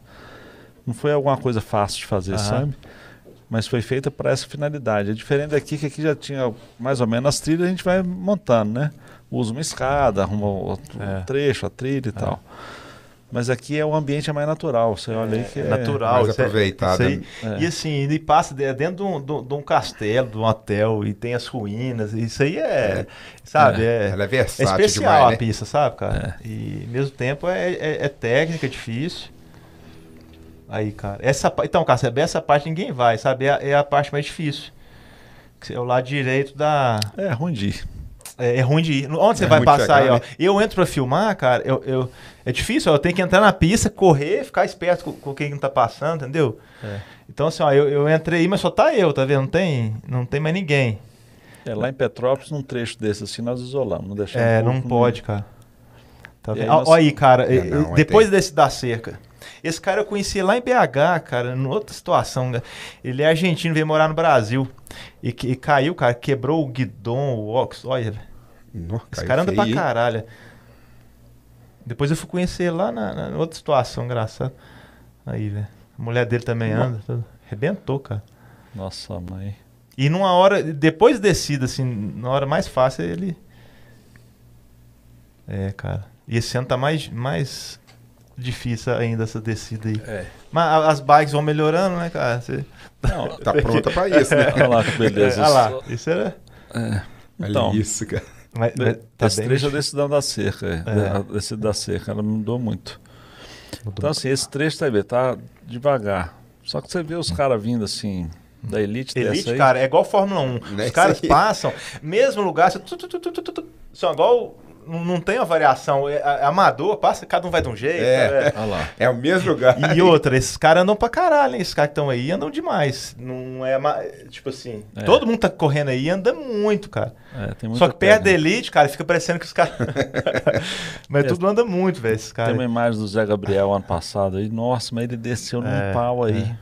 [SPEAKER 3] Não foi alguma coisa fácil de fazer,
[SPEAKER 2] Aham.
[SPEAKER 3] sabe? Mas foi feita para essa finalidade. É diferente daqui, que aqui já tinha mais ou menos as trilhas, a gente vai montando, né? Usa uma escada, arruma outro
[SPEAKER 2] É.
[SPEAKER 3] trecho, a trilha e tal. Mas aqui é o ambiente é mais natural. Você olha aí que é
[SPEAKER 2] natural.
[SPEAKER 1] mais
[SPEAKER 2] isso é-
[SPEAKER 1] aproveitada.
[SPEAKER 2] isso aí.
[SPEAKER 3] É.
[SPEAKER 2] E assim, ele passa de- dentro de um, de um- de um castelo, de um hotel, e tem as ruínas. Isso aí é. Sabe? É,
[SPEAKER 1] Ela é
[SPEAKER 2] é
[SPEAKER 1] versátil
[SPEAKER 2] especial
[SPEAKER 1] demais,
[SPEAKER 2] a
[SPEAKER 1] né?
[SPEAKER 2] pista, sabe, cara? E ao mesmo tempo é, é- é técnica, é difícil. Aí, cara. Essa, pa- então, cara, sabe, essa parte ninguém vai, sabe? É, a- é a parte mais difícil. Que É o lado direito da.
[SPEAKER 3] É, ruim de ir.
[SPEAKER 2] É, é ruim de ir. Onde você
[SPEAKER 1] É
[SPEAKER 2] vai
[SPEAKER 1] ruim de
[SPEAKER 2] passar aí,
[SPEAKER 1] chegar,
[SPEAKER 2] ó?
[SPEAKER 1] né?
[SPEAKER 2] Eu entro pra filmar, cara, eu, eu- é difícil, ó, eu tenho que entrar na pista, correr, ficar esperto com, com quem não tá passando, entendeu?
[SPEAKER 3] É.
[SPEAKER 2] Então, assim, ó, eu, eu entrei aí, mas só tá eu, tá vendo? Não tem, não tem mais ninguém.
[SPEAKER 3] É, lá em Petrópolis, num trecho desse assim, nós isolamos, não deixamos. um né?
[SPEAKER 2] É,
[SPEAKER 3] público
[SPEAKER 2] não
[SPEAKER 3] nenhum.
[SPEAKER 2] pode, cara. Tá
[SPEAKER 3] E
[SPEAKER 2] vendo?
[SPEAKER 3] aí
[SPEAKER 2] Ó,
[SPEAKER 3] nós-
[SPEAKER 2] ó aí, cara,
[SPEAKER 1] É,
[SPEAKER 2] eh,
[SPEAKER 1] não,
[SPEAKER 2] eh,
[SPEAKER 1] aí
[SPEAKER 2] depois
[SPEAKER 1] tem-
[SPEAKER 2] desse da cerca. Esse cara eu conheci lá em BH, cara, em outra situação. né? Ele é argentino, veio morar no Brasil. E, que- e caiu, cara, quebrou o guidon, o óculos, olha, velho.
[SPEAKER 1] Nossa,
[SPEAKER 2] Esse
[SPEAKER 1] caiu
[SPEAKER 2] cara anda
[SPEAKER 1] feio,
[SPEAKER 2] pra
[SPEAKER 1] hein?
[SPEAKER 2] caralho. Depois eu fui conhecer ele lá na, na outra situação, engraçado. Aí, velho. A mulher dele também anda. tudo. Arrebentou, cara.
[SPEAKER 3] Nossa, mãe.
[SPEAKER 2] E numa hora, depois descida, assim, na hora mais fácil, ele. É, cara. E esse ano tá mais, mais difícil ainda essa descida aí.
[SPEAKER 3] É.
[SPEAKER 2] Mas a- as bikes vão melhorando, né, cara? Você-
[SPEAKER 3] Não,
[SPEAKER 1] Tá pronta pra isso, né?
[SPEAKER 3] olha lá que beleza.
[SPEAKER 2] Olha lá. Isso era.
[SPEAKER 1] Olha
[SPEAKER 3] Então,
[SPEAKER 1] isso, né? cara.
[SPEAKER 2] Mas, mas tá
[SPEAKER 3] esse
[SPEAKER 2] bem.
[SPEAKER 3] trecho é desse da da cerca. É.
[SPEAKER 2] É.
[SPEAKER 3] Da- Desse da cerca, ela mudou muito. Então, assim, esse trecho tá, aí, tá devagar. Só que você vê os caras vindo assim, da elite, dessa
[SPEAKER 2] Elite,
[SPEAKER 3] aí.
[SPEAKER 2] cara, é igual Fórmula 1.
[SPEAKER 1] Né,
[SPEAKER 2] Os
[SPEAKER 1] isso
[SPEAKER 2] caras
[SPEAKER 1] aí.
[SPEAKER 2] passam, mesmo lugar, você tu, tu, tu, tu, tu, tu, tu, são igual. Não não tem uma variação. É, a- amador, passa, cada um vai de um jeito.
[SPEAKER 1] É.
[SPEAKER 2] né?
[SPEAKER 3] Olha lá.
[SPEAKER 1] É o mesmo lugar.
[SPEAKER 2] E outra, esses caras andam pra caralho, hein? Esses caras que estão aí andam demais. Não é. ma- Tipo assim,
[SPEAKER 3] É.
[SPEAKER 2] todo mundo tá correndo aí e anda muito, cara.
[SPEAKER 3] É, tem muita
[SPEAKER 2] Só que perto da
[SPEAKER 3] técnica.
[SPEAKER 2] elite, cara, fica parecendo que os caras. Mas
[SPEAKER 3] É.
[SPEAKER 2] tudo anda muito, velho, esses
[SPEAKER 3] Tem uma
[SPEAKER 2] caras.
[SPEAKER 3] imagem do Zé Gabriel ano passado aí. Nossa, mas ele desceu num
[SPEAKER 2] É,
[SPEAKER 3] pau aí.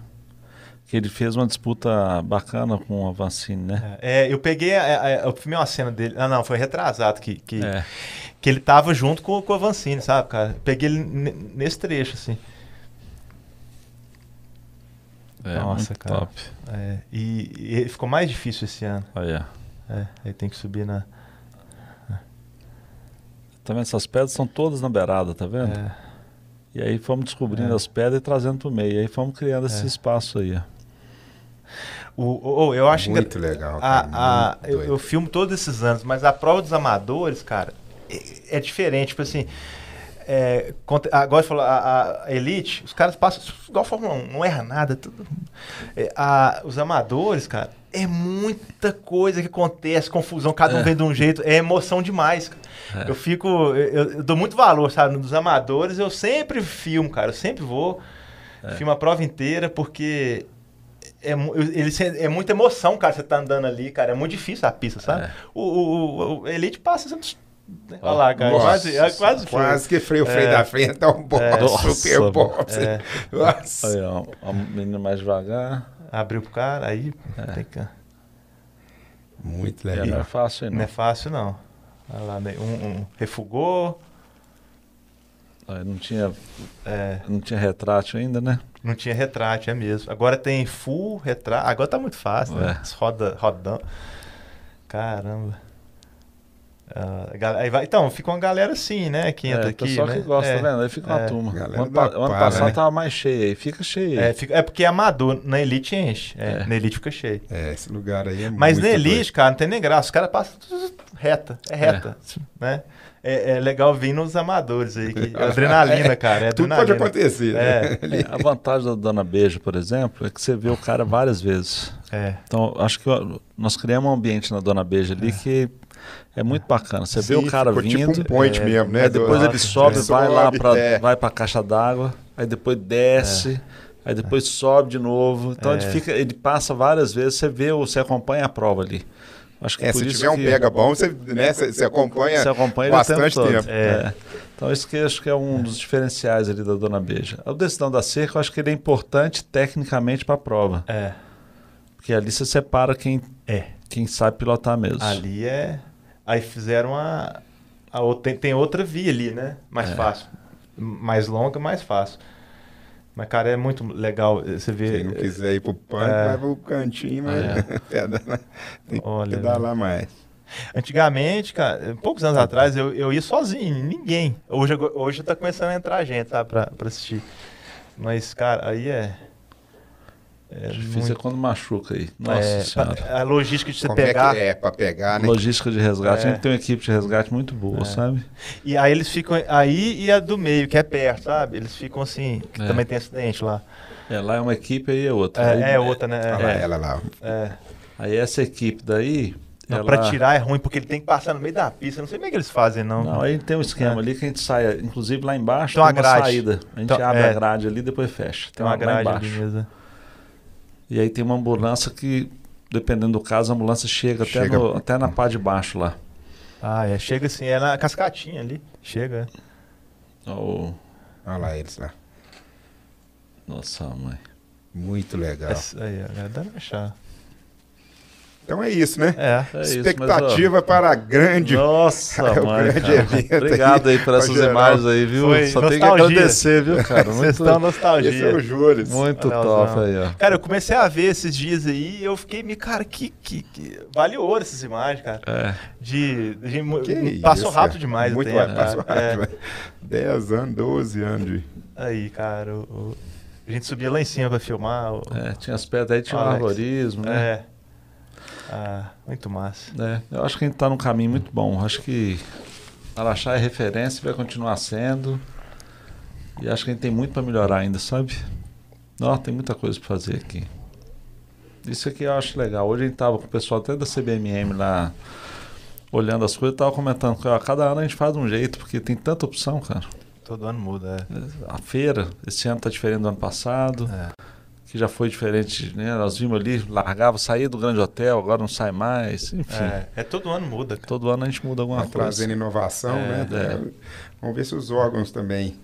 [SPEAKER 3] Que ele fez uma disputa bacana com a Vancini, né?
[SPEAKER 2] É, eu peguei. a- a- eu filmei uma cena dele. Ah, não, foi retrasado que, que,
[SPEAKER 3] É.
[SPEAKER 2] que ele tava junto com, com a Vancini, sabe, cara? Peguei ele ne- nesse trecho, assim.
[SPEAKER 3] é,
[SPEAKER 2] Nossa,
[SPEAKER 3] muito
[SPEAKER 2] cara.
[SPEAKER 3] top.
[SPEAKER 2] É, e, e ficou mais difícil esse ano.
[SPEAKER 3] Olha.
[SPEAKER 2] É, aí tem que subir na.
[SPEAKER 3] Tá vendo? Essas pedras são todas na beirada, tá vendo?
[SPEAKER 2] é,
[SPEAKER 3] E aí fomos descobrindo
[SPEAKER 2] É.
[SPEAKER 3] as pedras e trazendo pro meio. Aí fomos criando esse
[SPEAKER 2] É.
[SPEAKER 3] espaço aí. ó.
[SPEAKER 2] O, o- o- eu acho
[SPEAKER 1] Muito
[SPEAKER 2] engra-
[SPEAKER 1] legal,
[SPEAKER 2] a-
[SPEAKER 1] cara,
[SPEAKER 2] a-
[SPEAKER 1] muito
[SPEAKER 2] eu,
[SPEAKER 1] doido.
[SPEAKER 2] eu filmo todos esses anos, mas a prova dos amadores, cara, é, é diferente. Tipo assim. É, conte- agora você falou, a, a Elite, os caras passam. Igual a Fórmula 1, não erra nada. Tudo, É, a- os amadores, cara, é muita coisa que acontece, confusão, cada um vem de um jeito, é emoção demais, cara. Eu fico. Eu, eu dou muito valor, sabe? Nos amadores, eu sempre filmo, cara, eu sempre vou.
[SPEAKER 3] É.
[SPEAKER 2] Filmo a prova inteira, porque é, mu- eu- ele, se- é muita emoção, cara, você tá andando ali, cara. É muito difícil a pista, sabe? O, o- o- o Elite passa. Você... né? Olha lá, cara.
[SPEAKER 1] Nossa,
[SPEAKER 2] quase, é, quase, foi.
[SPEAKER 1] quase que freio o freio da frente é um bom,
[SPEAKER 3] Nossa, é.
[SPEAKER 1] super bom. Nossa.
[SPEAKER 3] Aí, ó, a menina mais devagar.
[SPEAKER 2] Abriu pro cara, aí. tem que-
[SPEAKER 1] Muito
[SPEAKER 3] É, não é
[SPEAKER 1] legal.
[SPEAKER 3] fácil,
[SPEAKER 2] Não é
[SPEAKER 3] não.
[SPEAKER 2] fácil, não. Olha lá, né, um, um refugou.
[SPEAKER 3] Aí não tinha,
[SPEAKER 2] É,
[SPEAKER 3] não tinha retrato ainda, né?
[SPEAKER 2] não tinha retrato, é mesmo. Agora tem full retrato. Agora tá muito fácil, né?
[SPEAKER 3] É.
[SPEAKER 2] As Roda, rodão. Caramba. Ah, a gal- aí vai- então, fica uma galera assim, né? Que entra
[SPEAKER 3] é,
[SPEAKER 2] aqui.
[SPEAKER 3] Pessoal
[SPEAKER 2] né?
[SPEAKER 3] que gosta,
[SPEAKER 2] é.
[SPEAKER 3] tá vendo? Aí fica uma
[SPEAKER 2] É.
[SPEAKER 3] turma. O
[SPEAKER 1] Galera
[SPEAKER 3] ano,
[SPEAKER 1] da
[SPEAKER 3] pa- o ano
[SPEAKER 1] para,
[SPEAKER 3] passado
[SPEAKER 1] né?
[SPEAKER 3] tava mais cheio, aí fica cheio.
[SPEAKER 2] É, fica- é porque é amador. Na Elite enche. É,
[SPEAKER 3] É.
[SPEAKER 2] Na Elite fica cheio.
[SPEAKER 1] É, esse lugar aí é
[SPEAKER 2] Mas
[SPEAKER 1] muito
[SPEAKER 2] na
[SPEAKER 1] doido.
[SPEAKER 2] Elite, cara, não tem nem graça. Os caras passam tudo reta. É reta. Né? É, é legal vir nos amadores aí. que- adrenalina, cara. É
[SPEAKER 1] Tudo pode
[SPEAKER 2] adrenalina.
[SPEAKER 1] acontecer. né?
[SPEAKER 2] É.
[SPEAKER 1] Ali.
[SPEAKER 3] A vantagem da Dona Beijo, por exemplo, é que você vê o cara várias vezes.
[SPEAKER 2] É.
[SPEAKER 3] Então, acho que ó, nós criamos um ambiente na Dona Beija ali que é muito bacana. Você vê
[SPEAKER 1] Sim,
[SPEAKER 3] o cara
[SPEAKER 1] ficou
[SPEAKER 3] vindo, é.
[SPEAKER 1] tipo um point mesmo, né?
[SPEAKER 3] aí depois
[SPEAKER 1] Do-
[SPEAKER 3] ele sobe,
[SPEAKER 1] Nossa,
[SPEAKER 3] vai lá
[SPEAKER 1] sobe,
[SPEAKER 3] para
[SPEAKER 1] é.
[SPEAKER 3] vai para caixa d'água, aí depois desce, aí depois sobe de novo. Então
[SPEAKER 1] É.
[SPEAKER 3] ele fica, ele passa várias vezes, você vê, você acompanha a prova ali. Acho que
[SPEAKER 1] É,
[SPEAKER 3] por
[SPEAKER 1] se
[SPEAKER 3] isso
[SPEAKER 1] tiver um
[SPEAKER 3] que
[SPEAKER 1] pega bom, você, né, você, você acompanha,
[SPEAKER 3] você um acompanha ele o tempo
[SPEAKER 1] bastante
[SPEAKER 3] todo.
[SPEAKER 1] tempo.
[SPEAKER 3] É. Então isso que eu acho que é um dos diferenciais ali da Dona Beija. O decisão da cerca, eu acho que ele é importante tecnicamente para a prova,
[SPEAKER 2] É.
[SPEAKER 1] né?
[SPEAKER 3] porque ali você separa quem
[SPEAKER 2] É.
[SPEAKER 3] quem sabe pilotar mesmo.
[SPEAKER 2] Ali é. Aí fizeram a. a outra, tem, tem outra via ali, né? Mais
[SPEAKER 1] É.
[SPEAKER 2] fácil. M- Mais longa, mais fácil. Mas, cara, é muito legal eh, você
[SPEAKER 1] Quem
[SPEAKER 2] ver.
[SPEAKER 1] não quiser ir pro pânico,
[SPEAKER 2] É.
[SPEAKER 1] vai pro cantinho, mas
[SPEAKER 3] É.
[SPEAKER 1] é, pedala- tem que
[SPEAKER 2] Olha,
[SPEAKER 1] dar
[SPEAKER 3] né?
[SPEAKER 2] velho.
[SPEAKER 1] lá mais.
[SPEAKER 2] Antigamente, cara, eh, poucos anos atrás, eu, eu ia sozinho, ninguém. Hoje, agora- hoje tá começando a entrar gente, sabe, pra, pra assistir. Mas, cara, aí é. É
[SPEAKER 3] Difícil é
[SPEAKER 2] muito-
[SPEAKER 3] quando machuca aí. Nossa
[SPEAKER 2] é,
[SPEAKER 3] senhora.
[SPEAKER 2] a logística de você
[SPEAKER 1] Como
[SPEAKER 2] pegar.
[SPEAKER 1] é que é pra É. pegar, né?
[SPEAKER 3] Logística de resgate.
[SPEAKER 2] É.
[SPEAKER 3] A gente tem uma equipe de resgate muito boa, sabe?
[SPEAKER 2] E aí eles ficam. Aí e a do meio, que é perto, sabe? Eles ficam assim. que
[SPEAKER 3] É.
[SPEAKER 2] Também tem acidente lá.
[SPEAKER 3] É, lá é uma equipe, aí é outra. aí,
[SPEAKER 2] É, é outra, né?
[SPEAKER 1] Olha lá, ela lá.
[SPEAKER 2] É.
[SPEAKER 3] Aí essa equipe daí.
[SPEAKER 2] Não,
[SPEAKER 3] ela-
[SPEAKER 2] pra tirar é ruim, porque ele tem que passar no meio da pista. Não sei como é que eles fazem, não.
[SPEAKER 3] Não, aí tem um esquema
[SPEAKER 2] É.
[SPEAKER 3] ali que a gente sai, inclusive lá embaixo
[SPEAKER 2] Tem uma
[SPEAKER 3] tem uma
[SPEAKER 2] grade.
[SPEAKER 3] saída. A gente
[SPEAKER 2] Então,
[SPEAKER 3] abre
[SPEAKER 2] é.
[SPEAKER 3] a grade ali e depois fecha.
[SPEAKER 2] tem uma grade
[SPEAKER 3] tá lá
[SPEAKER 2] ali
[SPEAKER 3] embaixo.
[SPEAKER 2] mesmo.
[SPEAKER 3] E aí tem uma ambulância que, dependendo do caso, a ambulância chega, até
[SPEAKER 1] Chega.
[SPEAKER 3] no- até na pá de baixo lá.
[SPEAKER 2] Ah, é. Chega assim, é na cascatinha ali. Chega. é.
[SPEAKER 3] Ó, o-
[SPEAKER 1] Olha lá eles lá.
[SPEAKER 3] Nossa, mãe.
[SPEAKER 1] Muito legal.
[SPEAKER 3] É.
[SPEAKER 2] Essa- aí, ó, é dá pra achar.
[SPEAKER 1] Então é isso, né?
[SPEAKER 2] É.
[SPEAKER 3] É isso, mas, ó,
[SPEAKER 1] Expectativa para a grande.
[SPEAKER 3] Nossa,
[SPEAKER 1] É o
[SPEAKER 3] mãe,
[SPEAKER 1] grande
[SPEAKER 3] cara.
[SPEAKER 1] evento aí,
[SPEAKER 3] Obrigado aí por
[SPEAKER 1] pra
[SPEAKER 3] essas
[SPEAKER 1] geral.
[SPEAKER 3] imagens aí, viu?
[SPEAKER 2] Foi
[SPEAKER 3] Só tem que
[SPEAKER 2] nostalgia.
[SPEAKER 3] agradecer, viu, cara?
[SPEAKER 2] Vocês
[SPEAKER 3] Muito,
[SPEAKER 2] estão
[SPEAKER 1] Esse é
[SPEAKER 2] nostalgia.
[SPEAKER 1] o Júlio.
[SPEAKER 3] muito
[SPEAKER 2] Leozão.
[SPEAKER 3] top aí, ó.
[SPEAKER 2] Cara, eu comecei a ver esses dias aí e eu fiquei, me cara, que, que, que. Vale ouro essas imagens, cara.
[SPEAKER 3] É,
[SPEAKER 2] De. de
[SPEAKER 1] Que
[SPEAKER 2] passou
[SPEAKER 1] isso,
[SPEAKER 2] rápido
[SPEAKER 1] cara.
[SPEAKER 2] demais
[SPEAKER 1] Muito
[SPEAKER 2] o tempo.
[SPEAKER 1] rápido, passou
[SPEAKER 2] cara. É.
[SPEAKER 1] rápido. 10 anos, 12 anos de.
[SPEAKER 2] Aí, cara, o- o- a gente subia lá em cima pra filmar. o-
[SPEAKER 3] é, tinha as pedras aí, tinha um
[SPEAKER 2] Alex.
[SPEAKER 3] arborismo, né?
[SPEAKER 2] É. Ah, muito massa.
[SPEAKER 3] É, Eu acho que a gente tá num caminho muito bom. Acho que Araxá é referência, vai continuar sendo. E acho que a gente tem muito para melhorar ainda, sabe? Nossa, tem muita coisa para fazer aqui. Isso aqui eu acho legal. Hoje a gente tava com o pessoal até da CBMM lá olhando as coisas, eu tava comentando que ó, cada ano a gente faz de um jeito, porque tem tanta opção, cara.
[SPEAKER 2] Todo ano muda, é.
[SPEAKER 3] a feira, esse ano tá diferente do ano passado,
[SPEAKER 2] É.
[SPEAKER 3] que já foi diferente, né? Nós vimos ali, largava, saía do grande hotel, agora não sai mais, enfim.
[SPEAKER 2] É, é todo ano muda. cara.
[SPEAKER 3] Todo ano a gente muda alguma
[SPEAKER 1] Tá
[SPEAKER 3] coisa.
[SPEAKER 1] trazendo inovação,
[SPEAKER 3] É,
[SPEAKER 1] né? Vamos ver se os órgãos também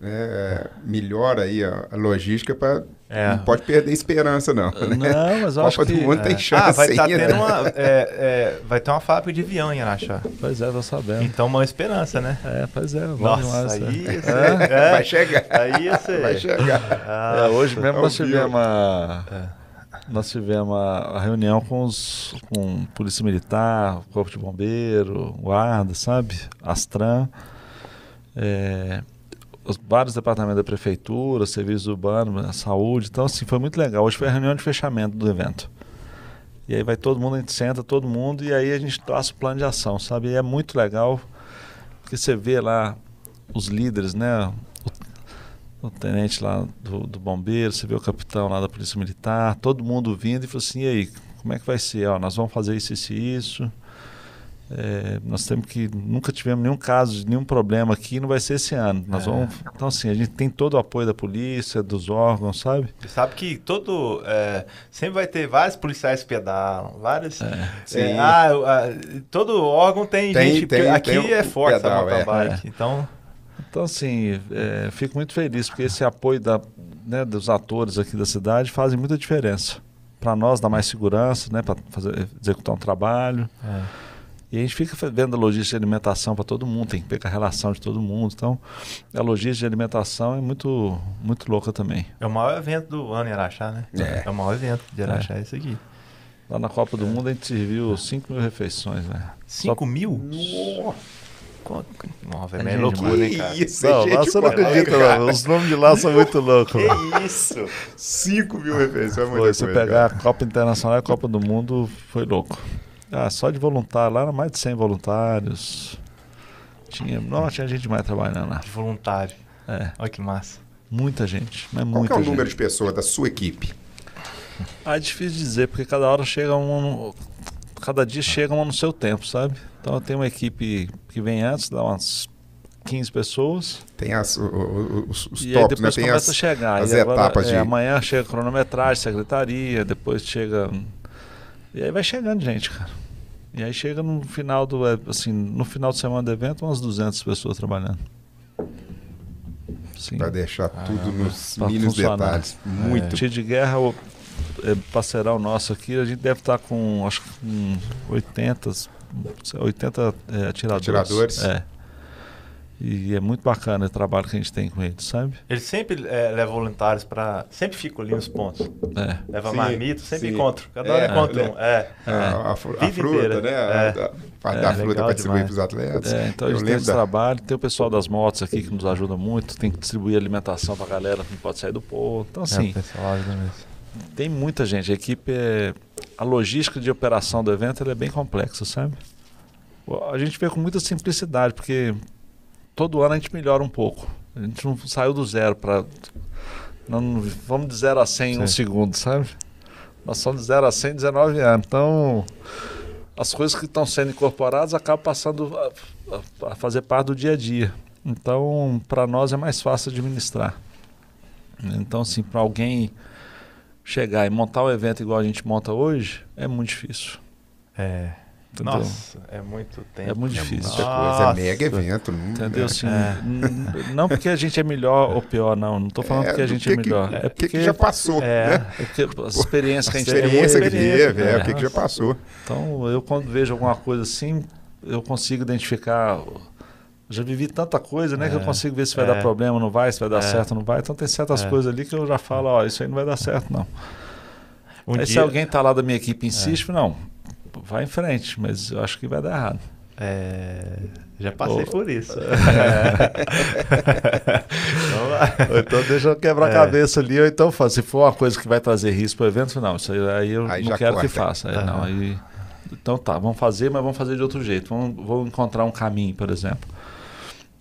[SPEAKER 1] né, melhora aí a, a logística para
[SPEAKER 2] É.
[SPEAKER 1] não pode perder a esperança não. né?
[SPEAKER 3] Não, mas eu
[SPEAKER 1] Copa
[SPEAKER 3] acho
[SPEAKER 1] do
[SPEAKER 3] que-
[SPEAKER 1] Mundo tem
[SPEAKER 2] É.
[SPEAKER 1] chance
[SPEAKER 2] ah, vai tá
[SPEAKER 1] ainda.
[SPEAKER 2] tendo uma, é, é, vai ter uma fábrica de avião em Araxá.
[SPEAKER 3] Pois é, tô sabendo.
[SPEAKER 2] Então, uma esperança, né?
[SPEAKER 3] É, pois é, vamos
[SPEAKER 2] Nossa, aí
[SPEAKER 3] aí...
[SPEAKER 2] você... É,
[SPEAKER 1] Vai chegar.
[SPEAKER 2] Aí você...
[SPEAKER 1] Vai chegar.
[SPEAKER 2] Ah,
[SPEAKER 3] É, hoje mesmo nós
[SPEAKER 1] Ouviu.
[SPEAKER 3] tivemos a,
[SPEAKER 2] É.
[SPEAKER 3] nós tivemos a a reunião com os com polícia militar, corpo de bombeiro, guarda, sabe? Astran. É, os vários departamentos da prefeitura, serviço urbano, a saúde. Então, assim, foi muito legal. Hoje foi a reunião de fechamento do evento. E aí vai todo mundo, a gente senta, todo mundo, e aí a gente traça o plano de ação, sabe? E é muito legal, porque você vê lá os líderes, né? O, o tenente lá do, do bombeiro, você vê o capitão lá da polícia militar, todo mundo vindo e falou assim, e aí, como é que vai ser? Ó, nós vamos fazer isso, isso e isso. É, nós temos que nunca tivemos nenhum caso, nenhum problema aqui, não vai ser esse ano. Nós vamos, então assim, a gente tem todo o apoio da polícia, dos órgãos, sabe?
[SPEAKER 2] Você sabe que todo. é, sempre vai ter vários policiais que pedalam, vários.
[SPEAKER 1] sim.
[SPEAKER 2] é, ah, eu- ah, todo órgão tem,
[SPEAKER 1] Tem-
[SPEAKER 2] gente.
[SPEAKER 1] tem-
[SPEAKER 2] aqui
[SPEAKER 1] tem o
[SPEAKER 2] é forte
[SPEAKER 1] pedal,
[SPEAKER 2] a mountain
[SPEAKER 1] é.
[SPEAKER 2] bike. Então,
[SPEAKER 3] Então assim, é, fico muito feliz porque esse apoio da, né, dos atores aqui da cidade fazem muita diferença. Para nós dá mais segurança, né, para executar um trabalho.
[SPEAKER 2] é,
[SPEAKER 3] E a gente fica fe- vendo a logística de alimentação para todo mundo, tem que pegar a relação de todo mundo. Então, a logística de alimentação é muito, muito louca também.
[SPEAKER 2] é o maior evento do ano em Araxá, né?
[SPEAKER 1] É.
[SPEAKER 2] o maior evento de Araxá, é, isso aqui.
[SPEAKER 3] Lá na Copa do Mundo a gente serviu 5 mil refeições, né?
[SPEAKER 2] 5 mil? Quanto? Nossa, velho, é, loucura, hein, cara?
[SPEAKER 1] isso,
[SPEAKER 3] né, Não,
[SPEAKER 1] é
[SPEAKER 3] lá
[SPEAKER 1] gente
[SPEAKER 3] você não
[SPEAKER 1] pra lá,
[SPEAKER 3] acredita,
[SPEAKER 1] cara.
[SPEAKER 3] não. Os nomes de lá são muito loucos.
[SPEAKER 1] Que isso? 5 mil refeições, é muita
[SPEAKER 3] Foi,
[SPEAKER 1] coisa.
[SPEAKER 3] se pegar a Copa Internacional e a Copa do Mundo, foi louco. Ah, só de voluntário lá, era mais de 100 voluntários. Tinha, não, tinha gente demais trabalhando lá.
[SPEAKER 2] De voluntário.
[SPEAKER 3] É,
[SPEAKER 2] Olha que massa.
[SPEAKER 3] muita gente,
[SPEAKER 1] Qual
[SPEAKER 3] mas
[SPEAKER 1] que
[SPEAKER 3] muita
[SPEAKER 1] é o
[SPEAKER 3] gente.
[SPEAKER 1] número de pessoas da sua equipe?
[SPEAKER 3] Ah, é difícil dizer, porque cada hora chega um. Cada dia chega um no seu tempo, sabe? Então eu tenho uma equipe que vem antes, dá umas 15 pessoas.
[SPEAKER 1] Tem as, o- o- os, os
[SPEAKER 3] e aí
[SPEAKER 1] tops, né?
[SPEAKER 3] depois
[SPEAKER 1] Tem
[SPEAKER 3] começa
[SPEAKER 1] as,
[SPEAKER 3] a chegar.
[SPEAKER 1] as
[SPEAKER 3] E agora,
[SPEAKER 1] etapas
[SPEAKER 3] é,
[SPEAKER 1] de...
[SPEAKER 3] Amanhã chega cronometragem, secretaria, depois chega. um, E aí vai chegando gente, cara. E aí chega no final do. é, Assim, no final de semana do evento, umas 200 pessoas trabalhando. Sim.
[SPEAKER 1] Pra deixar tudo nos
[SPEAKER 3] Pra
[SPEAKER 1] mínimos
[SPEAKER 3] funcionar.
[SPEAKER 1] detalhes.
[SPEAKER 3] É,
[SPEAKER 1] Muito.
[SPEAKER 3] tiro de guerra, o é, parceirão nosso aqui, a gente deve estar com, acho que com 80, 80 é, atiradores.
[SPEAKER 1] Atiradores.
[SPEAKER 3] É. E é muito bacana o trabalho que a gente tem com eles, sabe?
[SPEAKER 2] Ele sempre é, leva voluntários pra. Sempre fica ali nos pontos.
[SPEAKER 3] É.
[SPEAKER 2] Leva
[SPEAKER 1] Sim,
[SPEAKER 2] marmito, sempre
[SPEAKER 1] sim.
[SPEAKER 2] encontro. Cada
[SPEAKER 1] É,
[SPEAKER 2] hora encontra
[SPEAKER 1] né?
[SPEAKER 2] um. É.
[SPEAKER 1] A, a fru- a
[SPEAKER 2] Vida
[SPEAKER 1] fruta,
[SPEAKER 2] inteira.
[SPEAKER 1] né?
[SPEAKER 2] É.
[SPEAKER 1] A, a parte da
[SPEAKER 2] É,
[SPEAKER 1] fruta
[SPEAKER 2] legal
[SPEAKER 1] para distribuir para
[SPEAKER 2] demais.
[SPEAKER 1] os atletas.
[SPEAKER 3] É, então a
[SPEAKER 1] eu
[SPEAKER 3] gente tem
[SPEAKER 1] lembro
[SPEAKER 3] esse
[SPEAKER 1] da...
[SPEAKER 3] trabalho, tem o pessoal das motos aqui que nos ajuda muito, tem que distribuir alimentação pra galera que não pode sair do ponto.
[SPEAKER 1] É.
[SPEAKER 3] Então, assim, tem muita gente. A equipe é. A logística de operação do evento ela é bem complexa, sabe? O- A gente vê com muita simplicidade, porque todo ano a gente melhora um pouco. A gente não saiu do zero para. Não, vamos de zero a 100 em um
[SPEAKER 2] Sim.
[SPEAKER 3] segundo, sabe? Nós somos de zero a 100 em 19 anos. Então, as coisas que estão sendo incorporadas acabam passando a- a- a fazer parte do dia a dia. Então, para nós é mais fácil administrar. Então, assim, para alguém chegar e montar um evento igual a gente monta hoje, é muito difícil.
[SPEAKER 2] É.
[SPEAKER 3] Entendeu?
[SPEAKER 2] Nossa, é muito tempo.
[SPEAKER 3] É muito
[SPEAKER 1] Muita
[SPEAKER 3] difícil.
[SPEAKER 1] coisa, é
[SPEAKER 2] Nossa.
[SPEAKER 1] mega evento. não-
[SPEAKER 3] Entendeu?
[SPEAKER 1] é.
[SPEAKER 3] Assim, n- Não porque a gente é melhor ou pior, não. Não tô falando
[SPEAKER 1] É,
[SPEAKER 3] porque a
[SPEAKER 1] do
[SPEAKER 3] gente
[SPEAKER 1] que
[SPEAKER 3] é
[SPEAKER 1] que-
[SPEAKER 3] melhor.
[SPEAKER 1] O
[SPEAKER 3] é
[SPEAKER 1] que,
[SPEAKER 3] porque,
[SPEAKER 1] que já passou,
[SPEAKER 2] É.
[SPEAKER 1] né?
[SPEAKER 3] é porque as experiências
[SPEAKER 1] A
[SPEAKER 3] que a gente
[SPEAKER 1] experiência que
[SPEAKER 3] tem. hoje-
[SPEAKER 1] teve, é,
[SPEAKER 3] É.
[SPEAKER 1] o que, que já passou.
[SPEAKER 3] Então, eu quando vejo alguma coisa assim, eu consigo identificar. Já vivi tanta coisa, né? Que eu
[SPEAKER 2] É.
[SPEAKER 3] consigo ver se vai
[SPEAKER 2] É.
[SPEAKER 3] dar problema, não vai, se vai dar
[SPEAKER 2] É.
[SPEAKER 3] certo, não vai. Então tem certas
[SPEAKER 2] É.
[SPEAKER 3] coisas ali que eu já falo, ó, isso aí não vai dar certo, não.
[SPEAKER 2] Um
[SPEAKER 3] aí se
[SPEAKER 2] dia-
[SPEAKER 3] alguém tá lá da minha
[SPEAKER 1] É.
[SPEAKER 3] equipe e insiste, eu falo, não, vai em frente, mas eu acho que vai dar errado.
[SPEAKER 2] É, Já passei
[SPEAKER 3] Ô.
[SPEAKER 2] por isso.
[SPEAKER 3] Ou então deixa eu quebrar a
[SPEAKER 2] É.
[SPEAKER 3] cabeça ali, ou então fala, se for uma coisa que vai trazer risco pro evento, não, isso aí, aí eu
[SPEAKER 1] Aí
[SPEAKER 3] não
[SPEAKER 1] já
[SPEAKER 3] quero que
[SPEAKER 1] corta.
[SPEAKER 3] faça. Aí,
[SPEAKER 2] Aham.
[SPEAKER 3] não, aí- então tá, vamos fazer, mas vamos fazer de outro jeito. Vamos, vamos encontrar um caminho, por exemplo.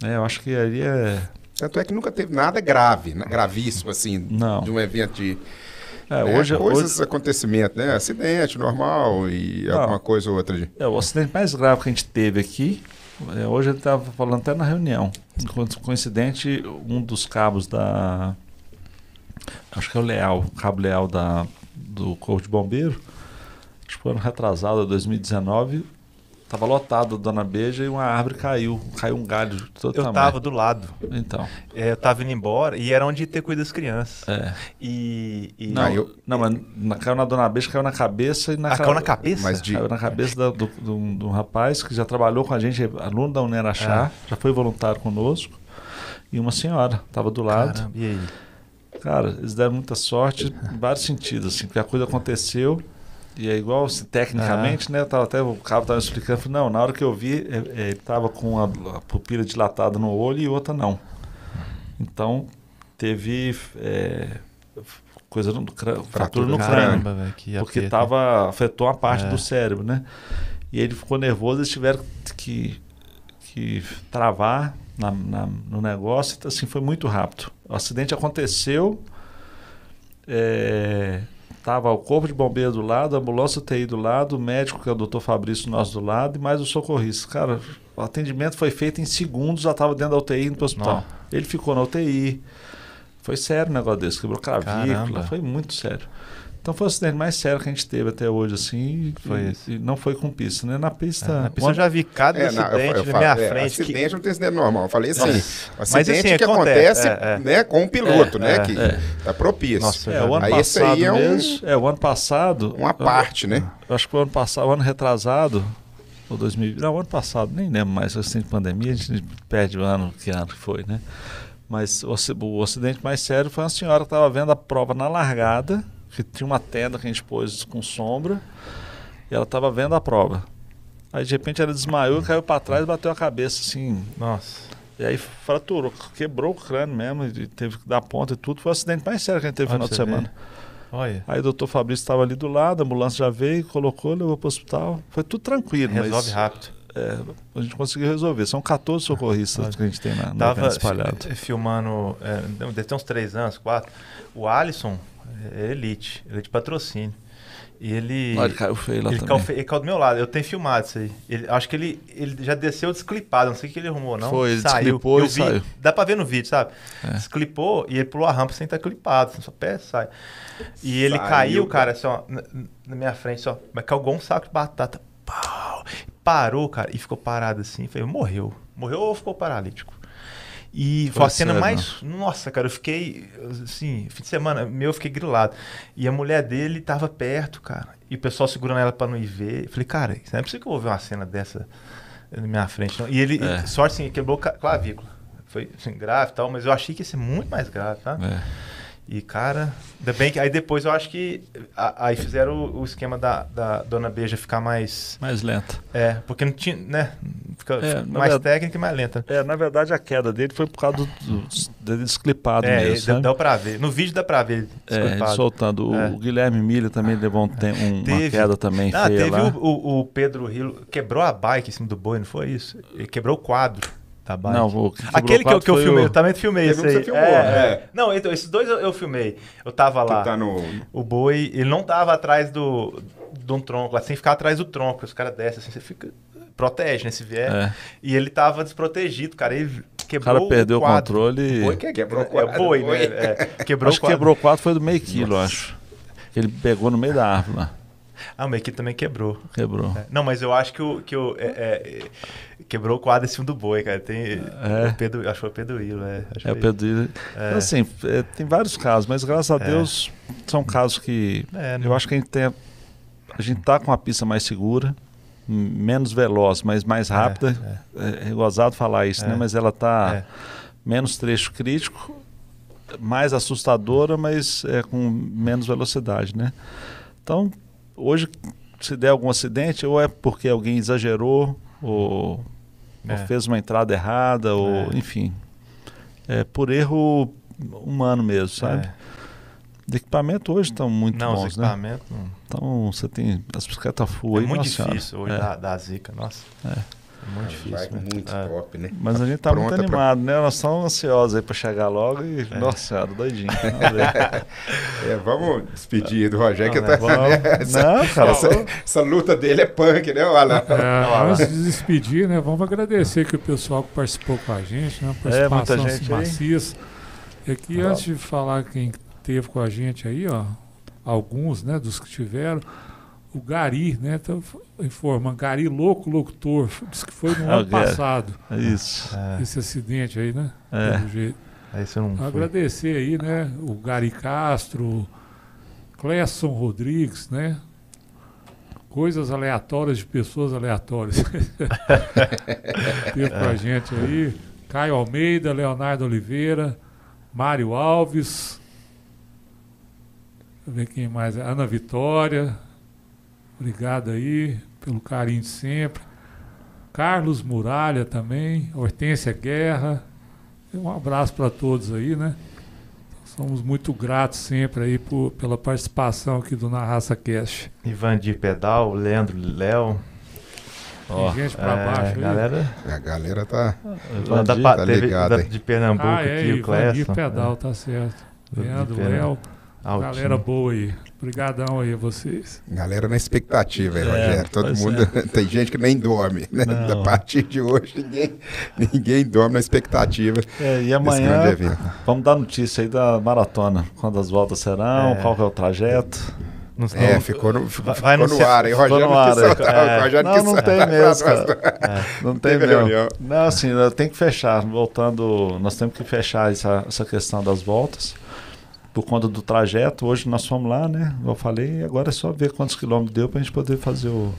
[SPEAKER 3] É, eu acho que aí é.
[SPEAKER 1] Tanto é que nunca teve nada grave, né? gravíssimo, assim,
[SPEAKER 3] Não.
[SPEAKER 1] de um evento de
[SPEAKER 3] é,
[SPEAKER 1] né?
[SPEAKER 3] hoje,
[SPEAKER 1] coisas,
[SPEAKER 3] hoje-
[SPEAKER 1] acontecimentos, né? Acidente normal e
[SPEAKER 3] Não.
[SPEAKER 1] alguma coisa ou outra. De...
[SPEAKER 3] é, o acidente mais grave que a gente teve aqui. é, hoje ele estava falando até na reunião. Enquanto coincidente, um dos cabos da. Acho que é o Leal, o cabo Leal da, do Corpo de Bombeiro. Acho que foi ano retrasado, 2019. Estava lotado a Dona Beja e uma árvore caiu. Caiu um galho de todo
[SPEAKER 2] Eu
[SPEAKER 3] tamanho.
[SPEAKER 2] tava do lado.
[SPEAKER 3] Então.
[SPEAKER 2] É, Eu tava indo embora e era onde ter cuidado das crianças.
[SPEAKER 3] É.
[SPEAKER 2] E. e-
[SPEAKER 3] Não,
[SPEAKER 1] Ah, eu-
[SPEAKER 3] não, mas na- caiu na Dona Beja, caiu na cabeça e na
[SPEAKER 2] Ah,
[SPEAKER 3] ca-
[SPEAKER 2] caiu na cabeça?
[SPEAKER 1] Mas de-
[SPEAKER 3] Caiu na cabeça da- do, de um- de um rapaz que já trabalhou com a gente, é aluno da Unerachá, já foi voluntário conosco. E uma senhora, estava do lado.
[SPEAKER 2] Caramba, e aí?
[SPEAKER 3] Cara, eles deram muita sorte em vários sentidos, assim, porque a coisa aconteceu. E é igual, assim, tecnicamente, né? Eu tava até, o cabo estava explicando, falei, não, na hora que eu vi, é, é, ele tava com a, a pupila dilatada no olho e outra não. Então, teve é, coisa no crânio,
[SPEAKER 1] Fratura
[SPEAKER 3] fratura no
[SPEAKER 1] no
[SPEAKER 3] crânio.
[SPEAKER 4] Caramba, velho. que
[SPEAKER 3] Porque
[SPEAKER 4] aperto.
[SPEAKER 3] tava, afetou a parte
[SPEAKER 4] É.
[SPEAKER 3] do cérebro, né? E ele ficou nervoso, eles tiveram que, que travar na- na- no negócio. Então, assim, foi muito rápido. O acidente aconteceu, é, tava o corpo de bombeiro do lado, a ambulância UTI do lado, o médico, que é o doutor Fabrício, nosso do lado, e mais o socorrista. Cara, o atendimento foi feito em segundos, já estava dentro da UTI, indo para o hospital.
[SPEAKER 4] Nossa.
[SPEAKER 3] Ele ficou na UTI. Foi sério o negócio desse, quebrou clavícula,
[SPEAKER 4] Caramba.
[SPEAKER 3] foi muito sério. Então foi o acidente mais sério que a gente teve até hoje, assim, e-
[SPEAKER 4] Foi
[SPEAKER 3] e,
[SPEAKER 4] esse.
[SPEAKER 3] e não foi com pista, né? Na pista,
[SPEAKER 4] É, na pista
[SPEAKER 2] Eu já vi cada
[SPEAKER 1] É, não, eu fa-
[SPEAKER 2] acidente
[SPEAKER 1] eu
[SPEAKER 2] na
[SPEAKER 1] falo-
[SPEAKER 2] minha
[SPEAKER 1] é,
[SPEAKER 2] frente. que-
[SPEAKER 1] Acidente não tem acidente normal. Eu falei assim.
[SPEAKER 4] Nossa.
[SPEAKER 1] Acidente
[SPEAKER 2] assim,
[SPEAKER 1] que acontece,
[SPEAKER 2] acontece, é, é.
[SPEAKER 1] né, com o piloto,
[SPEAKER 3] É,
[SPEAKER 1] né?
[SPEAKER 2] é,
[SPEAKER 1] que
[SPEAKER 3] é.
[SPEAKER 1] tá propício.
[SPEAKER 4] Nossa,
[SPEAKER 3] é, o ano
[SPEAKER 1] Aí esse
[SPEAKER 3] passado
[SPEAKER 1] aí é um-
[SPEAKER 3] mesmo, é o ano passado,
[SPEAKER 1] Uma
[SPEAKER 3] eu-
[SPEAKER 1] parte, né?
[SPEAKER 3] eu acho que o ano passado, o ano retrasado, ou 2020, não, o ano passado, nem lembro mais, o acidente de pandemia, a gente perde o ano, que ano que foi, né? Mas o, aci- o acidente mais sério foi uma senhora que estava vendo a prova na largada, que tinha uma tenda que a gente pôs com sombra, e ela estava vendo a prova. Aí de repente ela desmaiou, caiu para trás e bateu a cabeça assim.
[SPEAKER 2] Nossa.
[SPEAKER 3] E aí fraturou, quebrou o crânio mesmo, e teve que dar ponta e tudo. Foi o acidente mais sério que a gente teve no
[SPEAKER 4] Olha
[SPEAKER 3] final de
[SPEAKER 4] pra você ver.
[SPEAKER 3] semana.
[SPEAKER 4] Olha.
[SPEAKER 3] Aí o doutor Fabrício estava ali do lado, a ambulância já veio, colocou, levou para o hospital. Foi tudo tranquilo,
[SPEAKER 2] Resolve
[SPEAKER 3] mas
[SPEAKER 2] rápido.
[SPEAKER 3] é, a gente conseguiu resolver. São 14 socorristas
[SPEAKER 4] Olha.
[SPEAKER 3] que a gente tem na, no
[SPEAKER 2] Tava
[SPEAKER 3] evento espalhado.
[SPEAKER 2] fi- filmando, é, deve ter uns três anos, quatro. O Alisson é elite, ele é de patrocínio. E ele.
[SPEAKER 3] Olha, ele caiu feio lá
[SPEAKER 2] ele,
[SPEAKER 3] também.
[SPEAKER 2] caiu, fe- ele caiu do meu lado, eu tenho filmado isso aí. Ele- acho que ele, ele já desceu desclipado, não sei o que ele arrumou, não.
[SPEAKER 3] Foi, ele
[SPEAKER 2] saiu.
[SPEAKER 3] desclipou
[SPEAKER 2] Eu
[SPEAKER 3] e
[SPEAKER 2] vi,
[SPEAKER 3] saiu. É.
[SPEAKER 2] Dá pra ver no vídeo, sabe? Desclipou e ele pulou a rampa sem estar clipado, assim, só pé sai. E ele
[SPEAKER 1] Saiu,
[SPEAKER 2] caiu,
[SPEAKER 1] cara.
[SPEAKER 2] cara, assim, ó, na, na minha frente, só. Mas caiu igual um saco de batata. Pau! Parou, cara, e ficou parado assim. Falei, morreu. Morreu ou ficou paralítico? E foi a cena
[SPEAKER 3] sério,
[SPEAKER 2] mais. Nossa, cara, eu fiquei. Assim, fim de semana meu, eu fiquei grilado. E a mulher dele tava perto, cara. E o pessoal segurando ela pra não ir ver. Eu falei, cara, isso não é possível que eu vou ver uma cena dessa na minha frente. não. E ele,
[SPEAKER 3] É.
[SPEAKER 2] só assim, quebrou ca- clavícula. Foi assim, grave e tal, mas eu achei que ia ser muito mais grave, tá?
[SPEAKER 3] É.
[SPEAKER 2] E, cara, ainda bem que. Aí depois eu acho que. a- aí fizeram o, o esquema da, da Dona Beija ficar mais.
[SPEAKER 3] Mais lenta.
[SPEAKER 2] É, porque não tinha, né? Fica,
[SPEAKER 3] É,
[SPEAKER 2] fica
[SPEAKER 3] na
[SPEAKER 2] mais
[SPEAKER 3] verdade-
[SPEAKER 2] técnica e mais lenta.
[SPEAKER 3] É, na verdade, a queda dele foi por causa do, do- dele desclipado
[SPEAKER 2] É,
[SPEAKER 3] mesmo.
[SPEAKER 2] dá-
[SPEAKER 3] sabe?
[SPEAKER 2] dá pra ver. No vídeo dá pra ver.
[SPEAKER 3] É, ele
[SPEAKER 2] desculpado.
[SPEAKER 3] soltando. O,
[SPEAKER 2] É.
[SPEAKER 3] o Guilherme Milha também levou um tem- um- uma
[SPEAKER 2] Teve.
[SPEAKER 3] queda também
[SPEAKER 2] Ah,
[SPEAKER 3] feia
[SPEAKER 2] teve
[SPEAKER 3] lá.
[SPEAKER 2] o, o- o Pedro Rilo. Quebrou a bike em cima do boi, não foi isso? Ele quebrou o quadro da bike.
[SPEAKER 3] Não, o que quebrou
[SPEAKER 2] Aquele que, eu-
[SPEAKER 3] quadro
[SPEAKER 2] que eu
[SPEAKER 3] foi
[SPEAKER 2] filmei,
[SPEAKER 3] o-
[SPEAKER 2] eu também filmei
[SPEAKER 1] Teve
[SPEAKER 2] isso
[SPEAKER 1] um que você
[SPEAKER 2] aí.
[SPEAKER 1] filmou,
[SPEAKER 2] é,
[SPEAKER 1] é.
[SPEAKER 2] é. Não, então, esses dois eu, eu filmei. Eu tava lá.
[SPEAKER 1] Que tá no...
[SPEAKER 2] O boi, ele não tava atrás do, de um tronco, lá, sem ficar atrás do tronco. Os caras descem assim, você fica. Protege, né? Se vier.
[SPEAKER 3] É.
[SPEAKER 2] E ele tava desprotegido, cara. Ele
[SPEAKER 3] O
[SPEAKER 2] quebrou.
[SPEAKER 3] cara perdeu o,
[SPEAKER 2] quadro.
[SPEAKER 3] controle.
[SPEAKER 2] Boi que é,
[SPEAKER 1] Quebrou o
[SPEAKER 2] é o boi, né?
[SPEAKER 1] quadro.
[SPEAKER 2] É, quebrou
[SPEAKER 3] acho
[SPEAKER 2] o
[SPEAKER 3] que
[SPEAKER 2] quadro.
[SPEAKER 3] quebrou o quadro foi do meio quilo, eu acho. Ele pegou no meio da árvore lá.
[SPEAKER 2] Ah, mas aqui também quebrou.
[SPEAKER 3] Quebrou.
[SPEAKER 2] É, Não, mas eu acho que o. Que o é, é, é, quebrou o quadro em cima do boi, cara. Tem,
[SPEAKER 3] É.
[SPEAKER 2] o Pedro, acho que foi o Pedro Hilo, é. Acho que
[SPEAKER 3] É, o
[SPEAKER 2] foi-
[SPEAKER 3] Pedro.
[SPEAKER 2] É.
[SPEAKER 3] Então, assim, é, tem vários casos, mas graças a
[SPEAKER 2] É.
[SPEAKER 3] Deus são casos que
[SPEAKER 2] É,
[SPEAKER 3] eu acho que a gente tem. A gente tá com a pista mais segura, m- menos veloz, mas mais rápida. É, é gozado falar isso,
[SPEAKER 2] É.
[SPEAKER 3] né? Mas ela
[SPEAKER 2] É.
[SPEAKER 3] tá menos trecho crítico, mais assustadora, mas é, com menos velocidade, né? Então, hoje, se der algum acidente, ou é porque alguém exagerou, ou, ou
[SPEAKER 2] É.
[SPEAKER 3] fez uma entrada errada, ou
[SPEAKER 2] É.
[SPEAKER 3] enfim. É por erro humano mesmo, sabe?
[SPEAKER 2] É.
[SPEAKER 3] De equipamento hoje estão muito
[SPEAKER 2] Não, os
[SPEAKER 3] bons, né?
[SPEAKER 2] equipamentos. não-
[SPEAKER 3] Então, você tem as bicicletas full
[SPEAKER 2] É
[SPEAKER 3] aí,
[SPEAKER 2] muito
[SPEAKER 3] nossa senhora.
[SPEAKER 2] difícil hoje
[SPEAKER 3] É.
[SPEAKER 2] da, da zica, nossa. É.
[SPEAKER 1] Vai
[SPEAKER 2] muito difícil. né?
[SPEAKER 1] muito
[SPEAKER 2] É.
[SPEAKER 1] top, né?
[SPEAKER 3] Mas a gente tá muito
[SPEAKER 1] Pronta pra-
[SPEAKER 3] animado, né? Nós estamos ansiosos aí pra chegar logo e,
[SPEAKER 2] É.
[SPEAKER 3] nossa senhora, doidinho. Vamos ver.
[SPEAKER 1] É, vamos despedir aí do Rogério, que
[SPEAKER 2] Não,
[SPEAKER 1] tá...
[SPEAKER 2] né?
[SPEAKER 3] Vamos. Não, cara.
[SPEAKER 1] Essa, essa luta dele é punk, né, Alan?
[SPEAKER 5] É,
[SPEAKER 2] Vai lá.
[SPEAKER 5] antes de despedir, né, vamos agradecer que o pessoal que participou com a gente, né, uma
[SPEAKER 3] É, muita
[SPEAKER 5] participação assim,
[SPEAKER 3] gente aí.
[SPEAKER 5] maciça. E aqui,
[SPEAKER 3] Bravo.
[SPEAKER 5] antes de falar quem teve com a gente aí, ó, alguns, né, dos que tiveram, o Gari, né, tá f- informando, Gari Louco Locutor, f- disse que foi no
[SPEAKER 3] Ah, o
[SPEAKER 5] ano
[SPEAKER 3] Gari.
[SPEAKER 5] passado,
[SPEAKER 3] é Isso.
[SPEAKER 5] esse acidente aí, né,
[SPEAKER 3] É.
[SPEAKER 5] pelo jeito.
[SPEAKER 2] É, esse eu não fui.
[SPEAKER 5] Agradecer aí, né, o Gari Castro, Clesson Rodrigues, né, coisas aleatórias de pessoas aleatórias. Teve com a gente aí, Caio Almeida, Leonardo Oliveira, Mário Alves, deixa eu ver quem mais, é, Ana Vitória, obrigado aí pelo carinho de sempre. Carlos Muralha também, Hortência Guerra, Um abraço para todos aí, né? Somos muito gratos sempre aí por, pela participação aqui do Na Raça Cast.
[SPEAKER 2] Ivan de Pedal, Leandro Léo.
[SPEAKER 5] Tem gente para
[SPEAKER 2] é,
[SPEAKER 5] baixo aí.
[SPEAKER 2] galera
[SPEAKER 1] A galera tá.
[SPEAKER 2] lá da,
[SPEAKER 3] Ivandir,
[SPEAKER 2] pa-
[SPEAKER 1] tá
[SPEAKER 2] teve-
[SPEAKER 1] ligado,
[SPEAKER 2] da-
[SPEAKER 1] hein?
[SPEAKER 2] de Pernambuco
[SPEAKER 5] ah, é,
[SPEAKER 2] aqui, o
[SPEAKER 5] Ivanir
[SPEAKER 2] Clécio.
[SPEAKER 5] Pedal, tá certo.
[SPEAKER 2] Do- de
[SPEAKER 5] Leandro,
[SPEAKER 2] Pedal.
[SPEAKER 5] Léo,
[SPEAKER 2] Altinho.
[SPEAKER 5] galera boa aí. Obrigadão aí a vocês.
[SPEAKER 1] Galera na expectativa, hein,
[SPEAKER 3] É,
[SPEAKER 1] Rogério? Todo
[SPEAKER 3] pois
[SPEAKER 1] mundo. Tem gente que nem dorme, né?
[SPEAKER 3] Não.
[SPEAKER 1] A partir de hoje, ninguém, ninguém dorme na expectativa
[SPEAKER 3] É, e
[SPEAKER 1] desse grande
[SPEAKER 3] amanhã
[SPEAKER 1] evento.
[SPEAKER 3] vamos dar notícia aí da maratona. Quando as voltas serão,
[SPEAKER 2] É.
[SPEAKER 3] qual que é o trajeto.
[SPEAKER 2] Não sei.
[SPEAKER 1] É, ficou no, ficou,
[SPEAKER 2] Vai
[SPEAKER 1] ficou no
[SPEAKER 2] anunciar-
[SPEAKER 1] ar, hein?
[SPEAKER 3] ficou
[SPEAKER 1] Rogério
[SPEAKER 3] Então, no
[SPEAKER 1] não
[SPEAKER 3] ar,
[SPEAKER 1] quis soltar.
[SPEAKER 3] é.
[SPEAKER 1] o Rogério
[SPEAKER 3] Não,
[SPEAKER 1] quis
[SPEAKER 3] não
[SPEAKER 1] soltar
[SPEAKER 3] tem
[SPEAKER 1] pra
[SPEAKER 3] mesmo,
[SPEAKER 1] nós.
[SPEAKER 3] Não tem
[SPEAKER 1] Teve
[SPEAKER 3] mesmo.
[SPEAKER 1] reunião.
[SPEAKER 3] Não, assim, eu tenho que fechar. Voltando, nós temos que fechar essa, essa questão das voltas. Por conta do trajeto, hoje nós fomos lá, né? Como Eu falei, agora é só ver quantos quilômetros deu pra gente poder fazer o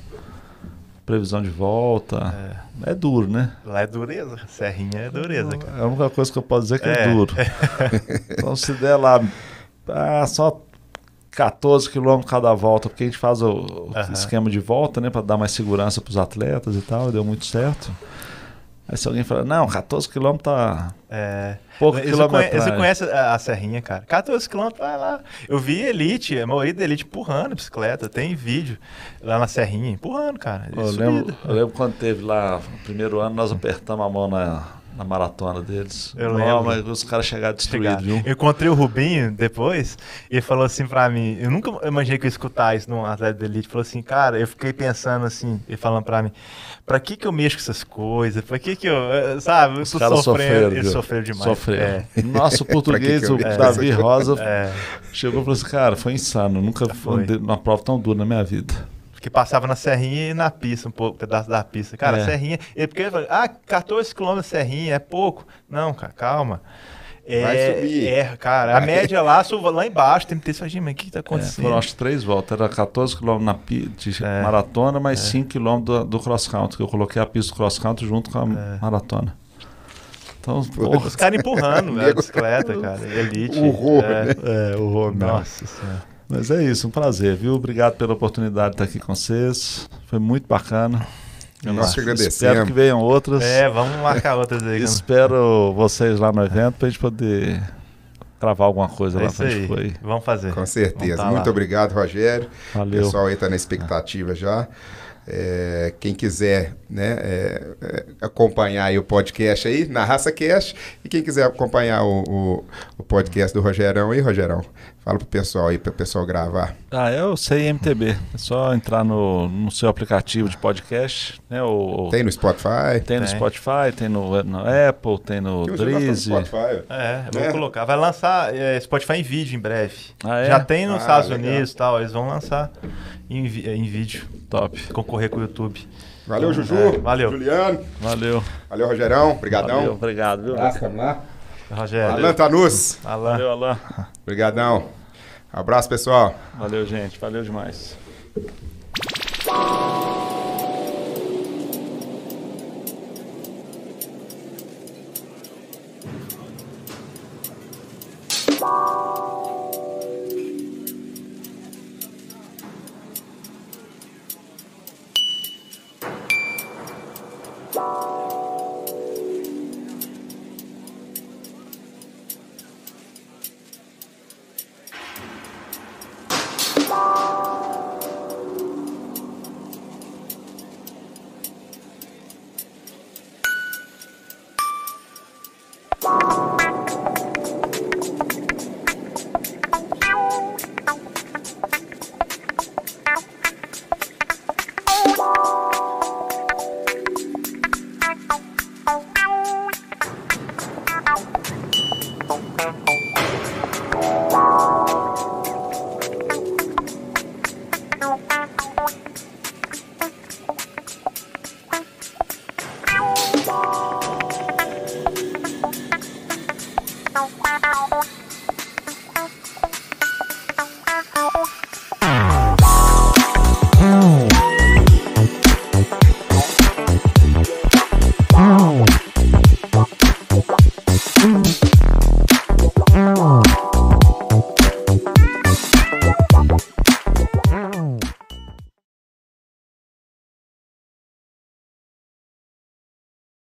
[SPEAKER 3] previsão de volta.
[SPEAKER 2] É.
[SPEAKER 3] É, duro, né?
[SPEAKER 2] Lá é dureza. Serrinha é dureza, cara.
[SPEAKER 3] É a única coisa que eu posso dizer é que é,
[SPEAKER 2] É.
[SPEAKER 3] duro. então, se der lá ah, só 14 quilômetros cada volta, porque a gente faz o, o
[SPEAKER 2] Aham.
[SPEAKER 3] esquema de volta, né? Para dar mais segurança para os atletas e tal, e deu muito certo. Aí se alguém falar, não, 14 quilômetros tá
[SPEAKER 2] É.
[SPEAKER 3] pouco
[SPEAKER 2] Você conhe-
[SPEAKER 3] quilômetro.
[SPEAKER 2] você conhece a, a Serrinha, cara? 14 quilômetros, vai lá. Eu vi Elite, a maioria da Elite empurrando a bicicleta. Tem vídeo lá na Serrinha, empurrando, cara.
[SPEAKER 3] Eu
[SPEAKER 2] Subida.
[SPEAKER 3] lembro, eu lembro quando teve lá, o primeiro ano, nós apertamos a mão na, na maratona deles.
[SPEAKER 2] Eu
[SPEAKER 3] Não,
[SPEAKER 2] lembro.
[SPEAKER 3] mas os caras chegaram
[SPEAKER 2] Chegar.
[SPEAKER 3] destruídos, viu?
[SPEAKER 2] Eu encontrei o Rubinho depois e ele falou assim pra mim: Eu nunca imaginei que eu ia escutar isso num atleta da elite. Falou assim, cara, eu fiquei pensando assim, ele falando pra mim: Pra que que eu mexo com essas coisas? Pra que que eu, eh, sabe, eu
[SPEAKER 3] Os
[SPEAKER 2] tô
[SPEAKER 3] caras sofreram.
[SPEAKER 2] sofrendo. Ele
[SPEAKER 3] viu?
[SPEAKER 2] sofreu demais.
[SPEAKER 3] Sofreram.
[SPEAKER 2] É,
[SPEAKER 3] Nosso português,
[SPEAKER 1] Pra que
[SPEAKER 3] o
[SPEAKER 1] que eu vi
[SPEAKER 3] Davi Rosa,
[SPEAKER 2] é,
[SPEAKER 3] Chegou e falou assim, cara, foi insano. Nunca
[SPEAKER 2] Foi.
[SPEAKER 3] andei numa prova tão dura na minha vida.
[SPEAKER 2] porque passava na Serrinha e na pista, um pouco, um pedaço da pista. Cara,
[SPEAKER 3] É.
[SPEAKER 2] a Serrinha. Ele, porque ele falou: Ah, 14 quilômetros de Serrinha é pouco. Não, cara, calma. É,
[SPEAKER 1] Vai subir.
[SPEAKER 2] é, cara, a média lá, suba lá embaixo, tem que ter essa mas o que, que tá
[SPEAKER 3] É,
[SPEAKER 2] acontecendo?
[SPEAKER 3] foram acho três voltas. Era 14 km na pi- de
[SPEAKER 2] É.
[SPEAKER 3] maratona, mais 5 km do, do cross-country. que Eu coloquei a pista do cross-country junto com a maratona. Então, porra,
[SPEAKER 2] Os caras empurrando velho, a
[SPEAKER 1] Nego-
[SPEAKER 2] bicicleta, cara. Elite.
[SPEAKER 1] O horror,
[SPEAKER 2] é,
[SPEAKER 1] né?
[SPEAKER 3] é, o homem.
[SPEAKER 2] Nossa senhora.
[SPEAKER 3] Mas é isso, um prazer, viu? Obrigado pela oportunidade de estar aqui com vocês. Foi muito bacana.
[SPEAKER 1] Nós te
[SPEAKER 3] Espero que
[SPEAKER 1] agradecemos.
[SPEAKER 3] venham outras.
[SPEAKER 2] É, vamos marcar outras aí. cara.
[SPEAKER 3] Espero vocês lá no evento pra gente poder gravar alguma coisa
[SPEAKER 2] É
[SPEAKER 3] lá
[SPEAKER 2] isso
[SPEAKER 3] pra gente
[SPEAKER 2] aí.
[SPEAKER 3] pôr aí.
[SPEAKER 2] Vamos fazer.
[SPEAKER 1] Com certeza.
[SPEAKER 2] Vamos tá
[SPEAKER 1] Muito
[SPEAKER 2] lá.
[SPEAKER 1] obrigado, Rogério. O
[SPEAKER 3] Então Valeu. É.
[SPEAKER 1] pessoal aí está na expectativa já. É, quem quiser né, é, é, acompanhar aí o podcast aí, na Raça Cast, e quem quiser acompanhar o, o- o podcast do Rogerão aí, Rogerão, fala pro pessoal aí, para o pessoal gravar.
[SPEAKER 3] Ah, é o CMTB. É só entrar no, no seu aplicativo de podcast, né? O,
[SPEAKER 1] Tem no Spotify?
[SPEAKER 3] tem no
[SPEAKER 2] Tem.
[SPEAKER 3] Spotify, tem no, no Apple, tem no
[SPEAKER 1] Que hoje nós estamos
[SPEAKER 3] Drizzy.
[SPEAKER 1] no Spotify.
[SPEAKER 2] É, vou
[SPEAKER 1] Né?
[SPEAKER 2] colocar. Vai lançar é, Spotify em vídeo em breve.
[SPEAKER 3] Ah, é?
[SPEAKER 2] Já tem nos
[SPEAKER 1] Ah,
[SPEAKER 2] Estados
[SPEAKER 1] legal.
[SPEAKER 2] Unidos e tal. Eles vão lançar em, vi- em vídeo.
[SPEAKER 3] Top.
[SPEAKER 2] Concorrer com o YouTube.
[SPEAKER 1] Valeu,
[SPEAKER 3] Então,
[SPEAKER 1] Juju.
[SPEAKER 2] É, valeu.
[SPEAKER 1] Juliano.
[SPEAKER 3] Valeu.
[SPEAKER 1] Valeu, Rogerão.
[SPEAKER 3] Valeu,
[SPEAKER 1] Obrigadão.
[SPEAKER 3] obrigado, viu?
[SPEAKER 1] Abraço, vamos lá. Alan
[SPEAKER 2] Rogério.
[SPEAKER 1] Tanus.
[SPEAKER 2] Alan.
[SPEAKER 3] Valeu, Alain.
[SPEAKER 1] Obrigadão. Abraço, pessoal.
[SPEAKER 3] Valeu, gente. Valeu demais.
[SPEAKER 6] Thank you.